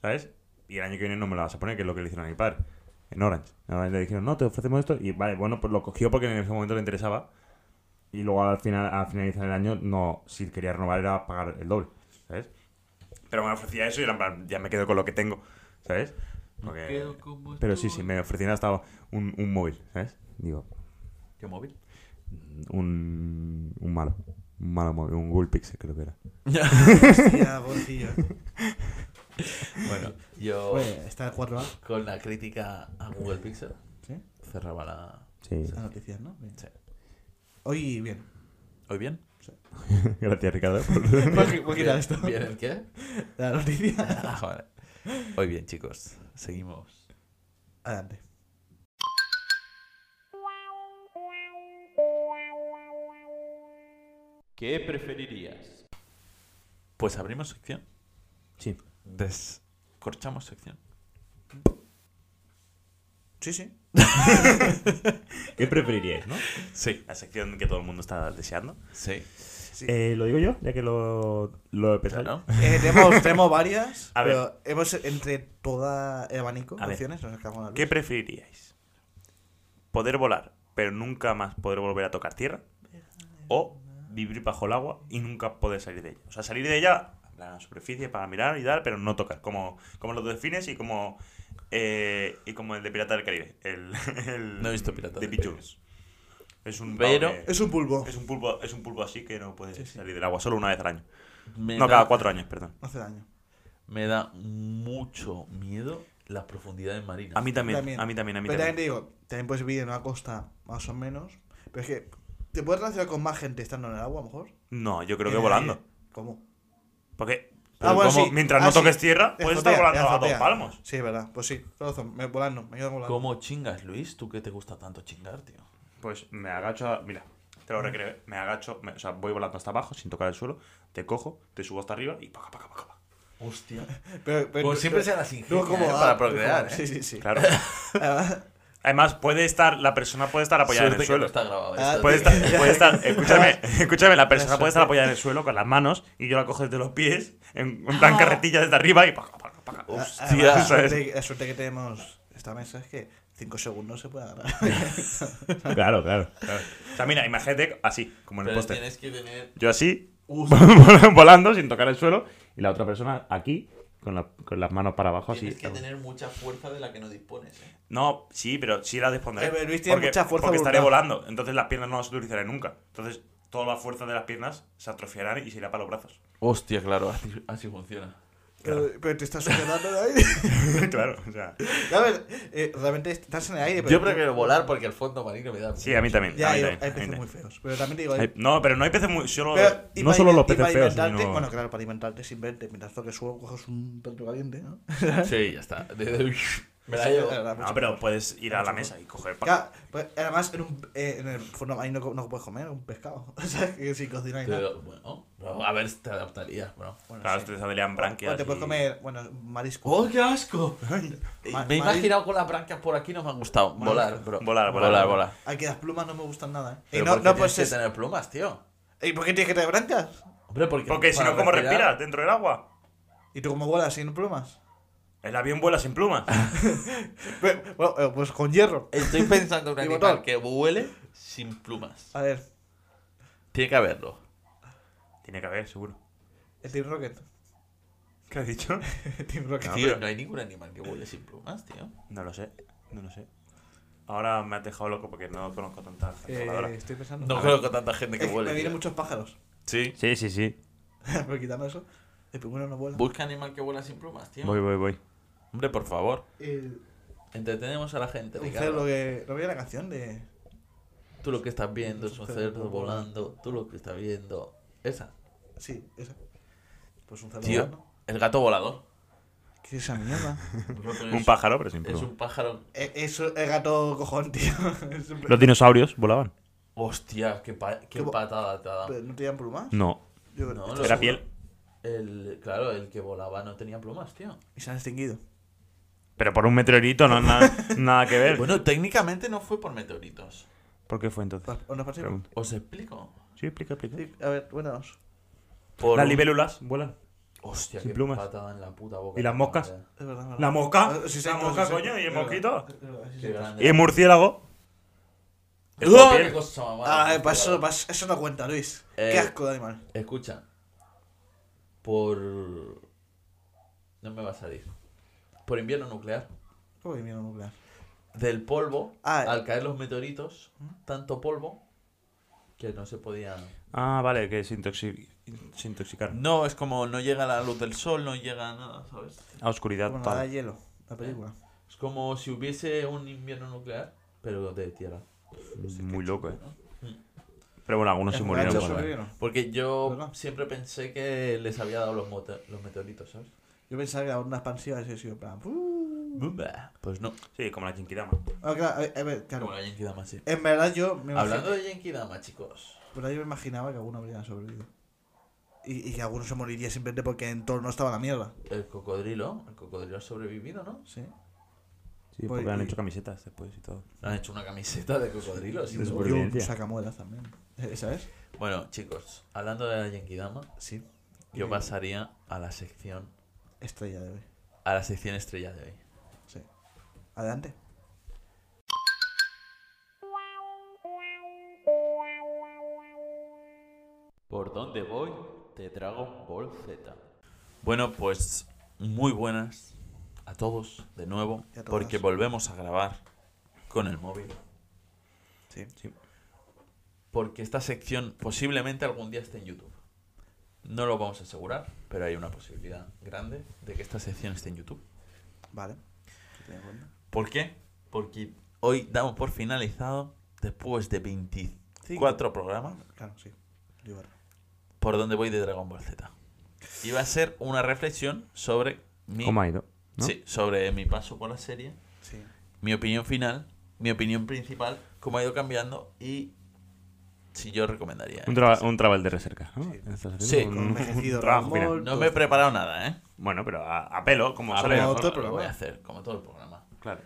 Speaker 2: ¿sabes? Y el año que viene no me la vas a poner, que es lo que le hicieron a mi padre, en Orange. En Orange le dijeron, no, te ofrecemos esto, y vale, bueno, pues lo cogió porque en ese momento le interesaba, y luego al final, al finalizar el año, no, si quería renovar era pagar el doble, ¿sabes? Pero me ofrecía eso y era en plan, ya me quedo con lo que tengo, ¿sabes? Porque-
Speaker 1: quedo como
Speaker 2: Pero sí,
Speaker 1: estoy.
Speaker 2: sí, me ofrecían hasta un, un móvil, ¿sabes? Digo,
Speaker 1: ¿Qué móvil?
Speaker 2: un, un malo. Un malo móvil, un Google Pixel creo que era.
Speaker 3: Hostia, bolsillo.
Speaker 1: bueno, yo
Speaker 3: Oye, está el 4A.
Speaker 1: con la crítica a Google Pixel
Speaker 3: ¿Sí?
Speaker 1: cerraba la...
Speaker 2: Sí.
Speaker 3: Esas noticias, ¿no? Bien.
Speaker 1: Sí.
Speaker 3: Hoy bien.
Speaker 1: ¿Hoy bien?
Speaker 2: Gracias, Ricardo. por-
Speaker 3: Voy a quitar esto.
Speaker 1: ¿Bien el qué?
Speaker 3: La noticia.
Speaker 1: Ah, vale. Hoy bien, chicos. Seguimos.
Speaker 3: Adelante.
Speaker 1: ¿Qué preferirías? Pues abrimos sección.
Speaker 2: Sí.
Speaker 1: Descorchamos sección.
Speaker 3: Sí, sí.
Speaker 2: ¿Qué preferiríais, no?
Speaker 1: Sí.
Speaker 2: La sección que todo el mundo está deseando.
Speaker 1: Sí.
Speaker 3: Sí.
Speaker 2: Eh, ¿Lo digo yo? Ya que lo, lo he pensado.
Speaker 1: Claro.
Speaker 3: Eh, tenemos, tenemos varias,
Speaker 2: A ver.
Speaker 3: pero hemos entre toda el abanico de
Speaker 2: A ver.
Speaker 3: opciones nos acabamos la
Speaker 2: ¿Qué
Speaker 3: luz.
Speaker 2: preferiríais? ¿Poder volar, pero nunca más poder volver a tocar tierra? ¿O vivir bajo el agua y nunca poder salir de ella? O sea, salir de ella a la superficie para mirar y dar, pero no tocar. Como, como los delfines y como, eh, y como el de Pirata del Caribe. El, el
Speaker 1: No he visto Pirata
Speaker 2: de
Speaker 1: del
Speaker 2: Pete
Speaker 1: Caribe.
Speaker 2: Jones. Es un,
Speaker 1: Pero-
Speaker 2: pavo que-
Speaker 3: Es un pulpo.
Speaker 2: es un pulpo es un pulpo así que no puede
Speaker 3: Sí, sí.
Speaker 2: salir del agua solo una vez al año.
Speaker 1: Me
Speaker 2: No,
Speaker 1: da-
Speaker 2: cada cuatro años, perdón.
Speaker 3: No hace daño.
Speaker 1: Me da mucho miedo las profundidades marinas.
Speaker 2: A mí también,
Speaker 3: También.
Speaker 2: a mí también, a mí
Speaker 3: pero también
Speaker 2: también.
Speaker 3: te digo, también puedes vivir en una costa más o menos. Pero es que te puedes relacionar con más gente estando en el agua, a lo mejor.
Speaker 2: No, yo creo que
Speaker 3: En el
Speaker 2: volando.
Speaker 3: aire. ¿Cómo?
Speaker 2: Porque
Speaker 3: Ah, bueno,
Speaker 2: como
Speaker 3: sí.
Speaker 2: mientras
Speaker 3: Ah,
Speaker 2: no
Speaker 3: sí.
Speaker 2: toques tierra, puedes estar
Speaker 3: Azotea,
Speaker 2: volando a dos
Speaker 3: azotea.
Speaker 2: palmos.
Speaker 3: Sí, es verdad. Pues sí, razón. Me, volando, me quedo volando.
Speaker 1: ¿Cómo chingas, Luis? ¿Tú qué te gusta tanto chingar, tío?
Speaker 2: Pues me agacho, a- mira, te lo recreo, me agacho, me- o sea, voy volando hasta abajo sin tocar el suelo, te cojo, te subo hasta arriba y paca, paca, paca. paca.
Speaker 1: Hostia.
Speaker 3: Pero, pero-
Speaker 1: Pues siempre
Speaker 3: pero-
Speaker 1: se las ingenia,
Speaker 3: luego como,
Speaker 1: ¿eh?
Speaker 3: ah,
Speaker 1: para procrear,
Speaker 3: como-
Speaker 1: ¿eh?
Speaker 3: Sí, sí, sí.
Speaker 2: Claro.
Speaker 3: Además,
Speaker 2: Además, puede estar, la persona puede estar apoyada en
Speaker 1: Suerte que
Speaker 2: el suelo.
Speaker 1: no está grabado
Speaker 3: Ah,
Speaker 1: esto,
Speaker 2: Puede
Speaker 1: tío.
Speaker 2: estar, puede estar, escúchame, escúchame, la persona puede estar apoyada en el suelo con las manos y yo la cojo desde los pies, en, en
Speaker 3: Oh.
Speaker 2: plan carretilla desde arriba y paca, paca, paca.
Speaker 1: Hostia.
Speaker 3: además, la,
Speaker 2: ¿sabes?
Speaker 3: suerte, la suerte que tenemos esta mesa es que 5 segundos se puede agarrar.
Speaker 2: Claro, claro, claro. O sea, mira, imagínate así, como en el
Speaker 1: Pero
Speaker 2: póster.
Speaker 1: tienes que tener.
Speaker 2: Yo así,
Speaker 1: Uf.
Speaker 2: volando sin tocar el suelo, y la otra persona aquí, con, la- con las manos para abajo, así.
Speaker 1: Tienes que tener mucha fuerza de la que no dispones, ¿eh?
Speaker 2: No, sí, pero sí la dispondré.
Speaker 3: Eh, pero Luis tiene mucha fuerza
Speaker 2: porque
Speaker 3: de
Speaker 2: estaré
Speaker 3: voluntad.
Speaker 2: volando, entonces las piernas no las utilizaré nunca. Entonces, toda la fuerza de las piernas se atrofiarán y se irá para los brazos.
Speaker 1: Hostia, claro, así, así funciona.
Speaker 3: pero, pero te estás sujetando de aire.
Speaker 2: claro, o sea.
Speaker 3: A ver, eh, realmente estás en el aire. Pero
Speaker 1: Yo prefiero volar porque el fondo marino me da.
Speaker 2: Sí, a mí también. a
Speaker 3: Ya
Speaker 2: mí
Speaker 3: hay,
Speaker 2: también,
Speaker 3: hay
Speaker 2: a mí
Speaker 3: peces
Speaker 2: también.
Speaker 3: muy feos. Pero también te digo. eh,
Speaker 2: Hay- No, pero no hay peces muy. Solo,
Speaker 3: pero- y
Speaker 2: no
Speaker 3: pa-
Speaker 2: solo los
Speaker 3: y pa
Speaker 2: peces feos.
Speaker 3: inventarte-
Speaker 2: sino-
Speaker 3: Bueno, claro, para inventarte se invente. Mientras toques suelo, coges un plato caliente, ¿no?
Speaker 1: Sí, ya está. me la llevo.
Speaker 3: Era mucho
Speaker 2: No, Ah, pero
Speaker 3: mejor.
Speaker 2: puedes ir a la mesa y coger. pa-
Speaker 3: Ya, pues, además, en, un, eh, en el fondo ahí no, co- no puedes comer un pescado. O sea, que sin cocinar y nada.
Speaker 1: Pero, bueno, bro, a ver, si te adaptarías, bro.
Speaker 3: Bueno,
Speaker 2: Claro,
Speaker 3: sí.
Speaker 2: te saldrían branquias.
Speaker 3: O te puedes
Speaker 2: y-
Speaker 3: comer, bueno, marisco.
Speaker 1: ¡Oh, qué asco!
Speaker 3: Ma-
Speaker 1: me he
Speaker 3: Madrid-
Speaker 1: imaginado con las branquias por aquí, no me han gustado.
Speaker 3: Madrid-
Speaker 1: Volar, bro.
Speaker 2: Volar, volar,
Speaker 1: volar.
Speaker 2: volar.
Speaker 1: volar.
Speaker 3: Aquí las plumas no me gustan nada. ¿eh? Y
Speaker 1: Pero
Speaker 3: no,
Speaker 1: ¿por qué
Speaker 3: no
Speaker 1: tienes
Speaker 3: puedes
Speaker 1: que
Speaker 3: ser-
Speaker 1: tener plumas, tío.
Speaker 3: ¿Y por qué tienes que tener blancas?
Speaker 1: Hombre, porque,
Speaker 2: Porque si
Speaker 1: para
Speaker 2: no, ¿cómo
Speaker 1: respirar-
Speaker 2: respiras dentro del agua?
Speaker 3: ¿Y tú cómo vuelas sin plumas?
Speaker 2: El avión vuela sin plumas.
Speaker 3: Bueno, bueno, eh, pues con hierro.
Speaker 1: Estoy pensando en un
Speaker 3: Y
Speaker 1: animal
Speaker 3: botón.
Speaker 1: que huele sin plumas.
Speaker 3: A ver,
Speaker 1: Tiene que haberlo.
Speaker 2: Tiene que haber, seguro.
Speaker 3: el Team Rocket.
Speaker 2: ¿Qué has dicho?
Speaker 3: Team Rocket.
Speaker 2: No,
Speaker 1: tío,
Speaker 2: pero-
Speaker 1: no hay ningún animal que huele sin plumas, tío.
Speaker 2: No lo sé, no lo sé. Ahora me has dejado loco porque no conozco tantas
Speaker 3: Eh,
Speaker 2: voladoras.
Speaker 3: estoy pensando.
Speaker 1: No conozco tanta gente Ah.
Speaker 3: Es
Speaker 1: que
Speaker 3: que
Speaker 1: huele.
Speaker 3: me vienen
Speaker 1: tío.
Speaker 3: muchos pájaros.
Speaker 1: Sí.
Speaker 2: Sí, sí, sí.
Speaker 3: Pero quitando eso, el pingüino no vuela.
Speaker 1: Busca animal que huela sin plumas, tío.
Speaker 2: Voy, voy, voy.
Speaker 1: Hombre, por favor.
Speaker 3: El,
Speaker 1: Entretenemos a la gente,
Speaker 3: un
Speaker 1: Ricardo.
Speaker 3: cerdo que. ¿No veía la canción de.?
Speaker 1: Tú lo que estás viendo es un
Speaker 3: Un cerdo
Speaker 1: cerdo volando. Tú lo que estás viendo. Esa.
Speaker 3: Sí, esa. Pues un cerdo
Speaker 1: Tío.
Speaker 3: volando.
Speaker 1: El gato volador.
Speaker 3: ¿Qué es esa mierda?
Speaker 2: Un pájaro, pero sin
Speaker 1: Es
Speaker 2: plumas.
Speaker 1: un pájaro.
Speaker 3: E- Es el gato cojón, tío. Es un-
Speaker 2: Los dinosaurios volaban.
Speaker 1: Hostia, qué, pa- qué
Speaker 3: Qué bo-
Speaker 1: patada te ha dado.
Speaker 3: ¿Pero ¿No tenían plumas?
Speaker 2: No.
Speaker 3: Yo creo
Speaker 1: No,
Speaker 3: que-
Speaker 1: lo
Speaker 2: Era
Speaker 1: seguro.
Speaker 2: piel.
Speaker 1: El, claro, el que volaba no tenía plumas, tío.
Speaker 3: Y se han extinguido.
Speaker 2: Pero por un meteorito no nada, nada que ver.
Speaker 1: Bueno, técnicamente no fue por meteoritos.
Speaker 2: ¿Por qué fue entonces?
Speaker 3: ¿Os os parece?
Speaker 2: Pregunta.
Speaker 1: ¿Os explico?
Speaker 2: Sí, explica, explica.
Speaker 3: Sí, a ver, buenos.
Speaker 1: Por
Speaker 2: Las
Speaker 1: un-
Speaker 2: libélulas vuelan.
Speaker 1: Hostia,
Speaker 2: Sin
Speaker 1: qué
Speaker 2: plumas.
Speaker 1: patada en la puta boca.
Speaker 2: ¿Y las moscas?
Speaker 3: Es verdad, es verdad.
Speaker 2: ¿La mosca?
Speaker 3: Ah, sí, sí,
Speaker 2: ¿La
Speaker 3: sí,
Speaker 2: mosca,
Speaker 3: sí, sí.
Speaker 2: coño? ¿Y el
Speaker 3: Es verdad,
Speaker 2: mosquito?
Speaker 3: es verdad, sí, Ah, sí.
Speaker 1: Qué grande.
Speaker 2: ¿Y el murciélago? Es
Speaker 1: ¡Oh,
Speaker 2: por
Speaker 1: qué
Speaker 2: piel.
Speaker 1: cosa más mala!
Speaker 3: Ah, eh, pa' eso, pa' eso eso no cuenta, Luis.
Speaker 1: Eh.
Speaker 3: Qué asco de animal.
Speaker 1: Escucha. Por. No me va a salir. Por invierno nuclear.
Speaker 3: Uy, mira, nuclear.
Speaker 1: Del polvo,
Speaker 3: Ah, eh.
Speaker 1: al caer los meteoritos, tanto polvo que no se podía.
Speaker 2: Ah, vale, que se, intoxi- se intoxicaron.
Speaker 1: No, es como no llega la luz del sol, no llega nada, ¿sabes?
Speaker 2: A oscuridad
Speaker 3: Como la
Speaker 2: total.
Speaker 3: de hielo, la película.
Speaker 1: Es como si hubiese un invierno nuclear, pero de tierra.
Speaker 2: Muy loco, eh.
Speaker 1: Mm.
Speaker 2: Pero bueno, algunos se murieron. por
Speaker 3: Los
Speaker 2: ahí.
Speaker 3: sobrevivieron.
Speaker 1: Porque yo
Speaker 3: ¿Verdad?
Speaker 1: siempre pensé que les había dado los, mote- los meteoritos, ¿sabes?
Speaker 3: Yo pensaba que la onda expansiva había sido en plan. "Uh".
Speaker 1: Pues no.
Speaker 2: Sí, como la chinquidama.
Speaker 3: Ah, claro, a ver, a ver, claro.
Speaker 1: Como la Yankee Dama, sí.
Speaker 3: En verdad yo me,
Speaker 1: Hablando
Speaker 3: imagino-
Speaker 1: de Yankee Dama, chicos.
Speaker 3: verdad, yo me imaginaba que alguno habría sobrevivido. Y, y que alguno se moriría simplemente porque en torno estaba la mierda.
Speaker 1: El cocodrilo, el cocodrilo ha sobrevivido, ¿no?
Speaker 3: Sí.
Speaker 2: Sí,
Speaker 3: Voy-
Speaker 2: porque han
Speaker 3: y-
Speaker 2: hecho camisetas después y todo.
Speaker 1: Le han hecho una camiseta de cocodrilo. sin
Speaker 2: Sí,
Speaker 1: duda.
Speaker 2: por
Speaker 3: Y un
Speaker 2: evidencia.
Speaker 3: sacamuelas también. Eh, ¿Sabes?
Speaker 1: Bueno, chicos, hablando de la Yankee Dama,
Speaker 3: Sí.
Speaker 1: yo pasaría a la sección,
Speaker 3: Estrella de hoy.
Speaker 1: a la sección estrella de hoy.
Speaker 3: Sí. Adelante.
Speaker 1: Por dónde voy de Dragon Ball Z. Bueno, pues muy buenas a todos de nuevo,
Speaker 3: Y a todas.
Speaker 1: porque volvemos a grabar con el móvil.
Speaker 3: Sí.
Speaker 2: Sí.
Speaker 1: Porque esta sección posiblemente algún día esté en YouTube. No lo vamos a asegurar, pero hay una posibilidad grande de que esta sección esté en YouTube.
Speaker 3: Vale. Se tiene en cuenta.
Speaker 1: ¿Por qué? Porque hoy damos por finalizado, después de 24 programas,
Speaker 3: Claro, sí. Yo verdad.
Speaker 1: por dónde voy de Dragon Ball Z. Y va a ser una reflexión sobre mi,
Speaker 2: ¿Cómo ha ido? ¿No?
Speaker 1: sí, sobre mi paso por la serie,
Speaker 3: Sí.
Speaker 1: mi opinión final, mi opinión principal, cómo ha ido cambiando y si yo recomendaría. esta
Speaker 2: Un, traba-
Speaker 1: serie.
Speaker 2: un travel de recerca. ¿no?
Speaker 3: Sí.
Speaker 2: Estás haciendo
Speaker 1: Sí,
Speaker 2: un-
Speaker 1: con
Speaker 3: envejecido
Speaker 2: un trabajo
Speaker 3: Dragon
Speaker 2: final.
Speaker 3: Ball.
Speaker 1: No me he preparado nada, ¿eh?
Speaker 2: Bueno, pero a, a pelo, como
Speaker 1: A
Speaker 2: sale.
Speaker 1: ver,
Speaker 3: como Ah, todo el
Speaker 1: lo voy a
Speaker 3: programa.
Speaker 1: hacer, como todo el programa.
Speaker 2: Claro.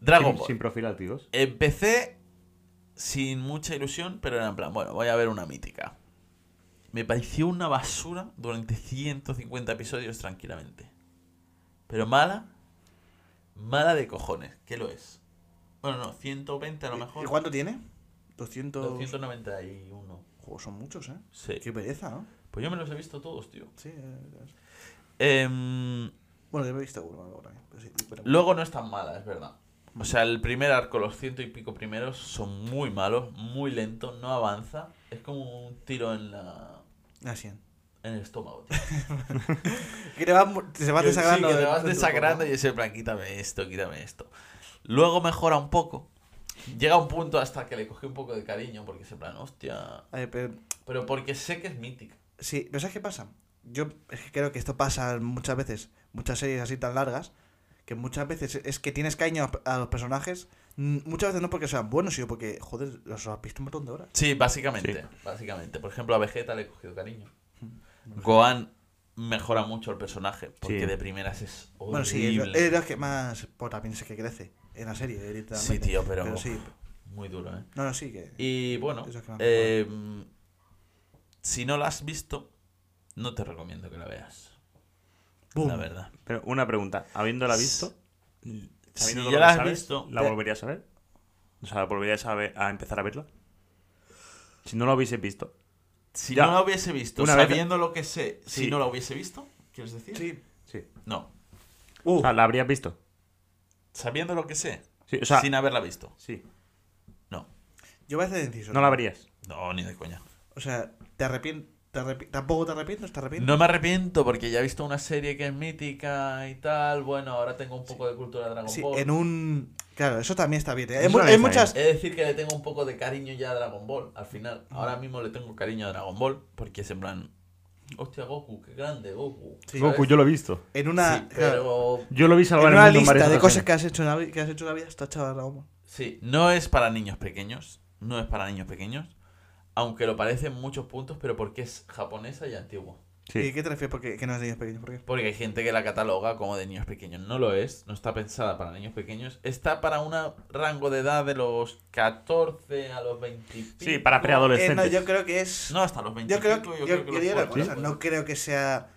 Speaker 1: Dragon
Speaker 2: Sin-
Speaker 1: Ball.
Speaker 2: Sin profiláticos.
Speaker 1: Empecé sin mucha ilusión, pero era en plan, bueno, voy a ver una mítica. Me pareció una basura durante 150 episodios tranquilamente. Pero mala, mala de cojones, ¿qué lo es? Bueno, no, 120 a lo
Speaker 3: ¿Y
Speaker 1: mejor.
Speaker 3: cuánto tiene? 200.
Speaker 1: 291.
Speaker 3: Jo, son muchos, ¿eh?
Speaker 1: Sí.
Speaker 3: Qué pereza, ¿no?
Speaker 1: Pues yo me los he visto todos, tío.
Speaker 3: Sí. eh, es-
Speaker 1: Em,
Speaker 3: Bueno, yo me he visto uno luego también. Pero sí, pero-
Speaker 1: Luego no es tan mala, es verdad. O sea, el primer arco, los ciento y pico primeros, son muy malos, muy lentos, no avanza. Es como un tiro en la.
Speaker 3: Ah, sí.
Speaker 1: en el estómago, tío.
Speaker 3: Que te vas, mu- te se vas
Speaker 1: Sí,
Speaker 3: desagrando.
Speaker 1: que te
Speaker 3: del-
Speaker 1: vas
Speaker 3: del
Speaker 1: desagrando y
Speaker 3: cuerpo,
Speaker 1: es en plan, quítame esto, quítame esto. Luego mejora un poco. Llega un punto hasta que le cogí un poco de cariño, porque es en plan, hostia.
Speaker 3: ¿no? A ver, pero-
Speaker 1: Pero porque sé que es mítica.
Speaker 3: Sí, pero ¿sabes qué pasa? Yo es que creo que esto pasa muchas veces, muchas series así tan largas, que muchas veces es que tienes caña a los personajes, mm, muchas veces no porque sean buenos, sino porque, joder, los has visto un montón de horas.
Speaker 1: Sí, básicamente. Básicamente. Por ejemplo, a Vegeta le he cogido cariño.
Speaker 3: Mm.
Speaker 1: Gohan mejora mucho el personaje, porque
Speaker 2: Sí.
Speaker 1: de primeras es horrible.
Speaker 3: Bueno, sí, es lo- es lo que más, pues también sé que crece en la serie, literalmente.
Speaker 1: Sí, tío, pero-
Speaker 3: sí,
Speaker 1: Muy duro, ¿eh?
Speaker 3: no, no, sí, que...
Speaker 1: Y bueno,
Speaker 3: Eso es que me
Speaker 1: eh, si no la has visto, no te recomiendo que la veas.
Speaker 3: Boom.
Speaker 1: La verdad.
Speaker 2: Pero una pregunta, habiéndola visto, sabiendo todo
Speaker 1: ya la
Speaker 2: lo que
Speaker 1: has
Speaker 2: sabes,
Speaker 1: visto,
Speaker 2: ¿la
Speaker 1: te-
Speaker 2: volverías a ver? O sea, ¿volverías a, ver- a empezar a verla? Si no la hubiese visto.
Speaker 1: Si
Speaker 2: Ya.
Speaker 1: no la hubiese visto,
Speaker 2: Una vez-
Speaker 1: sabiendo lo que sé, si
Speaker 2: Sí.
Speaker 1: no la hubiese visto, ¿quieres decir?
Speaker 3: Sí.
Speaker 2: Sí.
Speaker 1: No.
Speaker 2: O sea, ¿la habrías visto?
Speaker 1: Sabiendo lo que sé,
Speaker 2: Sí, o sea,
Speaker 1: sin haberla visto.
Speaker 2: sí.
Speaker 1: No.
Speaker 3: Yo voy a hacer inciso.
Speaker 2: No la verías.
Speaker 1: No, ni de coña.
Speaker 3: O sea, te arrepientes. tampoco te arrepientes, te arrepientes.
Speaker 1: No me arrepiento porque ya he visto una serie que es mítica y tal. Bueno, ahora tengo un poco de cultura de Dragon
Speaker 3: Sí,
Speaker 1: Ball.
Speaker 3: en un. Claro, eso también está bien. ¿eh? Hay,
Speaker 2: Eso
Speaker 3: mu-
Speaker 2: también
Speaker 3: hay
Speaker 2: está
Speaker 3: muchas.
Speaker 1: Es decir, que le tengo un poco de cariño ya a Dragon Ball. Al final,
Speaker 2: Mm.
Speaker 1: ahora mismo le tengo cariño a Dragon Ball porque es en plan. Hostia, Goku, qué grande, Goku.
Speaker 3: Sí.
Speaker 1: ¿sabes?
Speaker 2: Goku, yo lo he visto.
Speaker 3: En
Speaker 1: Sí,
Speaker 3: una. claro,
Speaker 1: pero.
Speaker 2: Yo lo vi
Speaker 3: en
Speaker 2: salvar el
Speaker 3: una
Speaker 2: mundo en
Speaker 3: lista
Speaker 2: varias
Speaker 3: de cosas
Speaker 2: ocasiones.
Speaker 3: que has hecho en la, vi- que has hecho en la vida está echada la goma.
Speaker 1: Sí, no es para niños pequeños. No es para niños pequeños. Aunque lo parece en muchos puntos, pero porque es japonesa y antigua.
Speaker 3: ¿Y
Speaker 2: Sí.
Speaker 3: qué te refieres? Porque que no es de niños pequeños. ¿Por qué?
Speaker 1: Porque hay gente que la cataloga como de niños pequeños. No lo es, no está pensada para niños pequeños. Está para un rango de edad de los 14 a los 20. y
Speaker 2: Sí,
Speaker 1: pico.
Speaker 2: para
Speaker 3: Eh, no,
Speaker 2: preadolescentes.
Speaker 3: yo creo que es.
Speaker 1: No, hasta los 20. y
Speaker 3: yo creo que.
Speaker 1: pico,
Speaker 3: Yo,
Speaker 1: que
Speaker 3: yo
Speaker 1: los
Speaker 3: diría una
Speaker 1: cuarenta,
Speaker 3: cosa. No creo que sea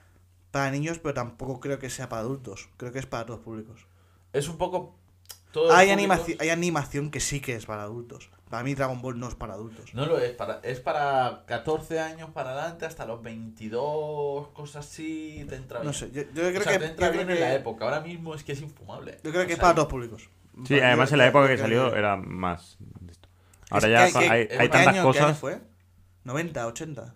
Speaker 3: para niños, pero tampoco creo que sea para adultos. Creo que es para todos públicos.
Speaker 1: Es un poco. todo el
Speaker 3: Hay,
Speaker 1: público-
Speaker 3: animaci- hay animación que sí que es para adultos. Para mí, Dragon Ball no es para adultos.
Speaker 1: No lo es, para, es para 14 años para adelante, hasta los 22, cosas así. Te entra bien.
Speaker 3: No sé, yo, yo creo
Speaker 1: O sea,
Speaker 3: que.
Speaker 1: te entra
Speaker 3: yo creo
Speaker 1: bien en la
Speaker 3: que-
Speaker 1: época. Ahora mismo es que es infumable.
Speaker 3: Yo creo que
Speaker 1: O
Speaker 3: es
Speaker 1: sea,
Speaker 3: para todos públicos.
Speaker 2: Sí,
Speaker 3: Para-
Speaker 2: además
Speaker 3: yo-
Speaker 2: en la
Speaker 3: yo
Speaker 2: época
Speaker 3: creo
Speaker 2: que salió era más. Ahora
Speaker 3: Es
Speaker 2: ya
Speaker 3: que este
Speaker 2: hay,
Speaker 1: que-
Speaker 2: hay
Speaker 1: ¿qué
Speaker 2: tantas
Speaker 3: año- qué año
Speaker 2: cosas.
Speaker 3: fue? 90, 80.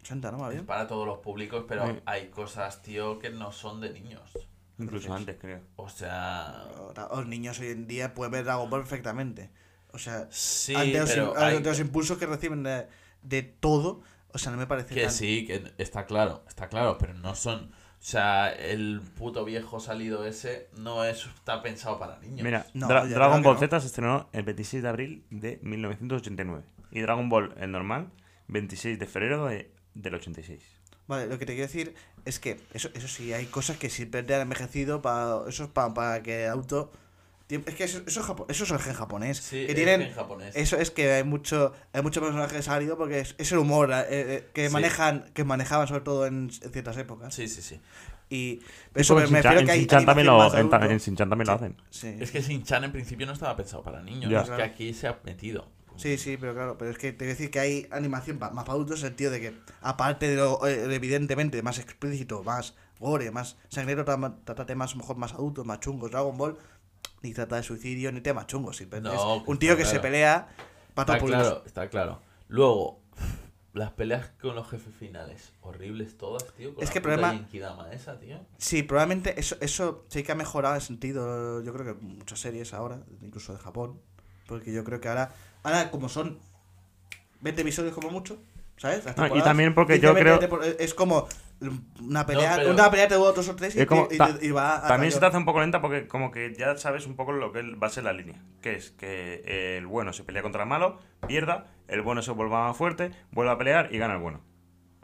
Speaker 3: 80, ¿no? Más
Speaker 1: Es
Speaker 3: bien.
Speaker 1: para todos los públicos, pero
Speaker 2: Sí.
Speaker 1: hay cosas, tío, que no son de niños.
Speaker 2: Incluso antes, creo.
Speaker 1: O sea.
Speaker 3: Ahora, Los niños hoy en día pueden ver Dragon Ball perfectamente. O sea,
Speaker 1: Sí,
Speaker 3: ante los,
Speaker 1: pero
Speaker 3: im-
Speaker 1: hay-
Speaker 3: ante los impulsos que reciben de, de todo, o sea, no me parece
Speaker 1: Que
Speaker 3: tan-
Speaker 1: sí, que está claro, está claro, pero no son. O sea, el puto viejo salido ese no es, está pensado para niños.
Speaker 2: Mira,
Speaker 3: No,
Speaker 2: Dra-
Speaker 3: ya
Speaker 2: Dragon
Speaker 3: creo
Speaker 2: Ball
Speaker 3: que no.
Speaker 2: Z se estrenó el 26 de abril de 1989 y Dragon Ball el normal 26 de febrero de- del 86.
Speaker 3: Vale, lo que te quiero decir es que eso, eso sí, hay cosas que siempre han envejecido para eso es para, para que el auto es que eso, eso, es japo- eso es el gen japonés.
Speaker 1: Sí,
Speaker 3: que
Speaker 1: es
Speaker 3: tienen,
Speaker 1: en japonés.
Speaker 3: Eso es que hay mucho hay muchos personajes áridos porque es, es el humor eh, eh, que
Speaker 1: Sí.
Speaker 3: manejan que manejaban sobre todo en, en ciertas épocas.
Speaker 1: Sí, sí, sí.
Speaker 3: Y eso me,
Speaker 2: en
Speaker 3: me
Speaker 2: Shin-Chan-
Speaker 3: refiero
Speaker 2: en
Speaker 3: que hay
Speaker 2: Shin-Chan también, lo-
Speaker 3: animación
Speaker 2: en
Speaker 3: más
Speaker 2: ta- en
Speaker 3: adulto.
Speaker 2: Shin-Chan también lo hacen.
Speaker 3: Sí.
Speaker 1: Es que Shin-Chan en principio no estaba pensado para niños.
Speaker 2: Ya.
Speaker 1: Es que aquí se ha metido.
Speaker 3: Sí, sí, pero claro, pero es que te voy a decir que hay animación pa- más para adultos en el sentido de que, aparte de lo eh, evidentemente más explícito, más gore, más sangrero, trata, trata temas mejor más adultos, más chungos. Dragon Ball ni trata de suicidio ni temas chungos, simplemente
Speaker 1: No,
Speaker 3: es
Speaker 1: que
Speaker 3: un tío
Speaker 1: está
Speaker 3: que se
Speaker 1: claro.
Speaker 3: pelea para
Speaker 1: Está
Speaker 3: todo
Speaker 1: claro, está claro. Luego, las peleas con los jefes finales. Horribles todas, tío. Con
Speaker 3: Es
Speaker 1: la
Speaker 3: que
Speaker 1: puta
Speaker 3: problema-
Speaker 1: Genkidama esa, tío.
Speaker 3: Sí, probablemente eso, eso sí que ha mejorado el sentido, yo creo que muchas series ahora, incluso de Japón, porque yo creo que ahora, ahora como son 20 episodios como mucho, ¿sabes? Las
Speaker 2: No, y
Speaker 3: temporadas,
Speaker 2: también porque yo
Speaker 3: 15,
Speaker 2: creo-
Speaker 3: 20 por- es como una pelea,
Speaker 1: pero-
Speaker 3: una pelea te dura dos o tres y,
Speaker 2: Es como-
Speaker 3: y- y-
Speaker 2: ta-
Speaker 3: y va a
Speaker 2: También se te
Speaker 3: mayor.
Speaker 2: hace un poco lenta porque como que ya sabes un poco lo que va a ser la línea. Que es que el bueno se pelea contra el malo, pierda, el bueno se vuelva más fuerte, vuelve a pelear y gana el bueno.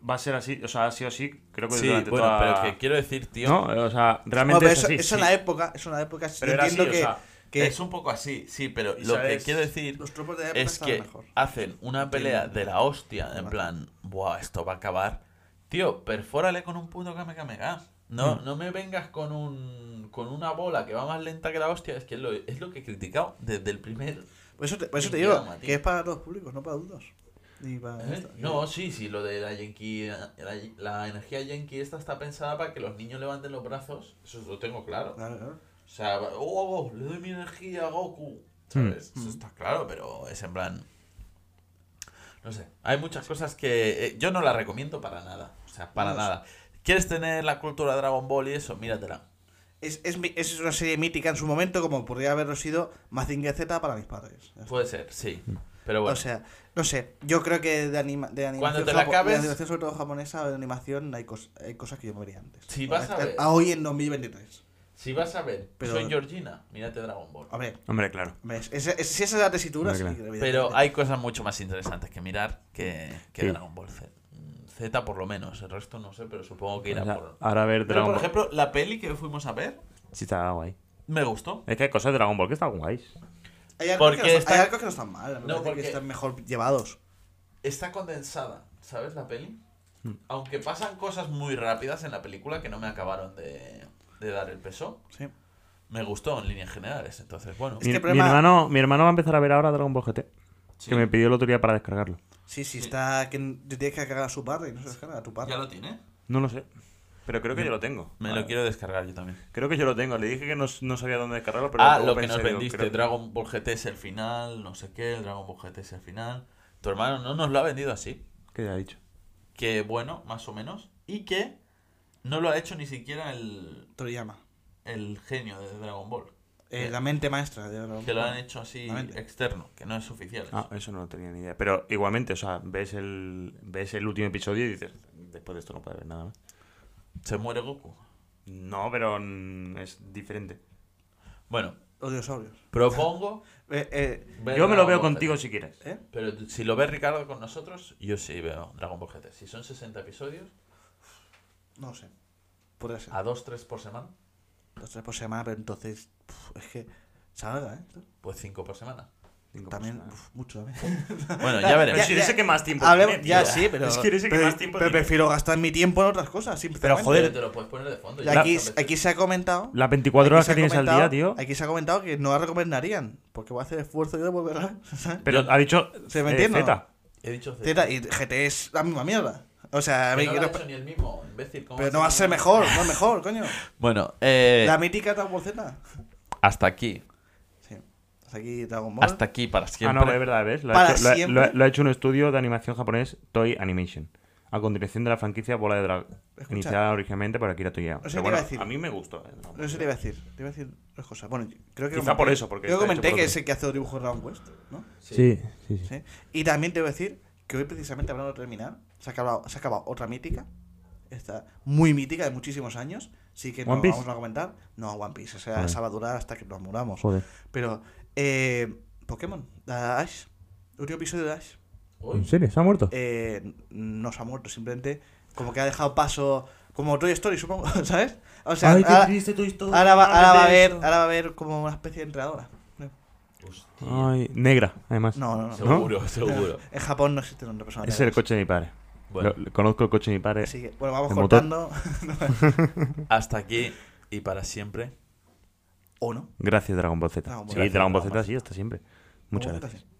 Speaker 2: Va a ser así, o sea, sí o sí, creo que
Speaker 1: Sí,
Speaker 2: pues durante
Speaker 1: bueno,
Speaker 2: toda-
Speaker 1: pero que quiero decir, tío.
Speaker 2: No, o sea,
Speaker 3: No,
Speaker 2: realmente
Speaker 3: pero
Speaker 2: es
Speaker 3: eso,
Speaker 2: así.
Speaker 3: eso en
Speaker 2: sí.
Speaker 3: la época, eso en la época,
Speaker 2: Pero
Speaker 3: yo
Speaker 2: era
Speaker 3: entiendo
Speaker 2: así, o
Speaker 3: que,
Speaker 2: sea,
Speaker 3: que
Speaker 1: Es un poco así, sí, pero
Speaker 2: Y
Speaker 1: lo
Speaker 2: sabes-
Speaker 1: que quiero decir
Speaker 3: los tropos de la época
Speaker 1: es
Speaker 3: estaban
Speaker 1: que
Speaker 3: mejor.
Speaker 1: hacen una pelea de la hostia, en
Speaker 3: Vale.
Speaker 1: plan, buah, esto va a acabar. Tío, perfórale con un puto Kamehameha. No,
Speaker 3: Mm.
Speaker 1: no me vengas con un con una bola que va más lenta que la hostia. Es que es lo, es lo que he criticado desde el primer.
Speaker 3: Por eso te, por eso te
Speaker 1: Me
Speaker 3: digo,
Speaker 1: llama, tío.
Speaker 3: que es para todos los públicos, no para adultos. Ni para
Speaker 1: ¿Eh?
Speaker 3: esto.
Speaker 1: No, sí, sí, lo de la Yankee. La, la energía Yankee esta está pensada para que los niños levanten los brazos. Eso lo tengo claro.
Speaker 3: Claro, claro.
Speaker 1: O sea, va- oh, le doy mi energía a Goku. ¿Sabes?
Speaker 3: Mm.
Speaker 1: Eso está claro, pero es en plan. No sé. Hay muchas cosas que eh, yo no las recomiendo para nada. O sea, para
Speaker 3: No, sí.
Speaker 1: nada. ¿Quieres tener la cultura Dragon Ball y eso? Míratela.
Speaker 3: Es, es, mi- es una serie mítica en su momento, como podría haberlo sido Mazinger Z para mis padres. Ya está.
Speaker 1: Puede ser, sí. Pero Pues bueno.
Speaker 3: O sea, Mm. no sé, yo creo que de, anima, de animación.
Speaker 1: Cuando te la
Speaker 3: japo-
Speaker 1: acabes-
Speaker 3: de animación, sobre todo japonesa, de animación, hay, cos- hay cosas que yo me vería antes.
Speaker 1: Sí, vas a ver.
Speaker 3: hoy en 2023.
Speaker 1: si vas a ver,
Speaker 3: pero-
Speaker 1: soy Georgina, mírate Dragon Ball.
Speaker 3: A ver,
Speaker 2: Hombre, claro.
Speaker 3: ves, ese- ese- si esa es la tesitura,
Speaker 2: Hombre,
Speaker 3: sí,
Speaker 2: claro.
Speaker 3: evidentemente.
Speaker 1: Pero hay cosas mucho más interesantes que mirar que, que
Speaker 2: Sí.
Speaker 1: Dragon Ball Z. Mm, Z por lo menos, el resto no sé, pero supongo que irá
Speaker 2: O sea,
Speaker 1: por...
Speaker 2: Ahora a
Speaker 1: Pero
Speaker 2: ver Pues Dragon
Speaker 1: por
Speaker 2: Ball.
Speaker 1: ejemplo, la peli que fuimos a ver,
Speaker 2: Sí, está guay.
Speaker 1: me gustó.
Speaker 2: Es que hay cosas de Dragon Ball que están guays.
Speaker 3: Hay arcos,
Speaker 1: porque
Speaker 3: que no, son-
Speaker 1: está-
Speaker 3: hay arcos que no están mal,
Speaker 1: No,
Speaker 3: me parece que
Speaker 1: porque-
Speaker 3: están mejor llevados.
Speaker 1: está condensada. ¿sabes? La peli.
Speaker 2: Hmm.
Speaker 1: Aunque pasan cosas muy rápidas en la película que no me acabaron de, de dar el peso,
Speaker 3: Sí.
Speaker 1: me gustó en líneas generales. Entonces, bueno.
Speaker 3: que
Speaker 2: Mi,
Speaker 3: el
Speaker 2: mi
Speaker 3: problema-
Speaker 2: hermano, mi hermano va a empezar a ver ahora Dragon Ball GT.
Speaker 1: Sí.
Speaker 2: Que me pidió el otro día para descargarlo.
Speaker 3: Sí, sí, está. Que te tienes que cargar a su padre y no se descarga a tu padre.
Speaker 1: ¿Ya lo tiene?
Speaker 2: No lo sé. Pero creo que yo lo tengo.
Speaker 1: Me
Speaker 2: Vale.
Speaker 1: lo quiero descargar yo también.
Speaker 2: Creo que yo lo tengo. Le dije que no, no sabía dónde descargarlo, pero
Speaker 1: ah,
Speaker 2: luego
Speaker 1: lo que
Speaker 2: pensé,
Speaker 1: nos
Speaker 2: digo,
Speaker 1: vendiste,
Speaker 2: creo-
Speaker 1: Dragon Ball GT es el final, no sé qué, el Dragon Ball GT es el final. Tu hermano no nos lo ha vendido así.
Speaker 2: ¿Qué ya he dicho?
Speaker 1: Que bueno, más o menos. Y que no lo ha hecho ni siquiera el,
Speaker 3: Toriyama.
Speaker 1: el genio de Dragon Ball.
Speaker 3: Eh, La mente maestra. de Dragon
Speaker 1: Que lo
Speaker 3: Ball.
Speaker 1: han hecho así
Speaker 3: Exactamente.
Speaker 1: externo, que no es oficial.
Speaker 2: Ah, eso no lo tenía ni idea. Pero igualmente, o sea, ves el, ves el último episodio y dices, después de esto no puede haber nada más.
Speaker 1: Se muere Goku.
Speaker 2: No, pero mm, es diferente.
Speaker 1: Bueno,
Speaker 3: Los dinosaurios.
Speaker 1: propongo.
Speaker 3: Eh, eh,
Speaker 1: ver
Speaker 2: Yo me lo
Speaker 1: Dragon
Speaker 2: veo
Speaker 1: Ball
Speaker 2: contigo
Speaker 1: GT.
Speaker 2: si quieres.
Speaker 3: ¿eh?
Speaker 1: Pero si lo ve Ricardo con nosotros, yo sí veo Dragon Ball GT. Si son 60 episodios,
Speaker 3: No sé. Podría ser.
Speaker 1: a 2-3 por semana,
Speaker 3: Dos, tres por semana, pero entonces. pf, es que. Salga, ¿eh? Esto.
Speaker 1: pues 5 por semana.
Speaker 2: Cinco
Speaker 3: También.
Speaker 2: personas.
Speaker 3: uf, mucho también.
Speaker 1: Bueno, ya veremos.
Speaker 2: Pero si
Speaker 3: ya-
Speaker 2: eres el que más tiempo
Speaker 3: Hablemos-
Speaker 2: tiene,
Speaker 3: ya
Speaker 2: tío.
Speaker 3: sí, pero.
Speaker 2: Es que eres el que
Speaker 3: pero-
Speaker 2: más tiempo
Speaker 3: pero
Speaker 2: tiene.
Speaker 3: prefiero gastar mi tiempo en otras cosas. simplemente.
Speaker 1: Pero te lo puedes poner de fondo.
Speaker 3: Y
Speaker 1: ya.
Speaker 3: aquí, aquí se ha comentado.
Speaker 2: Las 24 horas
Speaker 3: aquí
Speaker 2: que
Speaker 3: se
Speaker 2: tienes
Speaker 3: ha
Speaker 2: al día,
Speaker 3: comentado-
Speaker 2: tío.
Speaker 3: Aquí se ha comentado que no la recomendarían. Porque voy a hacer esfuerzo yo de volver a ver.
Speaker 2: Pero ha dicho
Speaker 3: ¿Se me
Speaker 2: eh,
Speaker 3: entiende o no?
Speaker 2: Zeta.
Speaker 1: He dicho Z.
Speaker 3: Zeta, y GT es la misma mierda. O sea, a mí
Speaker 1: Que no
Speaker 3: que
Speaker 1: lo ha
Speaker 3: no-
Speaker 1: hecho ni el mismo, imbécil. ¿cómo
Speaker 3: pero
Speaker 1: a
Speaker 3: no va a ser mejor, no es mejor, coño.
Speaker 1: Bueno, eh,
Speaker 3: La mítica Dragon Ball Z.
Speaker 1: hasta aquí.
Speaker 3: Sí. Hasta aquí Dragon Ball.
Speaker 1: Hasta aquí para
Speaker 2: Ah,
Speaker 1: siempre.
Speaker 2: no, es verdad, ¿ves? Lo ha,
Speaker 3: Para
Speaker 2: hecho, lo ha-
Speaker 3: siempre.
Speaker 2: lo ha- lo ha hecho un estudio de animación japonés, Toy Animation. A continuación de la franquicia Bola de Dragón.
Speaker 3: Escucha.
Speaker 2: Iniciada originalmente por Akira Toriyama.
Speaker 3: Eso
Speaker 2: Pero
Speaker 3: te iba a
Speaker 2: bueno,
Speaker 3: decir.
Speaker 2: a mí me gustó. eh, Dragon
Speaker 3: No sé
Speaker 2: Ball.
Speaker 3: si te iba a decir. Te iba a decir dos cosas. Bueno, yo- creo que.
Speaker 2: Quizá por eso, porque
Speaker 3: Yo
Speaker 2: está hecho
Speaker 3: comenté
Speaker 2: por
Speaker 3: que
Speaker 2: otro.
Speaker 3: es el que hace los dibujos de Dragon Quest, ¿no?
Speaker 2: Sí, sí, sí.
Speaker 3: Sí. Y también te voy a decir que hoy, precisamente hablando de terminar, se ha acabado, se ha acabado otra mítica. Esta muy mítica de muchísimos años. Sí que no
Speaker 2: One Piece.
Speaker 3: vamos a comentar. No, One Piece. O sea,
Speaker 2: Joder.
Speaker 3: esa va a durar hasta que nos muramos.
Speaker 2: Joder.
Speaker 3: Pero, eh, Pokémon, la Ash, último episodio de Ash,
Speaker 1: Uy,
Speaker 2: serio? ¿Se ha muerto?
Speaker 3: eh, no se ha muerto, simplemente como que ha dejado paso, como Toy Story, supongo, ¿sabes? O sea, ahora, ahora va, ahora va a haber, ahora va a haber como una especie de entrenadora.
Speaker 1: hostia.
Speaker 2: Ay, negra, además.
Speaker 3: No, no, no.
Speaker 1: pues, Seguro, seguro.
Speaker 3: En Japón no existe una persona.
Speaker 2: es
Speaker 3: negra.
Speaker 2: el coche de mi padre.
Speaker 1: Bueno,
Speaker 2: Lo- lo- conozco el coche de mi padre.
Speaker 3: Así que, bueno, vamos
Speaker 2: el motor.
Speaker 3: cortando.
Speaker 1: hasta aquí y para siempre.
Speaker 3: ¿O no?
Speaker 2: Gracias, Dragon Ball Z.
Speaker 3: Dragon Ball
Speaker 2: sí,
Speaker 1: Z.
Speaker 2: Dragon Ball Z, sí, hasta siempre. Muchas
Speaker 3: Vamos
Speaker 2: gracias.
Speaker 3: cortando.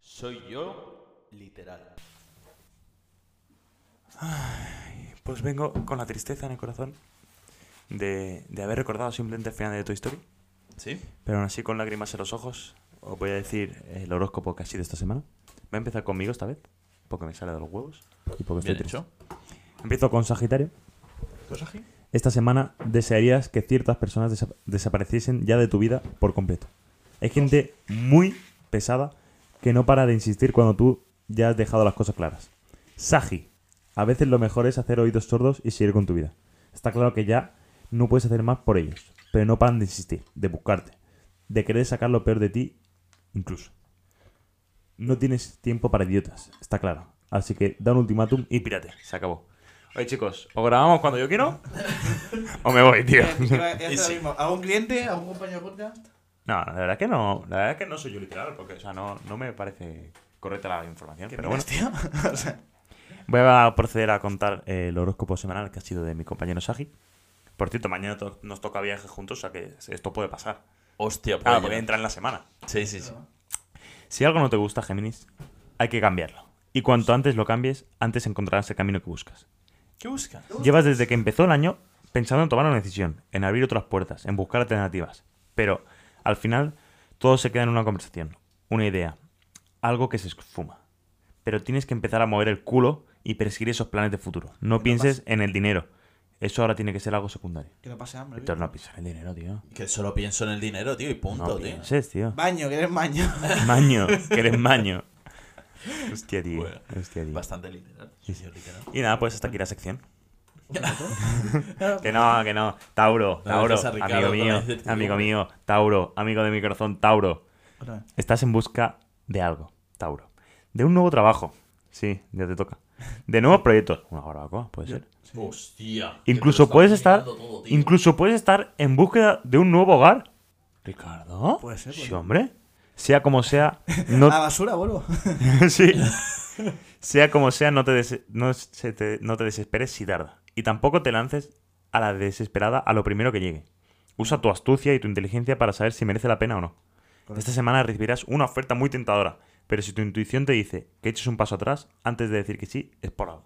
Speaker 1: Soy yo, literal.
Speaker 2: Pues vengo con la tristeza en el corazón de, de haber recordado simplemente el final de Toy Story,
Speaker 1: ¿Sí?
Speaker 2: pero aún así con lágrimas en los ojos os voy a decir eh, el horóscopo casi de esta semana. Va a empezar conmigo esta vez, porque me sale de los huevos y porque estoy
Speaker 1: Bien
Speaker 2: triste.
Speaker 1: hecho.
Speaker 2: Empiezo con Sagitario.
Speaker 3: ¿Pues aquí?
Speaker 2: Esta semana desearías que ciertas personas desa- desapareciesen ya de tu vida por completo. Hay gente muy pesada que no para de insistir cuando tú ya has dejado las cosas claras. Sagi, a veces lo mejor es hacer oídos sordos y seguir con tu vida. Está claro que ya no puedes hacer más por ellos, pero no paran de insistir, de buscarte, de querer sacar lo peor de ti incluso. No tienes tiempo para idiotas, está claro. Así que da un ultimátum y pírate, se acabó. Oye chicos, o grabamos cuando yo quiero o me voy, tío.
Speaker 3: ¿A un cliente? ¿A un compañero de podcast?
Speaker 2: No, la verdad que no, la verdad que no soy yo literal, porque o sea, no, no me parece correcta la información.
Speaker 3: ¿Qué
Speaker 2: Pero bueno,
Speaker 3: miras, tío? o sea,
Speaker 2: voy a proceder a contar eh, el horóscopo semanal que ha sido de mi compañero Sagi. Por cierto, mañana to- nos toca viaje juntos, o sea que esto puede pasar.
Speaker 1: Hostia,
Speaker 2: Claro,
Speaker 1: pues.
Speaker 2: porque entra en la semana.
Speaker 1: Sí, sí, sí.
Speaker 2: Si algo no te gusta, Géminis, hay que cambiarlo. Y cuanto antes lo cambies, antes encontrarás el camino que buscas.
Speaker 1: ¿Qué buscas?
Speaker 2: Llevas desde que empezó el año pensando en tomar una decisión, en abrir otras puertas, en buscar alternativas. Pero al final todo se queda en una conversación, una idea, algo que se esfuma. Pero tienes que empezar a mover el culo y perseguir esos planes de futuro. No pienses en el dinero. Eso ahora tiene que ser algo secundario.
Speaker 3: que no pase hambre.
Speaker 2: Víctor, no pienses en el dinero, tío.
Speaker 1: Que solo pienso en el dinero, tío, y punto,
Speaker 2: No
Speaker 1: tío.
Speaker 2: pienses, tío.
Speaker 3: Baño, que eres baño.
Speaker 2: Maño, que eres maño. Hostia, tío.
Speaker 1: Bueno,
Speaker 2: Hostia, tío.
Speaker 1: Bastante literal. Señor literal.
Speaker 2: Y nada, pues hasta aquí la sección. Que no, que no. Tauro,
Speaker 1: No
Speaker 2: Tauro,
Speaker 1: dejes a Ricardo
Speaker 2: amigo
Speaker 1: con
Speaker 2: mío,
Speaker 1: ese tío.
Speaker 2: amigo mío, Tauro, amigo de mi corazón, Tauro.
Speaker 3: Otra vez.
Speaker 2: Estás en busca de algo, Tauro. De un nuevo trabajo. Sí, ya te toca. De nuevos proyectos. Una barbacoa, puede ser.
Speaker 1: Hostia. que te lo
Speaker 2: Incluso
Speaker 1: está
Speaker 2: puedes estar.
Speaker 1: imaginando todo, tío.
Speaker 2: incluso puedes estar en búsqueda de un nuevo hogar. Ricardo.
Speaker 3: Puede ser, puede
Speaker 2: Sí,
Speaker 3: ser.
Speaker 2: hombre. Sea como sea, no,
Speaker 3: A la basura, vuelvo.
Speaker 2: sí. Sea como sea, no te, des- no, se te- no te desesperes si tarda. Y tampoco te lances a la desesperada a lo primero que llegue. Usa tu astucia y tu inteligencia para saber si merece la pena o no. Esta semana recibirás una oferta muy tentadora, pero si tu intuición te dice que eches un paso atrás antes de decir que sí, es por algo.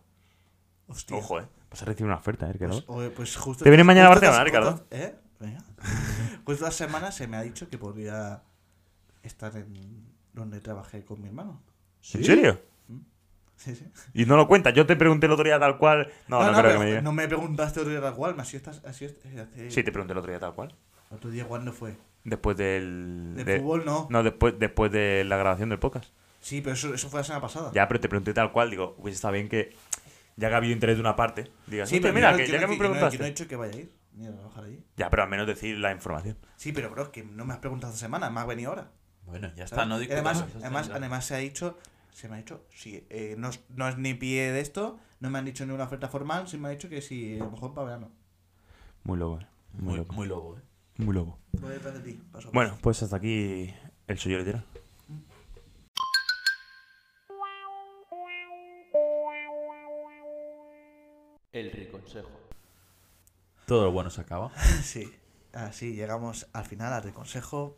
Speaker 3: Hostia.
Speaker 2: Ojo, eh. Vas a recibir una oferta, eh, Ricardo.
Speaker 3: Pues, oye, pues justo.
Speaker 2: Te viene mañana a
Speaker 3: justo
Speaker 2: Barcelona,
Speaker 3: las-
Speaker 2: Ricardo.
Speaker 3: ¿Eh? Venga. Justo la semana se me ha dicho que podría estar en donde trabajé con mi hermano.
Speaker 2: ¿En serio?
Speaker 3: Sí, sí.
Speaker 2: Y no lo cuentas. Yo te pregunté el otro día tal cual. No, no, creo que
Speaker 3: pero
Speaker 2: me diga.
Speaker 3: no me preguntaste otro día tal cual, me ha sido esta- ha sido esta- eh, hace-
Speaker 2: Sí, te pregunté el otro día tal cual.
Speaker 3: Otro día, ¿cuándo fue?
Speaker 2: Después del.
Speaker 3: De
Speaker 2: de-
Speaker 3: fútbol, no.
Speaker 2: No, después, después de la grabación del podcast.
Speaker 3: Sí, pero eso, eso fue la semana pasada.
Speaker 2: Ya, pero te pregunté tal cual, digo, hubiese estado bien que ya que ha habido interés de una parte, digas, sí, pero
Speaker 3: yo
Speaker 2: mira,
Speaker 3: no-
Speaker 2: que
Speaker 3: yo
Speaker 2: ya
Speaker 3: no-
Speaker 2: que me
Speaker 3: yo no- Yo no he
Speaker 2: preguntaste.
Speaker 3: dicho que vaya a ir, ni a trabajar allí.
Speaker 2: Ya, pero al menos decir la información.
Speaker 3: Sí, pero bro, que no me has preguntado esta semana, me has venido ahora.
Speaker 1: Bueno, ya está,
Speaker 3: ¿sabes?
Speaker 1: no
Speaker 3: Y
Speaker 1: discutamos.
Speaker 3: además,
Speaker 1: Eso está
Speaker 3: además,
Speaker 1: claro.
Speaker 3: además se ha dicho, se me ha dicho, sí, eh, no, es- no es ni pie de esto, no me han dicho ni una oferta formal, sí me ha dicho que sí, eh, a lo mejor para verano.
Speaker 2: Muy lobo, eh. Muy,
Speaker 1: Muy,
Speaker 2: lobo.
Speaker 1: muy lobo, ¿eh?
Speaker 2: Muy lobo.
Speaker 3: Voy detrás de ti, paso a paso.
Speaker 2: Bueno, pues hasta aquí el suyo literal.
Speaker 4: El Riconsejo.
Speaker 1: Todo lo bueno se acaba.
Speaker 3: Sí, así llegamos al final, al reconsejo.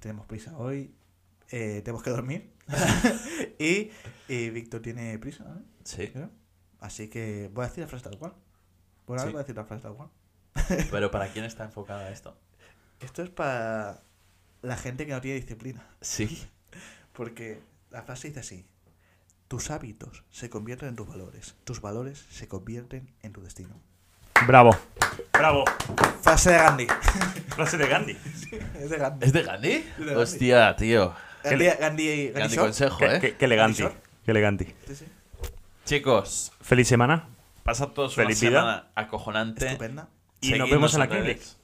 Speaker 3: Tenemos prisa hoy, eh, tenemos que dormir. y eh, Víctor tiene prisa, ¿no?
Speaker 1: Sí.
Speaker 3: Creo. Así que voy a decir la frase tal cual. Por ahora
Speaker 1: Sí.
Speaker 3: voy a decir la frase tal cual.
Speaker 1: Pero ¿para quién está enfocada esto?
Speaker 3: Esto es para la gente que no tiene disciplina.
Speaker 1: Sí.
Speaker 3: Porque la frase dice así. Tus hábitos se convierten en tus valores. Tus valores se convierten en tu destino.
Speaker 2: Bravo. Bravo.
Speaker 3: Frase de Gandhi.
Speaker 2: Frase de Gandhi.
Speaker 3: Es de Gandhi.
Speaker 1: ¿Es de Gandhi?
Speaker 3: Gandhi.
Speaker 1: Hostia, tío.
Speaker 3: Gandhi, Gandhi,
Speaker 1: Gandhi
Speaker 3: Shaw.
Speaker 1: consejo,
Speaker 2: qué,
Speaker 1: ¿eh?
Speaker 2: qué- qué elegante.
Speaker 3: Gandhi
Speaker 2: Qué elegante.
Speaker 3: Sí, sí.
Speaker 1: Chicos,
Speaker 2: Feliz semana.
Speaker 1: pasad todos una
Speaker 2: Feliz vida.
Speaker 1: semana acojonante.
Speaker 3: Estupenda.
Speaker 2: Y nos
Speaker 1: Seguidnos
Speaker 2: vemos en la
Speaker 1: redes.
Speaker 2: Kingdix.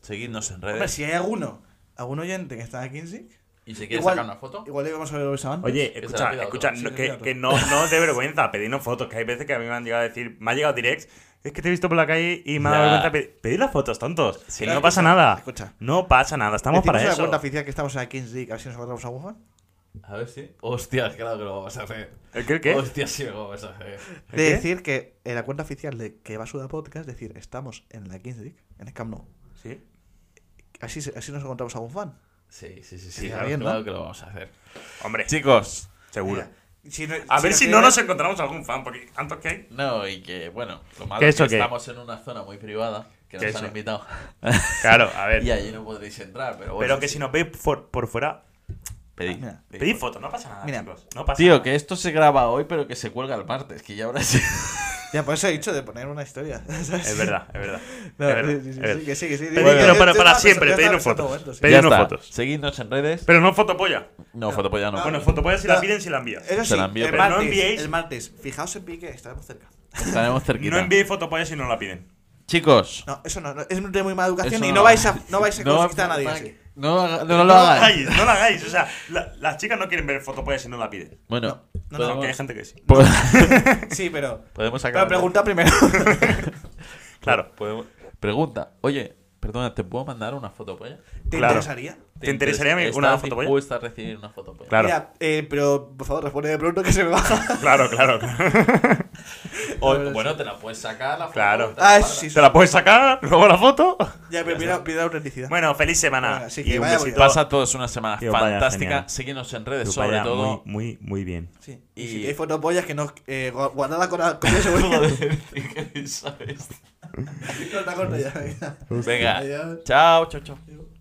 Speaker 1: Seguidnos en
Speaker 3: Hombre,
Speaker 1: redes.
Speaker 3: si hay alguno, algún oyente que está aquí en Kinsick,
Speaker 1: Y si quieres
Speaker 3: igual,
Speaker 1: sacar una foto,
Speaker 3: igual le vamos a ver esa antes.
Speaker 2: Oye,
Speaker 1: se
Speaker 2: escucha,
Speaker 1: la pida otro.
Speaker 2: escucha, no-
Speaker 3: Sí, se la pida
Speaker 2: que,
Speaker 3: otro.
Speaker 2: que no, no os dé vergüenza pedirnos fotos, que hay veces que a mí me han llegado a decir, me ha llegado direct, es que te he visto por la calle y me ha dado
Speaker 1: Ya.
Speaker 2: vergüenza pedir, pedir las fotos, tontos.
Speaker 1: Sí,
Speaker 2: que no
Speaker 1: escucha,
Speaker 2: pasa nada.
Speaker 3: escucha.
Speaker 2: No pasa nada, estamos
Speaker 3: Decimos
Speaker 2: para
Speaker 3: en la
Speaker 2: eso.
Speaker 3: cuenta oficial que estamos aquí en Kinsick, a ver si nos encontramos a Wuhan.
Speaker 1: a ver si. Hostia, claro que lo vamos a hacer.
Speaker 2: ¿El qué? el qué?
Speaker 1: Hostia, sí lo vamos a hacer.
Speaker 3: De
Speaker 2: ¿Qué?
Speaker 3: decir que en la cuenta oficial de que va Suda Podcast, decir, estamos en la Kinsick, en el Camp Nou.
Speaker 2: Sí.
Speaker 3: Así, se- así nos encontramos a Wuhan.
Speaker 1: Sí, sí, sí,
Speaker 3: Sí,
Speaker 1: sí. Claro,
Speaker 3: bien, ¿no?
Speaker 1: claro que lo vamos a hacer.
Speaker 2: Hombre,
Speaker 1: Chicos,
Speaker 2: seguro.
Speaker 3: Mira, si no-
Speaker 2: A ver si no
Speaker 3: quieres-
Speaker 2: nos encontramos algún fan, porque tanto que hay.
Speaker 1: no, y que bueno, lo malo
Speaker 2: ¿Qué
Speaker 1: es
Speaker 2: eso
Speaker 1: que
Speaker 2: qué?
Speaker 1: estamos en una zona muy privada que
Speaker 2: ¿Qué
Speaker 1: nos
Speaker 2: eso?
Speaker 1: han invitado.
Speaker 2: Claro, a ver.
Speaker 1: y allí no podréis entrar, pero
Speaker 3: pues,
Speaker 1: bueno.
Speaker 2: Pero que si nos veis por, por fuera,
Speaker 1: Pedid.
Speaker 3: Ah, mira.
Speaker 1: pedid.
Speaker 2: pedid fotos, no pasa nada,
Speaker 3: Mira.
Speaker 2: chicos. No pasa
Speaker 1: Tío,
Speaker 2: nada.
Speaker 1: que esto se graba hoy, pero que se cuelga el martes, que ya ahora sí.
Speaker 3: Ya, por eso he dicho de poner una historia. ¿sabes?
Speaker 2: Es verdad, es verdad.
Speaker 3: No,
Speaker 2: es verdad,
Speaker 3: sí, sí,
Speaker 2: es
Speaker 3: sí,
Speaker 2: verdad.
Speaker 3: sí, que sí, que sí.
Speaker 2: Pedid, pero para, para siempre, pedidnos fotos.
Speaker 3: Eso
Speaker 2: Pedidnos
Speaker 1: Ya está.
Speaker 2: fotos.
Speaker 1: Seguidnos en redes.
Speaker 2: Pero no fotopolla.
Speaker 1: No, fotopolla
Speaker 3: Ah,
Speaker 1: no.
Speaker 2: Bueno, fotopolla si la
Speaker 3: No.
Speaker 2: piden, si la envían.
Speaker 3: sí,
Speaker 1: la envío,
Speaker 3: el
Speaker 1: pero no
Speaker 3: martes,
Speaker 2: enviéis-
Speaker 3: el martes. Fijaos en pique, estaremos cerca.
Speaker 1: Estaremos cerquita.
Speaker 2: No enviéis fotopolla si no la piden.
Speaker 1: Chicos.
Speaker 3: No, eso no, no, es de muy mala educación
Speaker 1: eso
Speaker 3: y no vais a, no vais a
Speaker 1: no,
Speaker 3: conquistar a nadie
Speaker 1: Frank,
Speaker 3: así.
Speaker 1: No, haga- no lo
Speaker 2: No la
Speaker 1: hagáis.
Speaker 2: hagáis, no la hagáis. O sea, la- las chicas no quieren ver fotopolla si no la piden.
Speaker 1: Bueno,
Speaker 3: No, no,
Speaker 2: Pero
Speaker 1: podemos,
Speaker 2: que hay gente que sí.
Speaker 1: po-
Speaker 3: Sí, pero.
Speaker 1: podemos
Speaker 3: Pero
Speaker 1: acabar.
Speaker 3: pregunta primero.
Speaker 2: Claro.
Speaker 1: Podemos- Pregunta. Oye, perdona, ¿te puedo mandar una fotopolla?
Speaker 3: ¿Te
Speaker 2: Claro.
Speaker 3: interesaría?
Speaker 2: ¿Te interesaría
Speaker 1: interesa-
Speaker 2: una
Speaker 1: ¿Estás
Speaker 2: fotopolla?
Speaker 1: dispuesta a recibir una fotopolla?
Speaker 2: Claro.
Speaker 3: Mira, eh, pero por favor, responde de pronto que se me baja.
Speaker 2: Claro, claro, claro.
Speaker 1: O, bueno, te la puedes sacar la foto.
Speaker 2: Claro.
Speaker 1: te la
Speaker 3: Ah,
Speaker 1: guardas.
Speaker 3: sí,
Speaker 2: ¿Te la puedes sacar? Luego la foto.
Speaker 3: Ya, pero mira, pide autenticidad.
Speaker 2: Bueno, feliz semana.
Speaker 3: Venga, así que
Speaker 2: y un
Speaker 3: vaya
Speaker 2: besito.
Speaker 1: Pasa a todos una semana
Speaker 2: Tío, vaya,
Speaker 1: fantástica.
Speaker 2: genial.
Speaker 1: Síguenos en redes,
Speaker 2: Que
Speaker 1: sobre
Speaker 2: vaya
Speaker 1: todo.
Speaker 2: Muy, muy, muy bien.
Speaker 3: Sí. Y,
Speaker 1: Y-
Speaker 3: si hay fotopollas que no. Eh, gu- guardadla con la. Con ese bolsillo.
Speaker 1: Joder, ¿qué sabes?
Speaker 3: Corta, corta ya. venga.
Speaker 1: Venga,
Speaker 3: Adiós.
Speaker 1: chao, chao, chao.
Speaker 3: Adiós.